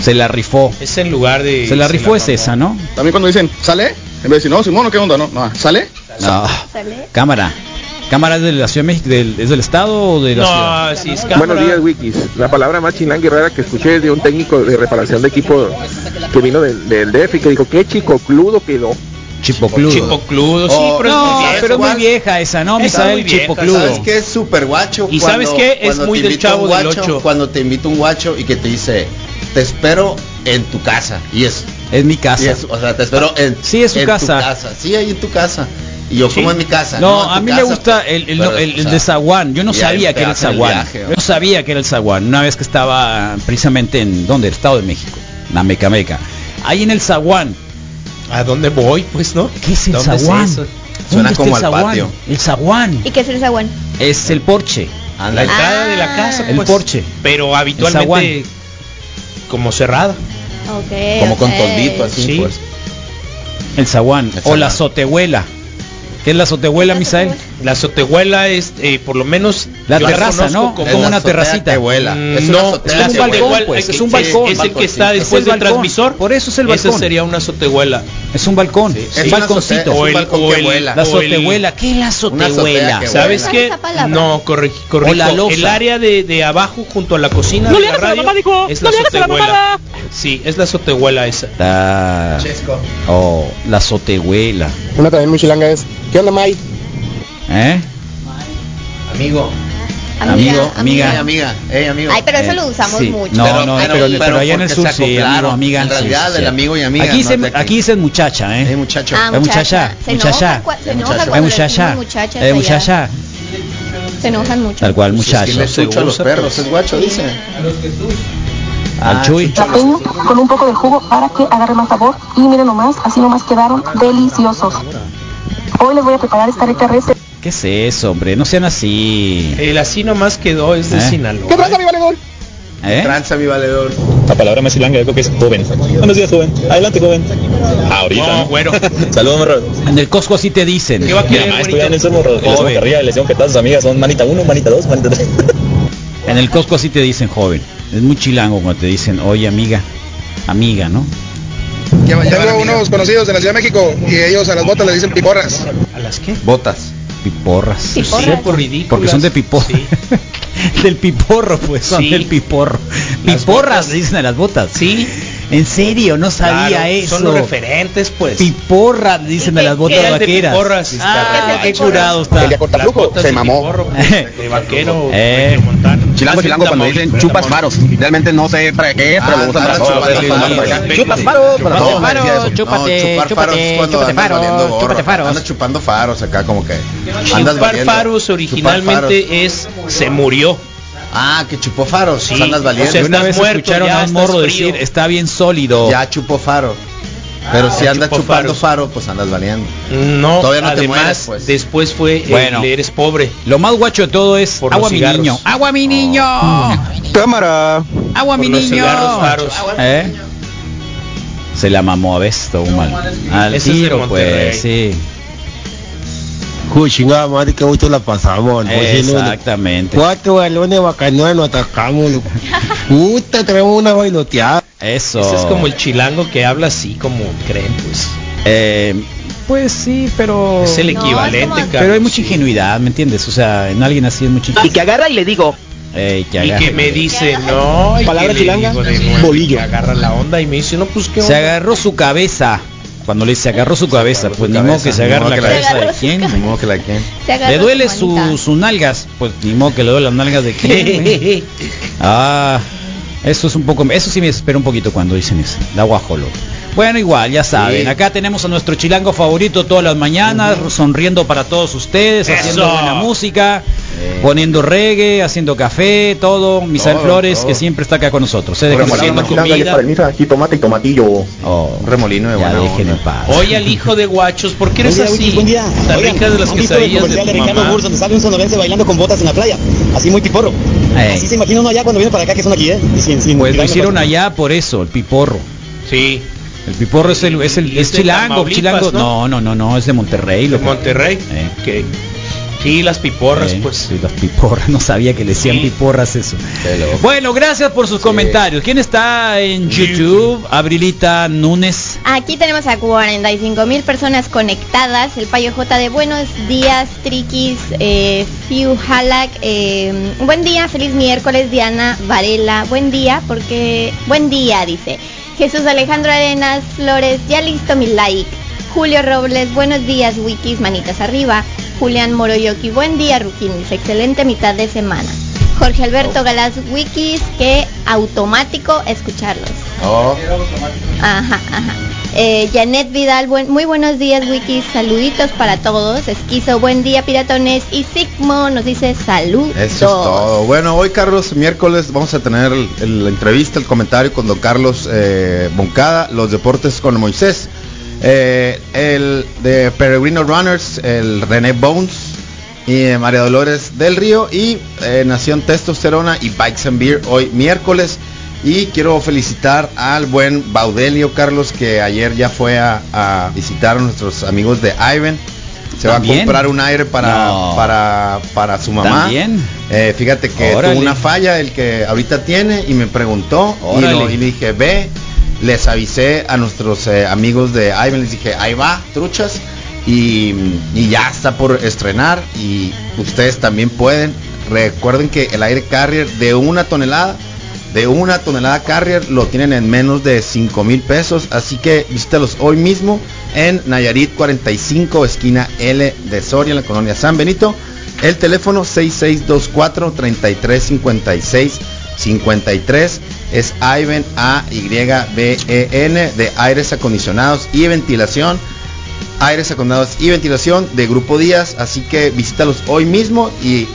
Speaker 4: Se la rifó.
Speaker 7: Es en lugar de.
Speaker 4: Se la rifó es
Speaker 7: mamó.
Speaker 4: esa, ¿no?
Speaker 1: También cuando dicen, ¿sale? En vez de decir, no, Simón, ¿qué onda? No, no, ¿sale?
Speaker 4: No. Cámara. Cámara es de la Ciudad de México, del, es del Estado o de la ciudad.
Speaker 7: No, sí, es cámara.
Speaker 23: Buenos días, Wikis. La palabra más chilanga y rara que escuché es de un técnico de reparación de equipo que vino del, del DF y que dijo, qué chico cludo quedó.
Speaker 4: Chipocludo.
Speaker 7: Chipocludo, sí,
Speaker 4: Oh,
Speaker 7: pero es
Speaker 4: no,
Speaker 7: muy vieja,
Speaker 4: pero es muy
Speaker 7: igual.
Speaker 4: vieja esa, ¿no?
Speaker 7: Esa
Speaker 4: Misael
Speaker 7: muy vieja,
Speaker 4: Chipocludo.
Speaker 8: ¿Sabes qué es súper guacho?
Speaker 7: ¿Y sabes qué? Es
Speaker 8: cuando
Speaker 7: muy
Speaker 8: te
Speaker 7: del
Speaker 8: invita
Speaker 7: Chavo
Speaker 8: un
Speaker 7: del
Speaker 8: guacho-
Speaker 7: Ocho.
Speaker 8: Cuando te invita un guacho y que te dice, te espero en tu casa. Y es.
Speaker 4: Es mi casa. Ah,
Speaker 8: y es- o sea, te espero en,
Speaker 4: Sí, es su
Speaker 8: en
Speaker 4: casa.
Speaker 8: tu casa. Sí, ahí en tu casa. Y yo
Speaker 4: Sí.
Speaker 8: como en mi casa.
Speaker 4: No,
Speaker 8: en tu
Speaker 4: a mí
Speaker 8: casa,
Speaker 4: me gusta
Speaker 8: pero-
Speaker 4: el, el, no,
Speaker 8: pero,
Speaker 4: el-
Speaker 8: o
Speaker 4: el
Speaker 8: sea,
Speaker 4: de Zaguán. Yo no
Speaker 8: y ahí
Speaker 4: sabía que
Speaker 8: te
Speaker 4: era el
Speaker 8: hacen el
Speaker 4: Zaguán.
Speaker 8: viaje,
Speaker 4: Yo no sabía que era el Zaguán. Una vez que estaba precisamente en ¿dónde? El Estado de México. La Meca Meca. Ahí en el Zaguán.
Speaker 7: ¿A dónde voy, pues, no?
Speaker 4: ¿Qué es el
Speaker 7: ¿Dónde es
Speaker 4: Zaguán?
Speaker 7: eso?
Speaker 4: ¿Dónde
Speaker 8: Suena
Speaker 4: está
Speaker 8: como
Speaker 4: el
Speaker 8: al
Speaker 4: zaguán?
Speaker 8: patio.
Speaker 4: El Zaguán Ah,
Speaker 16: ¿Y qué es el zaguán?
Speaker 4: es el porche.
Speaker 7: La entrada de la casa,
Speaker 4: El
Speaker 7: pues.
Speaker 4: porche.
Speaker 7: Pero habitualmente como cerrada.
Speaker 16: Ok.
Speaker 7: Como con
Speaker 16: ok.
Speaker 7: toldito, así, Sí. pues.
Speaker 4: El Zaguán. O
Speaker 7: zaguán.
Speaker 4: la Sotehuela. ¿Qué es la Sotehuela, Misael?
Speaker 7: La azotehuela es, eh, por lo menos,
Speaker 4: La
Speaker 7: yo
Speaker 4: terraza,
Speaker 7: conozco
Speaker 4: ¿no? Como una terracita.
Speaker 7: azotea
Speaker 4: Mm,
Speaker 7: Mm, no, es
Speaker 4: es un balcón, pues.
Speaker 7: Es un balcón. Es el que está
Speaker 4: Es
Speaker 7: después
Speaker 4: el
Speaker 7: del
Speaker 4: balcón.
Speaker 7: transmisor.
Speaker 4: Por eso es el balcón.
Speaker 7: Esa sería una azotehuela.
Speaker 4: Es un balcón. es un
Speaker 7: sí.
Speaker 4: balconcito.
Speaker 7: O el- o el-
Speaker 4: La
Speaker 7: o el-
Speaker 4: Sotehuela. ¿Qué es la Sotehuela?
Speaker 7: ¿Sabes qué? No, corre- corrijo.
Speaker 4: O la loza.
Speaker 7: El área de, de abajo junto a la cocina
Speaker 4: No
Speaker 7: de
Speaker 4: le hagas a la
Speaker 7: radio
Speaker 4: mamá, dijo.
Speaker 7: es la
Speaker 4: No le hagas a la
Speaker 7: azotehuela. Sí, es la azotehuela esa.
Speaker 4: Ah. Oh, la Sotehuela.
Speaker 20: Una también muy chilanga es, ¿qué onda, Mike?
Speaker 4: ¿Eh?
Speaker 8: Amigo.
Speaker 4: Amigo, amiga.
Speaker 8: amiga. Ey, amigo.
Speaker 16: Ah, Ay, pero eso lo usamos
Speaker 4: Sí.
Speaker 16: mucho.
Speaker 4: No, no, pero, pero allá en el
Speaker 8: porque
Speaker 4: sur
Speaker 8: se
Speaker 4: sí, amigo,
Speaker 8: acoplaron.
Speaker 4: amiga.
Speaker 8: En
Speaker 4: sí,
Speaker 8: realidad,
Speaker 4: sí,
Speaker 8: el
Speaker 4: sí.
Speaker 8: amigo y amiga,
Speaker 4: Aquí,
Speaker 8: no
Speaker 4: dicen,
Speaker 8: de aquí.
Speaker 4: aquí dicen muchacha, ¿eh?
Speaker 8: muchacho.
Speaker 16: Ah,
Speaker 4: Eh, muchacha,
Speaker 16: Se
Speaker 4: muchacha,
Speaker 16: enoja, cua- se enoja
Speaker 4: muchacha,
Speaker 16: cuando le
Speaker 4: muchacha,
Speaker 16: decimos muchachas
Speaker 4: eh,
Speaker 16: allá.
Speaker 4: muchacha,
Speaker 16: Se enojan mucho.
Speaker 4: tal cual,
Speaker 8: Pues es que
Speaker 4: muchacha.
Speaker 8: le chucho a los perros, es guacho, dice. Ah,
Speaker 4: Al Chuy.
Speaker 24: piña con un poco de jugo para que agarre más sabor y miren nomás, así nomás quedaron deliciosos. Hoy les voy a preparar esta rica receta.
Speaker 4: ¿Qué es eso, hombre? No sean así.
Speaker 7: El así nomás quedó, es de
Speaker 4: ¿Eh?
Speaker 7: Sinaloa.
Speaker 24: mi valedor?
Speaker 4: ¿Eh?
Speaker 8: Tranza mi valedor.
Speaker 15: La palabra más chilanga creo que es joven. Buenos días, joven. Adelante, joven. Ahorita.
Speaker 7: No,
Speaker 15: ¿no?
Speaker 7: güero.
Speaker 15: Saludos, morro.
Speaker 4: En el Costco así te dicen.
Speaker 7: ¿Qué va a
Speaker 15: Mi
Speaker 7: querer,
Speaker 15: mamá
Speaker 7: güerito?
Speaker 15: estudia en el sur, morro. Y les digo que arriba, y les digo que todas sus amigas son manita 1, manita 2, manita 3.
Speaker 4: En el Costco así te dicen joven. Es muy chilango cuando te dicen, oye amiga, amiga, ¿no?
Speaker 1: Tengo unos conocidos en la Ciudad de México y ellos a las botas les dicen piporras.
Speaker 7: ¿A las qué?
Speaker 8: Botas.
Speaker 4: Piporras.
Speaker 7: Piporras. Sí, por ridículas.
Speaker 4: Porque son de piporro. del piporro, pues, son
Speaker 7: Sí.
Speaker 4: del piporro.
Speaker 7: Las
Speaker 4: Piporras
Speaker 7: botas.
Speaker 4: le dicen a las botas.
Speaker 7: Sí.
Speaker 4: En serio, no sabía
Speaker 7: Claro,
Speaker 4: eso.
Speaker 7: Son los referentes, pues.
Speaker 4: Piporras le dicen a las botas
Speaker 7: Eran de
Speaker 4: vaqueras.
Speaker 7: piporras.
Speaker 4: Ah,
Speaker 7: Está
Speaker 4: qué
Speaker 7: gacho.
Speaker 4: curado está.
Speaker 1: El de Cortaflujo
Speaker 7: botas
Speaker 1: se
Speaker 7: de
Speaker 1: mamó.
Speaker 7: piporro, pues, de vaquero,
Speaker 4: Eh.
Speaker 7: regiomontano.
Speaker 1: Chilango,
Speaker 7: Pues,
Speaker 1: chilango, cuando
Speaker 7: Tamaulipas,
Speaker 1: dicen chupas
Speaker 7: Tamaulipas.
Speaker 1: faros. Realmente no sé para qué es, pero
Speaker 8: Ah,
Speaker 1: me gusta para
Speaker 8: para
Speaker 1: todo.
Speaker 8: chupar faros.
Speaker 1: Chupas faros, para todo.
Speaker 8: me decía eso.
Speaker 17: chúpate,
Speaker 8: chupar faros
Speaker 17: chúpate,
Speaker 8: es cuando
Speaker 17: chúpate
Speaker 8: andas
Speaker 17: faros,
Speaker 8: valiendo gorro,
Speaker 17: chúpate faros.
Speaker 8: Andas chupando faros acá como que. andas
Speaker 7: Chupar
Speaker 8: valiendo.
Speaker 7: faros originalmente
Speaker 8: Chupar faros.
Speaker 7: es se murió.
Speaker 8: Ah, que chupó faros.
Speaker 4: Pues
Speaker 7: Sí,
Speaker 8: andas
Speaker 7: o sea,
Speaker 8: valiendo.
Speaker 4: Una
Speaker 7: estás
Speaker 4: vez
Speaker 7: muerto,
Speaker 4: escucharon
Speaker 7: ya
Speaker 4: a un
Speaker 7: estás
Speaker 4: morro
Speaker 7: frío.
Speaker 4: decir, está bien sólido.
Speaker 8: Ya chupó faro.
Speaker 4: Ah,
Speaker 8: Pero si
Speaker 7: ya
Speaker 8: andas
Speaker 7: chupó
Speaker 8: chupando
Speaker 7: faros.
Speaker 8: faro, pues andas valiendo.
Speaker 7: No,
Speaker 8: Todavía no te
Speaker 7: además,
Speaker 8: mueres, pues.
Speaker 7: después fue el
Speaker 4: Bueno.
Speaker 7: eres pobre.
Speaker 4: Lo más guacho de todo es
Speaker 7: Por los
Speaker 4: agua mi
Speaker 7: cigarros.
Speaker 4: niño. Agua mi niño.
Speaker 2: cámara.
Speaker 4: Agua, mi
Speaker 7: los
Speaker 4: niño.
Speaker 7: cigarros faros.
Speaker 4: ¿Eh? Se la mamó a Besto, mal. Al
Speaker 7: Ese es de
Speaker 4: tiro,
Speaker 7: Monterrey.
Speaker 4: pues, sí.
Speaker 2: Uy, chingada madre, qué gusto la pasamos. ¿no? Sí, no, no.
Speaker 4: Exactamente.
Speaker 2: Cuatro balones bacanos nos atacamos. loco. Puta, tenemos una bailoteada.
Speaker 4: Eso.
Speaker 7: Ese es como el chilango que habla así como creen, pues.
Speaker 4: Eh, pues sí, pero...
Speaker 7: Es el No, es equivalente, como- Carlos.
Speaker 4: Pero hay mucha ingenuidad, ¿me entiendes? O sea, en alguien así es mucha ingenuidad.
Speaker 7: agarra y le digo.
Speaker 4: Ey, que
Speaker 7: Y
Speaker 4: agarre.
Speaker 7: que me dice, no, y
Speaker 4: Palabra
Speaker 7: que le
Speaker 4: chilanga,
Speaker 7: digo de nuevo,
Speaker 4: bolillo.
Speaker 7: que agarra la onda y me dice, no, pues qué
Speaker 4: Se
Speaker 7: onda.
Speaker 4: agarró su cabeza. Cuando le dice agarró su cabeza, pues ni modo que se
Speaker 8: Ni
Speaker 4: agarre
Speaker 8: modo
Speaker 4: la
Speaker 8: que la-
Speaker 4: cabeza
Speaker 8: Se
Speaker 4: de
Speaker 8: agarró
Speaker 4: quién.
Speaker 8: Ni modo que la quien.
Speaker 16: Se agarró
Speaker 4: Le duele
Speaker 16: su manita.
Speaker 4: sus nalgas, pues ni modo que le duele las nalgas de quién. güey. ah, eso es un poco, eso sí me espera un poquito cuando dicen eso, da guajolo. Bueno, igual, ya saben, acá tenemos a nuestro chilango favorito todas las mañanas, sonriendo para todos ustedes, haciendo
Speaker 7: Eso.
Speaker 4: buena música, poniendo reggae, haciendo café, todo. Misael
Speaker 8: Todo,
Speaker 4: Flores,
Speaker 8: todo.
Speaker 4: que siempre está acá con nosotros. ¿eh? Se
Speaker 8: Remolino, chilanga, ya para el misa, jitomate y tomatillo.
Speaker 4: Oh,
Speaker 8: Un remolino de
Speaker 4: ya
Speaker 8: buena
Speaker 4: dejen en
Speaker 8: onda.
Speaker 4: paz.
Speaker 7: Oye al hijo de guachos, ¿por qué eres así?
Speaker 11: Buen día.
Speaker 7: Tan
Speaker 11: Oigan,
Speaker 7: ricas de las
Speaker 11: ¿han visto el
Speaker 7: quesadillas de
Speaker 11: comercial de
Speaker 7: tu
Speaker 11: Ricardo
Speaker 7: mamá.
Speaker 11: Burr donde sale un sonorense bailando con botas en la playa? Así muy piporro.
Speaker 4: Ey.
Speaker 11: Así se imagina uno allá cuando viene para acá que son aquí, ¿eh? Y sin- sin
Speaker 4: Pues lo
Speaker 11: tirarme
Speaker 4: hicieron
Speaker 11: cosas.
Speaker 4: allá por eso, el piporro.
Speaker 7: Sí,
Speaker 4: El piporro es el, es el
Speaker 7: Y
Speaker 4: es
Speaker 7: es de
Speaker 4: chilango,
Speaker 7: Tamaulipas,
Speaker 4: chilango. ¿no?
Speaker 7: ¿no?
Speaker 4: no, no, no, es de
Speaker 7: de
Speaker 4: Monterrey. loco.
Speaker 7: Monterrey.
Speaker 4: Eh.
Speaker 7: Que sí, las piporras,
Speaker 4: Eh,
Speaker 7: pues.
Speaker 4: sí, las piporras, no sabía que le decían
Speaker 7: Sí.
Speaker 4: piporras eso. Bueno, gracias por sus comentarios. ¿Quién está en YouTube? Abrilita Núñez.
Speaker 16: Aquí tenemos a 45 mil personas conectadas. El Payo J de Buenos Días, Triquis, eh, Fiu Halak. eh, buen día, feliz miércoles, Diana Varela. Buen día, porque. Buen día, dice. Jesús Alejandro Arenas Flores, ya listo mi like. Julio Robles, buenos días, Wikis, manitas arriba. Julián Moroyoki, buen día, Rukinis, excelente mitad de semana. Jorge
Speaker 3: Oh.
Speaker 16: Alberto Galás Wikis, que automático escucharlos.
Speaker 8: Oh.
Speaker 16: Ajá, ajá. Eh, Janet Vidal, buen- muy buenos días, Wikis. Saluditos para todos. Esquizo, buen día, piratones. Y Sigmo nos dice saludos.
Speaker 8: Eso es todo. Bueno, hoy Carlos, miércoles vamos a tener el- el- la entrevista, el comentario con don Carlos eh, Moncada, los deportes con Moisés, eh, el de Peregrino Runners, el René Bones y eh, María Dolores del Río y eh, Nación Testosterona y Bikes and Beer hoy miércoles. Y quiero felicitar al buen Baudelio Carlos que ayer ya fue a, a visitar a nuestros amigos de Ivan. Se va a
Speaker 4: También.
Speaker 8: comprar un aire para,
Speaker 4: No.
Speaker 8: para, para su mamá.
Speaker 4: También.
Speaker 8: Eh, fíjate que
Speaker 4: Órale.
Speaker 8: tuvo una falla el que ahorita tiene y me preguntó y,
Speaker 4: Órale.
Speaker 8: lo- y le dije, ve, les avisé a nuestros eh, amigos de Ivan, les dije, ahí va, truchas, y, y ya está por estrenar y ustedes también pueden. Recuerden que el aire carrier de una tonelada, de una tonelada carrier, lo tienen en menos de 5 mil pesos, así que visítalos hoy mismo en Nayarit 45, esquina L de Soria, en la colonia San Benito. El teléfono 6624 3356 53 es Iven A Y B E N de aires acondicionados y ventilación. Aires acondicionados y ventilación de Grupo Díaz, así que visítalos hoy mismo y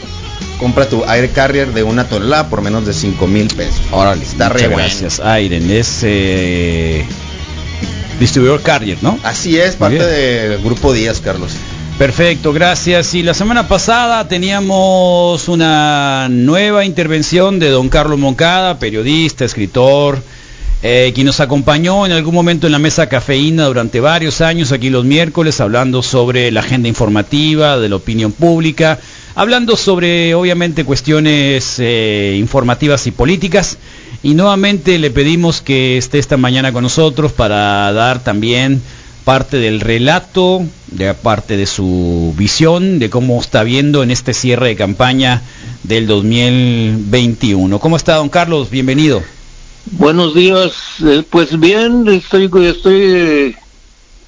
Speaker 8: compra tu aire carrier de una tonelada por menos de 5 mil pesos. Órale, está re
Speaker 4: Muchas
Speaker 8: bueno.
Speaker 4: gracias, Airen. Es eh, distribuidor Carrier, ¿no?
Speaker 8: Así es, parte
Speaker 4: bien.
Speaker 8: del Grupo Díaz, Carlos.
Speaker 4: Perfecto, gracias. Y la semana pasada teníamos una nueva intervención de don Carlos Moncada, periodista, escritor, eh, quien nos acompañó en algún momento en la mesa cafeína durante varios años, aquí los miércoles, hablando sobre la agenda informativa, de la opinión pública, hablando sobre obviamente cuestiones eh, informativas y políticas. Y nuevamente le pedimos que esté esta mañana con nosotros para dar también parte del relato, de parte de su visión, de cómo está viendo en este cierre de campaña del 2021. ¿Cómo está, don Carlos? Bienvenido.
Speaker 3: Buenos días, eh, pues bien, estoy, estoy eh,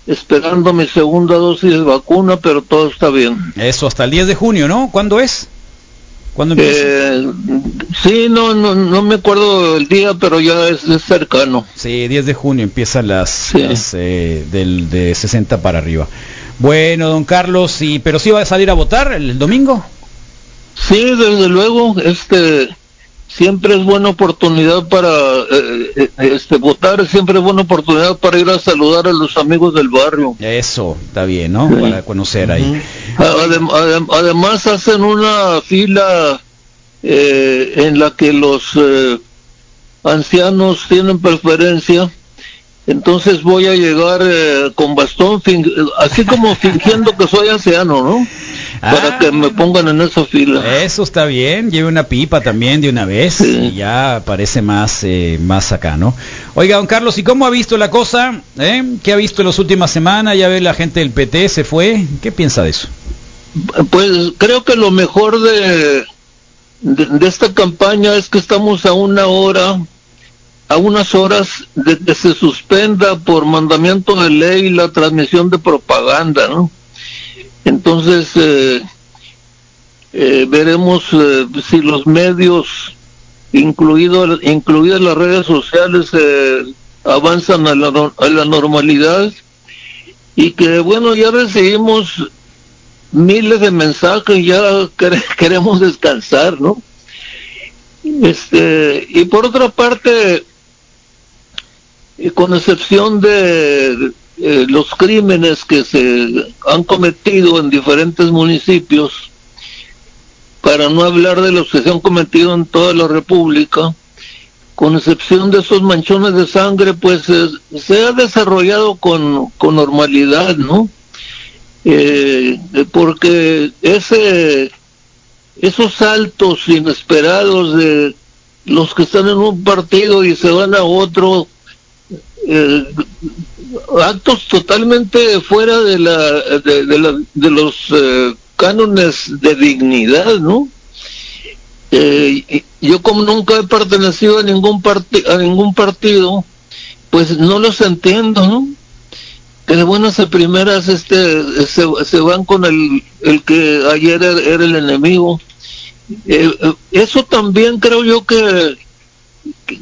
Speaker 3: esperando mi segunda dosis de vacuna, pero todo está bien.
Speaker 4: Eso, hasta el 10 de junio, ¿no? ¿Cuándo es? ¿Cuándo empieza?
Speaker 3: Eh, sí, no, no, no me acuerdo el día, pero ya es, es cercano.
Speaker 4: Sí, 10 de junio empiezan las, las, eh, del, de 60 para arriba. Bueno, don Carlos, y, pero sí va a salir a votar el, el domingo.
Speaker 3: Sí, desde luego, este, siempre es buena oportunidad para eh, eh, este, votar, siempre es buena oportunidad para ir a saludar a los amigos del barrio.
Speaker 4: Eso, está bien, ¿no? Para conocer ahí.
Speaker 3: Adem- adem- además hacen una fila eh, en la que los eh, ancianos tienen preferencia, entonces voy a llegar eh, con bastón, fin- así como fingiendo que soy anciano, ¿no? Para que me pongan en esa fila.
Speaker 4: Ah, Eso está bien, lleve una pipa también de una vez y ya parece más, eh, más acá, ¿no? Oiga, don Carlos, ¿y cómo ha visto la cosa? eh? ¿Qué ha visto en las últimas semanas? Ya ve la gente del PT, se fue. ¿Qué piensa de eso?
Speaker 3: Pues creo que lo mejor de, de, de esta campaña es que estamos a una hora, a unas horas de que se suspenda por mandamiento de ley la transmisión de propaganda, ¿no? Entonces, eh, eh, veremos eh, si los medios, incluido, incluidas las redes sociales, eh, avanzan a la, no- a la normalidad y que, bueno, ya recibimos miles de mensajes, ya quere- queremos descansar, ¿no? Este, y por otra parte, y con excepción de eh, los crímenes que se han cometido en diferentes municipios, para no hablar de los que se han cometido en toda la República, con excepción de esos manchones de sangre, pues es- se ha desarrollado con, con normalidad, ¿no? Eh, eh, porque ese esos saltos inesperados de los que están en un partido y se van a otro, eh, actos totalmente fuera de, la, de, de la- de los eh, cánones de dignidad, ¿no? Eh, y- yo como nunca he pertenecido a ningún, parti a ningún partido, pues no los entiendo, ¿no? que de buenas a primeras este se, se van con el, el que ayer era, era el enemigo Eh, eh, eso también creo yo que, que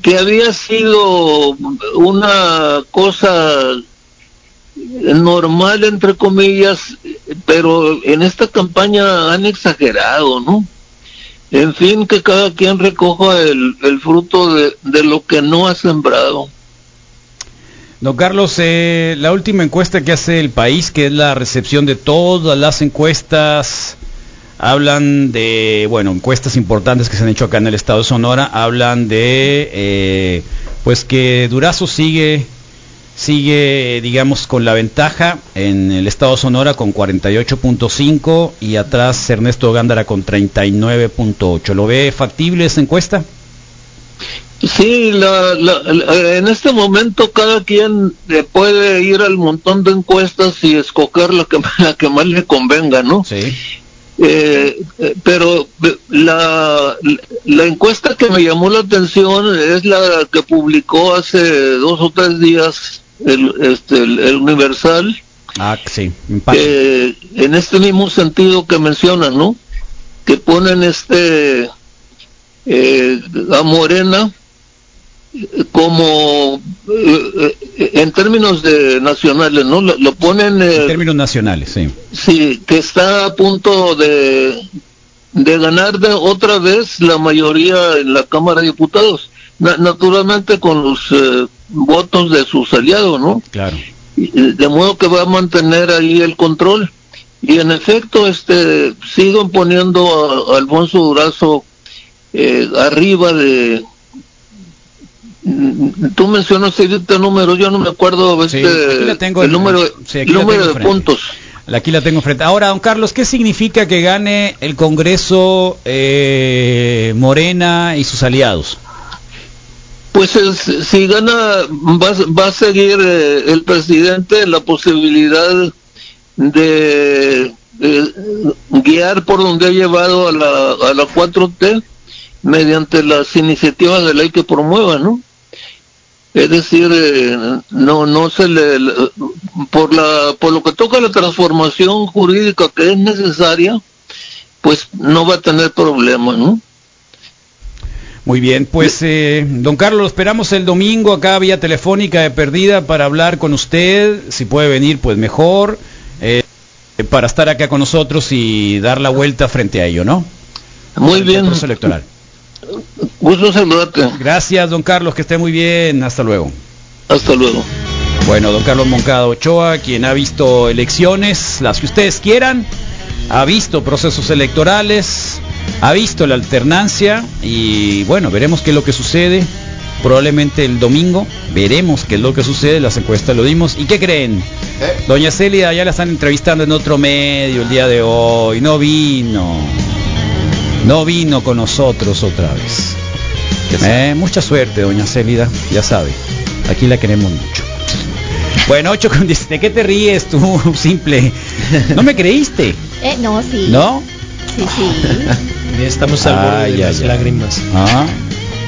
Speaker 3: que había sido una cosa normal entre comillas pero en esta campaña han exagerado no en fin que cada quien recoja el, el fruto de, de lo que no ha sembrado
Speaker 4: Don Carlos, eh, la última encuesta que hace el país, que es la recepción de todas las encuestas, hablan de, bueno, encuestas importantes que se han hecho acá en el estado de Sonora, hablan de, eh, pues que Durazo sigue, sigue, digamos, con la ventaja en el estado de Sonora con 48.5 y atrás Ernesto Gándara con 39.8. ¿Lo ve factible esa encuesta?
Speaker 3: Sí, la, la- la- en este momento cada quien eh, puede ir al montón de encuestas y escoger la que, la que más le convenga, ¿no?
Speaker 4: Sí.
Speaker 3: pero eh, la, la encuesta que me llamó la atención es la que publicó hace dos o tres días el, este, el- el Universal,
Speaker 4: Ah, sí,
Speaker 3: eh, que en este mismo sentido que mencionas, ¿no? Que ponen este eh, a Morena eh, como eh, eh, en términos de nacionales, ¿no? Lo, lo ponen
Speaker 4: en
Speaker 3: eh,
Speaker 4: términos nacionales, sí.
Speaker 3: sí, que está a punto de de ganar de otra vez la mayoría en la Cámara de Diputados, Na- naturalmente con los eh, votos de sus aliados, ¿no?
Speaker 4: Claro.
Speaker 3: y- de modo que va a mantener ahí el control y en efecto este siguen poniendo a, a Alfonso Durazo eh, arriba de Mm, tú mencionas este número yo no me acuerdo este,
Speaker 4: aquí la tengo
Speaker 3: el
Speaker 4: en-
Speaker 3: número
Speaker 4: sí, aquí
Speaker 3: el
Speaker 4: la
Speaker 3: número
Speaker 4: tengo
Speaker 3: de
Speaker 4: enfrente.
Speaker 3: puntos
Speaker 4: Aquí la tengo frente. Ahora, don Carlos, ¿qué significa que gane el Congreso eh, Morena y sus aliados?
Speaker 3: Pues es- si gana, va, va a seguir eh, el presidente la posibilidad de eh, guiar por donde ha llevado a la, a la 4T mediante las iniciativas de ley que promueva, ¿no? Es decir, eh, no no se le por la por lo que toca la transformación jurídica que es necesaria, pues no va a tener problemas, ¿no?
Speaker 4: Muy bien, pues eh, don Carlos, lo esperamos el domingo acá vía telefónica de perdida para hablar con usted. Si puede venir, pues mejor. eh, para estar acá con nosotros y dar la vuelta frente a ello, ¿no?
Speaker 3: Muy
Speaker 4: bien. proceso electoral.
Speaker 3: Gusto saludarte.
Speaker 4: Gracias, don Carlos, que esté muy bien. Hasta luego.
Speaker 3: Hasta luego.
Speaker 4: Bueno, don Carlos Moncada Ochoa, quien ha visto elecciones, las que ustedes quieran, ha visto procesos electorales, ha visto la alternancia y bueno, veremos qué es lo que sucede. Probablemente el domingo veremos qué es lo que sucede, las encuestas lo dimos. ¿Y qué creen? Doña Celia ya la están entrevistando en otro medio el día de hoy. No vino. No vino con nosotros otra vez. Eh, mucha suerte, doña Célida, ya sabe. Aquí la queremos mucho. Bueno, 8 con 10. ¿De qué te ríes tú, simple? ¿No me creíste?
Speaker 16: Eh, no, sí.
Speaker 4: ¿No?
Speaker 16: Sí, sí.
Speaker 7: Estamos al borde de las lágrimas.
Speaker 4: Ah,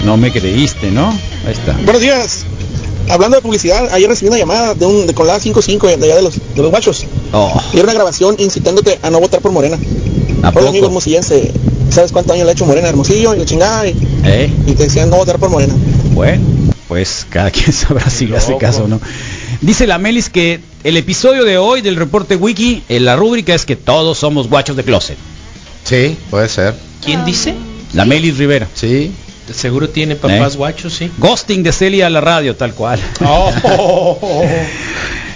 Speaker 4: no me creíste, ¿no? Ahí está.
Speaker 20: Buenos días. Hablando de publicidad, ayer recibí una llamada de un de, con la 55 de allá de los, de los guachos.
Speaker 4: Oh,
Speaker 20: Y era una grabación incitándote a no votar por Morena.
Speaker 4: ¿A
Speaker 20: Hola,
Speaker 4: poco?
Speaker 20: amigo hermosillense. ¿Sabes cuántos años le ha hecho Morena a Hermosillo? Y la chingada. Y,
Speaker 4: eh,
Speaker 20: y te decían no votar por Morena.
Speaker 4: bueno, pues cada quien sabrá si le hace
Speaker 20: loco.
Speaker 4: caso o no. Dice la Melis que el episodio de hoy del reporte wiki, en la rúbrica es que todos somos guachos de closet.
Speaker 8: Sí, puede ser.
Speaker 7: ¿Quién dice?
Speaker 4: La Melis Rivera.
Speaker 8: Sí.
Speaker 7: Seguro tiene papás
Speaker 4: Eh.
Speaker 7: guachos, sí.
Speaker 4: Ghosting de Celia a la radio, tal cual.
Speaker 8: Oh.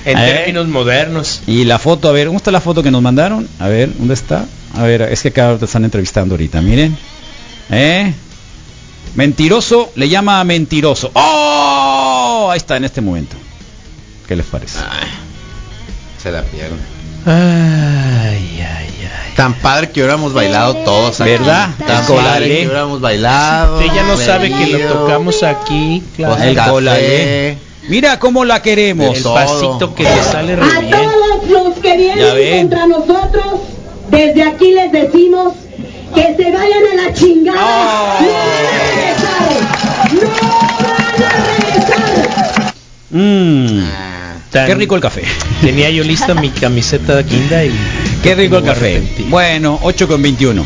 Speaker 7: en
Speaker 4: Eh.
Speaker 7: términos modernos.
Speaker 4: Y la foto, a ver, ¿dónde está la foto que nos mandaron? A ver, ¿dónde está? A ver, es que acá te están entrevistando ahorita, miren. ¿Eh? Mentiroso le llama a mentiroso. ¡Oh! Ahí está en este momento. ¿Qué les parece?
Speaker 8: Se la pierden.
Speaker 7: Ay, ay, ay.
Speaker 8: Tan padre que hubiéramos bailado todos aquí.
Speaker 4: ¿Verdad? ¿eh?
Speaker 8: Tan
Speaker 4: El colalé.
Speaker 8: padre que hubiéramos bailado.
Speaker 7: Ella no sabe que lo
Speaker 8: bebido,
Speaker 7: tocamos aquí, claro.
Speaker 8: Pues,
Speaker 4: El
Speaker 8: café.
Speaker 4: colalé. Mira cómo la queremos.
Speaker 7: El pasito que le sale
Speaker 3: Ah,
Speaker 7: re
Speaker 12: A
Speaker 7: bien.
Speaker 12: todos los que
Speaker 4: Ya
Speaker 12: vienen
Speaker 4: ven.
Speaker 12: contra nosotros, desde aquí les decimos que se vayan a la
Speaker 4: Ah.
Speaker 12: chingada. No van a regresar. No van a regresar.
Speaker 4: Mm,
Speaker 7: Tan-
Speaker 4: qué rico el café.
Speaker 7: Tenía yo lista mi camiseta de quinda y...
Speaker 4: Qué rico el
Speaker 7: Me
Speaker 4: café.
Speaker 7: arrepentí.
Speaker 4: Bueno, 8 con 21.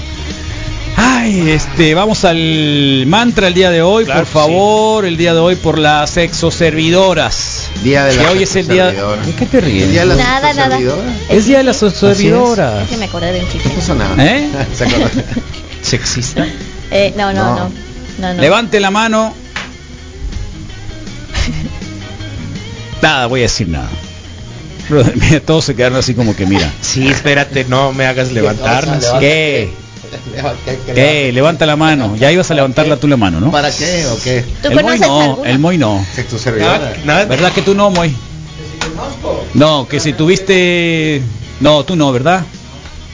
Speaker 4: Ay, este, vamos al mantra el día de hoy,
Speaker 7: Claro
Speaker 4: por
Speaker 7: que
Speaker 4: favor, el día de hoy por las exoservidoras.
Speaker 8: Día de
Speaker 4: Que
Speaker 8: la
Speaker 4: hoy es el día.
Speaker 8: servidora.
Speaker 4: ¿De qué te ríes?
Speaker 8: El día de la
Speaker 16: Nada, nada.
Speaker 8: servidora.
Speaker 4: Es día de las
Speaker 16: Es
Speaker 4: exoservidoras.
Speaker 16: que me acordé de un chiste.
Speaker 8: No pasa nada.
Speaker 4: ¿Eh?
Speaker 8: Se acordó.
Speaker 7: ¿Sexista?
Speaker 16: Eh, no, no,
Speaker 8: No.
Speaker 16: no. No, no.
Speaker 4: Levante la mano. Nada, voy a decir nada. Brother, mira, todos se quedaron así como que mira.
Speaker 7: Sí, espérate, no me hagas levantarnos.
Speaker 4: ¿Qué? ¿Qué? Levanta la mano. Ya ibas a levantarla tú la mano, ¿no?
Speaker 8: ¿Para qué o qué?
Speaker 16: ¿Tú
Speaker 4: El Moy
Speaker 16: conoces
Speaker 4: no,
Speaker 16: alguna?
Speaker 4: el Moy no.
Speaker 8: Es tu
Speaker 7: Nada,
Speaker 8: servidora.
Speaker 7: nada,
Speaker 4: ¿Verdad que tú no, Moy? No, que si tuviste... No, tú no, ¿verdad?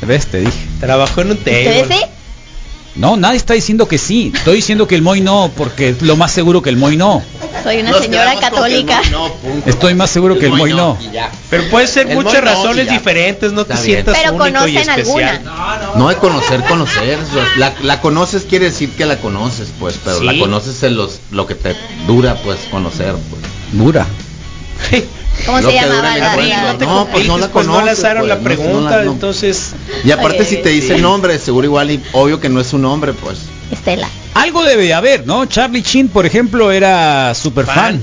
Speaker 4: ¿Ves? Te dije.
Speaker 7: Trabajó en un
Speaker 16: ¿Ustedes sí?
Speaker 7: table.
Speaker 4: No, nadie está diciendo que sí. Estoy diciendo que el Moy no, porque es lo más seguro que el Moy no.
Speaker 16: Soy una señora católica.
Speaker 4: Estoy más seguro que el Moy no.
Speaker 7: Pero puede ser
Speaker 8: El
Speaker 7: muchas
Speaker 8: mono
Speaker 7: razones
Speaker 8: y ya.
Speaker 7: diferentes, no te
Speaker 8: Está bien.
Speaker 7: sientas
Speaker 16: Pero
Speaker 7: único y
Speaker 16: conocen
Speaker 7: especial.
Speaker 16: alguna.
Speaker 8: No es conocer, conocer. La, la conoces quiere decir que la conoces, pues, pero
Speaker 7: Sí.
Speaker 8: la conoces en los, lo que te dura, pues, conocer. Pues.
Speaker 4: Dura.
Speaker 16: ¿Cómo
Speaker 8: Lo
Speaker 16: se
Speaker 8: que
Speaker 16: llamaba
Speaker 8: dura
Speaker 16: la,
Speaker 8: mi
Speaker 16: la-
Speaker 8: cuerpo. No, pues no la
Speaker 7: Pues no
Speaker 8: conoces,
Speaker 7: lanzaron
Speaker 8: pues,
Speaker 7: la
Speaker 8: no, pues, no
Speaker 7: pregunta,
Speaker 8: la- no.
Speaker 7: entonces...
Speaker 8: Y aparte
Speaker 16: Ay,
Speaker 8: si te dice nombre, seguro igual y obvio que no es un nombre, pues.
Speaker 16: Estela.
Speaker 4: Algo debe de haber, ¿no? Charlie Chin, por ejemplo, era super fan.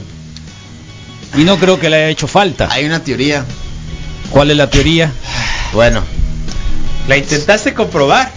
Speaker 4: Y no creo que le haya hecho falta.
Speaker 8: Hay una teoría.
Speaker 4: ¿Cuál es la teoría?
Speaker 8: Bueno,
Speaker 7: La intentaste comprobar.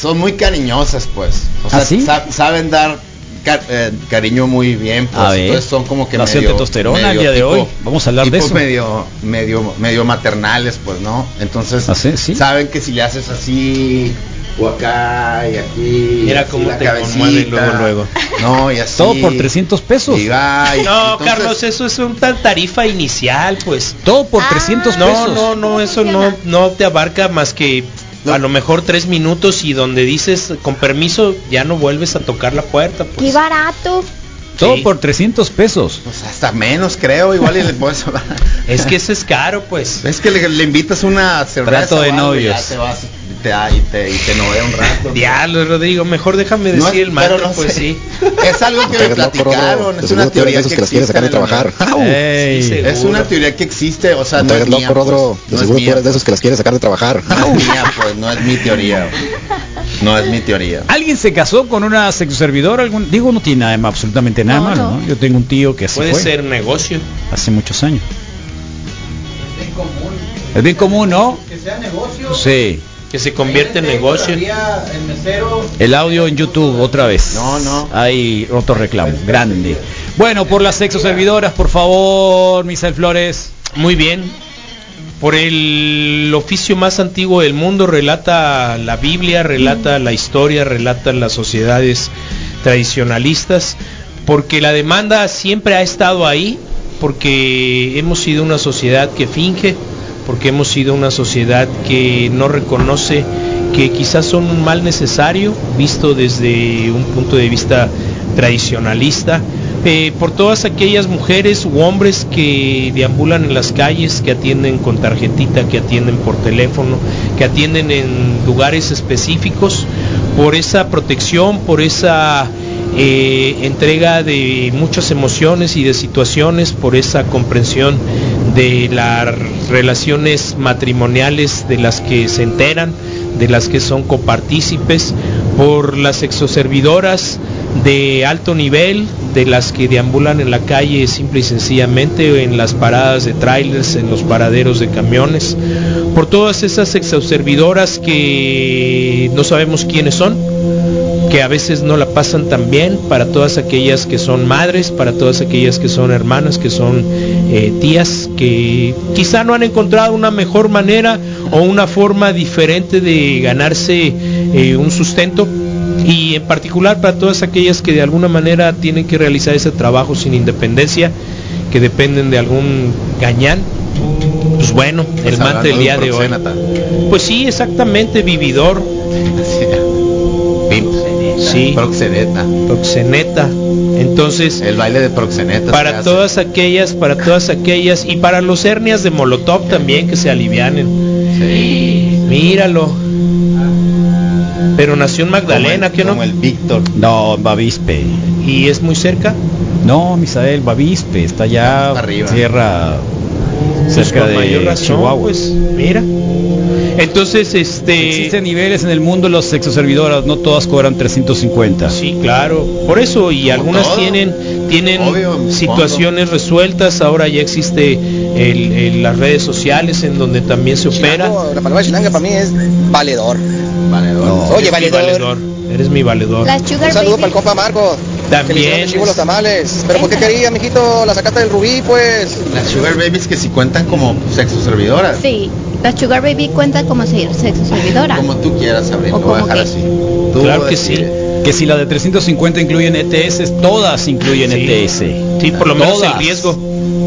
Speaker 8: son muy cariñosas, pues. O sea,
Speaker 4: ¿Ah, sí?
Speaker 8: sa- saben dar ca- eh, cariño muy bien, pues.
Speaker 4: A ver.
Speaker 8: Entonces son como que
Speaker 4: Nació testosterona el día de hoy. Vamos a hablar de
Speaker 8: tipos
Speaker 4: eso.
Speaker 8: medio medio medio maternales, pues, ¿no? Entonces
Speaker 4: ¿Ah, sí? Sí.
Speaker 8: saben que si le haces así o acá y aquí
Speaker 7: Mira
Speaker 8: así
Speaker 7: cómo
Speaker 8: la
Speaker 7: te conmueve luego, luego.
Speaker 8: No, y así.
Speaker 4: Todo por 300 pesos.
Speaker 8: Y va, y-
Speaker 7: No,
Speaker 8: entonces-
Speaker 7: Carlos, eso es un tan tarifa inicial, pues.
Speaker 4: Todo por
Speaker 16: Ah.
Speaker 4: 300
Speaker 7: No,
Speaker 4: pesos.
Speaker 7: no, no, eso no, no te abarca más que
Speaker 8: No.
Speaker 7: a lo mejor tres minutos y donde dices con permiso ya no vuelves a tocar la puerta. Pues.
Speaker 16: ¡Qué barato!
Speaker 4: Todo
Speaker 7: Sí.
Speaker 4: por 300 pesos.
Speaker 8: Pues hasta menos, creo, igual y le puedes
Speaker 7: Es que eso es caro, pues.
Speaker 8: Es que le, le invitas una cerveza.
Speaker 4: Trato de
Speaker 8: o algo y
Speaker 4: novios.
Speaker 8: Ya te vas y te, da- y te, y te novea un rato.
Speaker 7: Diablo, Rodrigo, mejor déjame
Speaker 8: No
Speaker 7: decir
Speaker 8: es-
Speaker 7: el
Speaker 8: pero
Speaker 7: mantra,
Speaker 8: no
Speaker 7: pues
Speaker 8: sé.
Speaker 7: sí.
Speaker 8: Es algo que me
Speaker 19: Estás loco,
Speaker 8: platicaron.
Speaker 19: Rodro.
Speaker 8: Es
Speaker 19: De seguro
Speaker 8: una
Speaker 19: tú eres de
Speaker 8: teoría
Speaker 19: esos que las quieres
Speaker 8: existe
Speaker 19: sacar de
Speaker 8: en la-
Speaker 19: trabajar.
Speaker 4: Ey.
Speaker 7: sí,
Speaker 8: Es una teoría que existe, o sea, no
Speaker 19: Estás
Speaker 8: es mía.
Speaker 19: loco, Rodro. De
Speaker 8: pues, no es
Speaker 19: seguro tú
Speaker 8: mía.
Speaker 19: eres de esos que las quieres sacar de trabajar.
Speaker 8: No es mía, pues, no es mi teoría. No es mi teoría.
Speaker 4: ¿Alguien se casó con una sexoservidora? ¿Algún? Digo, no tiene nada, de ma- absolutamente nada
Speaker 16: No,
Speaker 4: malo,
Speaker 16: no.
Speaker 4: ¿no? Yo tengo un tío que así
Speaker 7: Puede
Speaker 4: fue
Speaker 7: ser negocio.
Speaker 4: hace muchos años. Es bien común, ¿no? Que sea negocio. Sí.
Speaker 7: Que se convierte en negocio.
Speaker 4: El audio en YouTube otra vez.
Speaker 8: No, no.
Speaker 4: Hay otro reclamo grande. Bueno, por las sexoservidoras, por favor, Misael Flores.
Speaker 7: Muy bien. por el oficio más antiguo del mundo, relata la Biblia, relata la historia, relata las sociedades tradicionalistas, porque la demanda siempre ha estado ahí, porque hemos sido una sociedad que finge, porque hemos sido una sociedad que no reconoce que quizás son un mal necesario, visto desde un punto de vista tradicionalista, eh, por todas aquellas mujeres u hombres que deambulan en las calles, que atienden con tarjetita, que atienden por teléfono, que atienden en lugares específicos, por esa protección, por esa eh, entrega de muchas emociones y de situaciones, por esa comprensión de las relaciones matrimoniales de las que se enteran, de las que son copartícipes, por las exoservidoras de alto nivel, de las que deambulan en la calle simple y sencillamente, en las paradas de trailers, en los paraderos de camiones, por todas esas exoservidoras que no sabemos quiénes son, que a veces no la pasan tan bien, para todas aquellas que son madres, para todas aquellas que son hermanas, que son eh, tías, que quizá no han encontrado una mejor manera o una forma diferente de ganarse eh, un sustento y en particular para todas aquellas que de alguna manera tienen que realizar ese trabajo sin independencia, que dependen de algún gañán. Pues bueno, el mate del día de hoy. Pues sí, exactamente, vividor. Sí.
Speaker 8: Proxeneta.
Speaker 7: Proxeneta. Entonces.
Speaker 8: El baile de proxeneta.
Speaker 7: Para todas aquellas, para todas aquellas. Y para los hernias de Molotov también que se alivianen. Sí. Míralo. Pero nació en Magdalena,
Speaker 8: que
Speaker 7: ¿qué no?
Speaker 8: Como el Víctor.
Speaker 4: No, Bavispe.
Speaker 7: ¿Y es muy cerca?
Speaker 4: No, Misael, Bavispe, está allá
Speaker 8: Está arriba.
Speaker 4: tierra
Speaker 7: Pues
Speaker 4: cerca
Speaker 7: con
Speaker 4: de
Speaker 7: mayor razón,
Speaker 4: Chihuahua.
Speaker 7: pues, mira. Entonces, este.
Speaker 4: Existen niveles en el mundo los sexoservidoras, no todas cobran 350.
Speaker 7: Sí, claro. Por eso, y algunas
Speaker 8: todo.
Speaker 7: tienen tienen
Speaker 8: Obvio, ¿cuándo?
Speaker 7: situaciones resueltas. Ahora ya existe el- el- las redes sociales en donde también se opera.
Speaker 11: Chilango, la palabra chilanga para mí es valedor.
Speaker 8: Valedor.
Speaker 11: Oye,
Speaker 7: Eres mi
Speaker 11: valedor.
Speaker 7: Eres mi valedor.
Speaker 16: Las
Speaker 11: Un
Speaker 16: Sugar
Speaker 11: saludo para
Speaker 16: Baby.
Speaker 11: el compa Marcos. Que le hicieron
Speaker 7: También.
Speaker 11: de chivo los tamales. Pero ¿por qué quería, mijito? La sacaste del rubí, pues.
Speaker 8: Las Sugar Babies que si cuentan como sexo servidoras.
Speaker 16: Sí, la Sugar Baby cuenta como se- sexo servidora.
Speaker 8: Como tú quieras, Abril,
Speaker 16: O
Speaker 8: lo voy a
Speaker 16: como
Speaker 8: dejar
Speaker 16: que-
Speaker 8: así. Tú
Speaker 4: claro
Speaker 7: eh,
Speaker 4: que sí.
Speaker 8: decides.
Speaker 4: Que si la de 350 incluyen ETS, todas incluyen
Speaker 7: Sí.
Speaker 4: ETS.
Speaker 7: Sí, por lo menos
Speaker 4: Todas.
Speaker 7: el riesgo.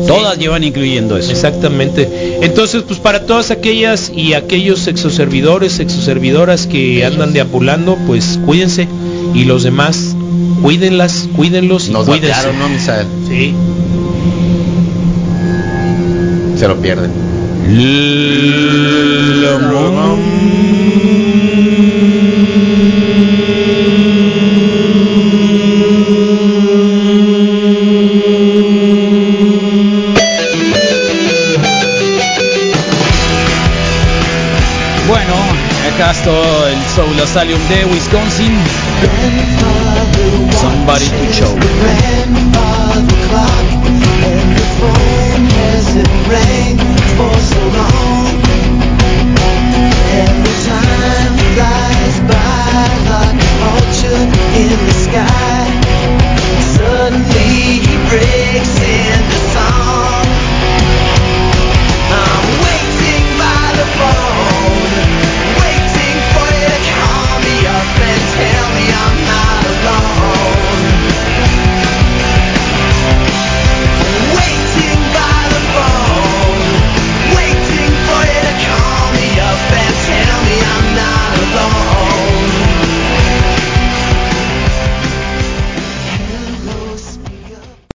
Speaker 4: Todas llevan incluyendo eso.
Speaker 7: Exactamente. Entonces, pues para todas aquellas y aquellos exoservidores, exoservidoras que andan deambulando, pues cuídense. Y los demás, cuídenlas, cuídenlos y
Speaker 8: Nos
Speaker 7: cuídense.
Speaker 8: batearon, ¿no, Misael?
Speaker 7: Sí.
Speaker 8: Se lo pierden.
Speaker 4: Bueno, acá está el Soul Asylum de Wisconsin. Somebody to show.
Speaker 5: Grandfather clock and the phone hasn't rang.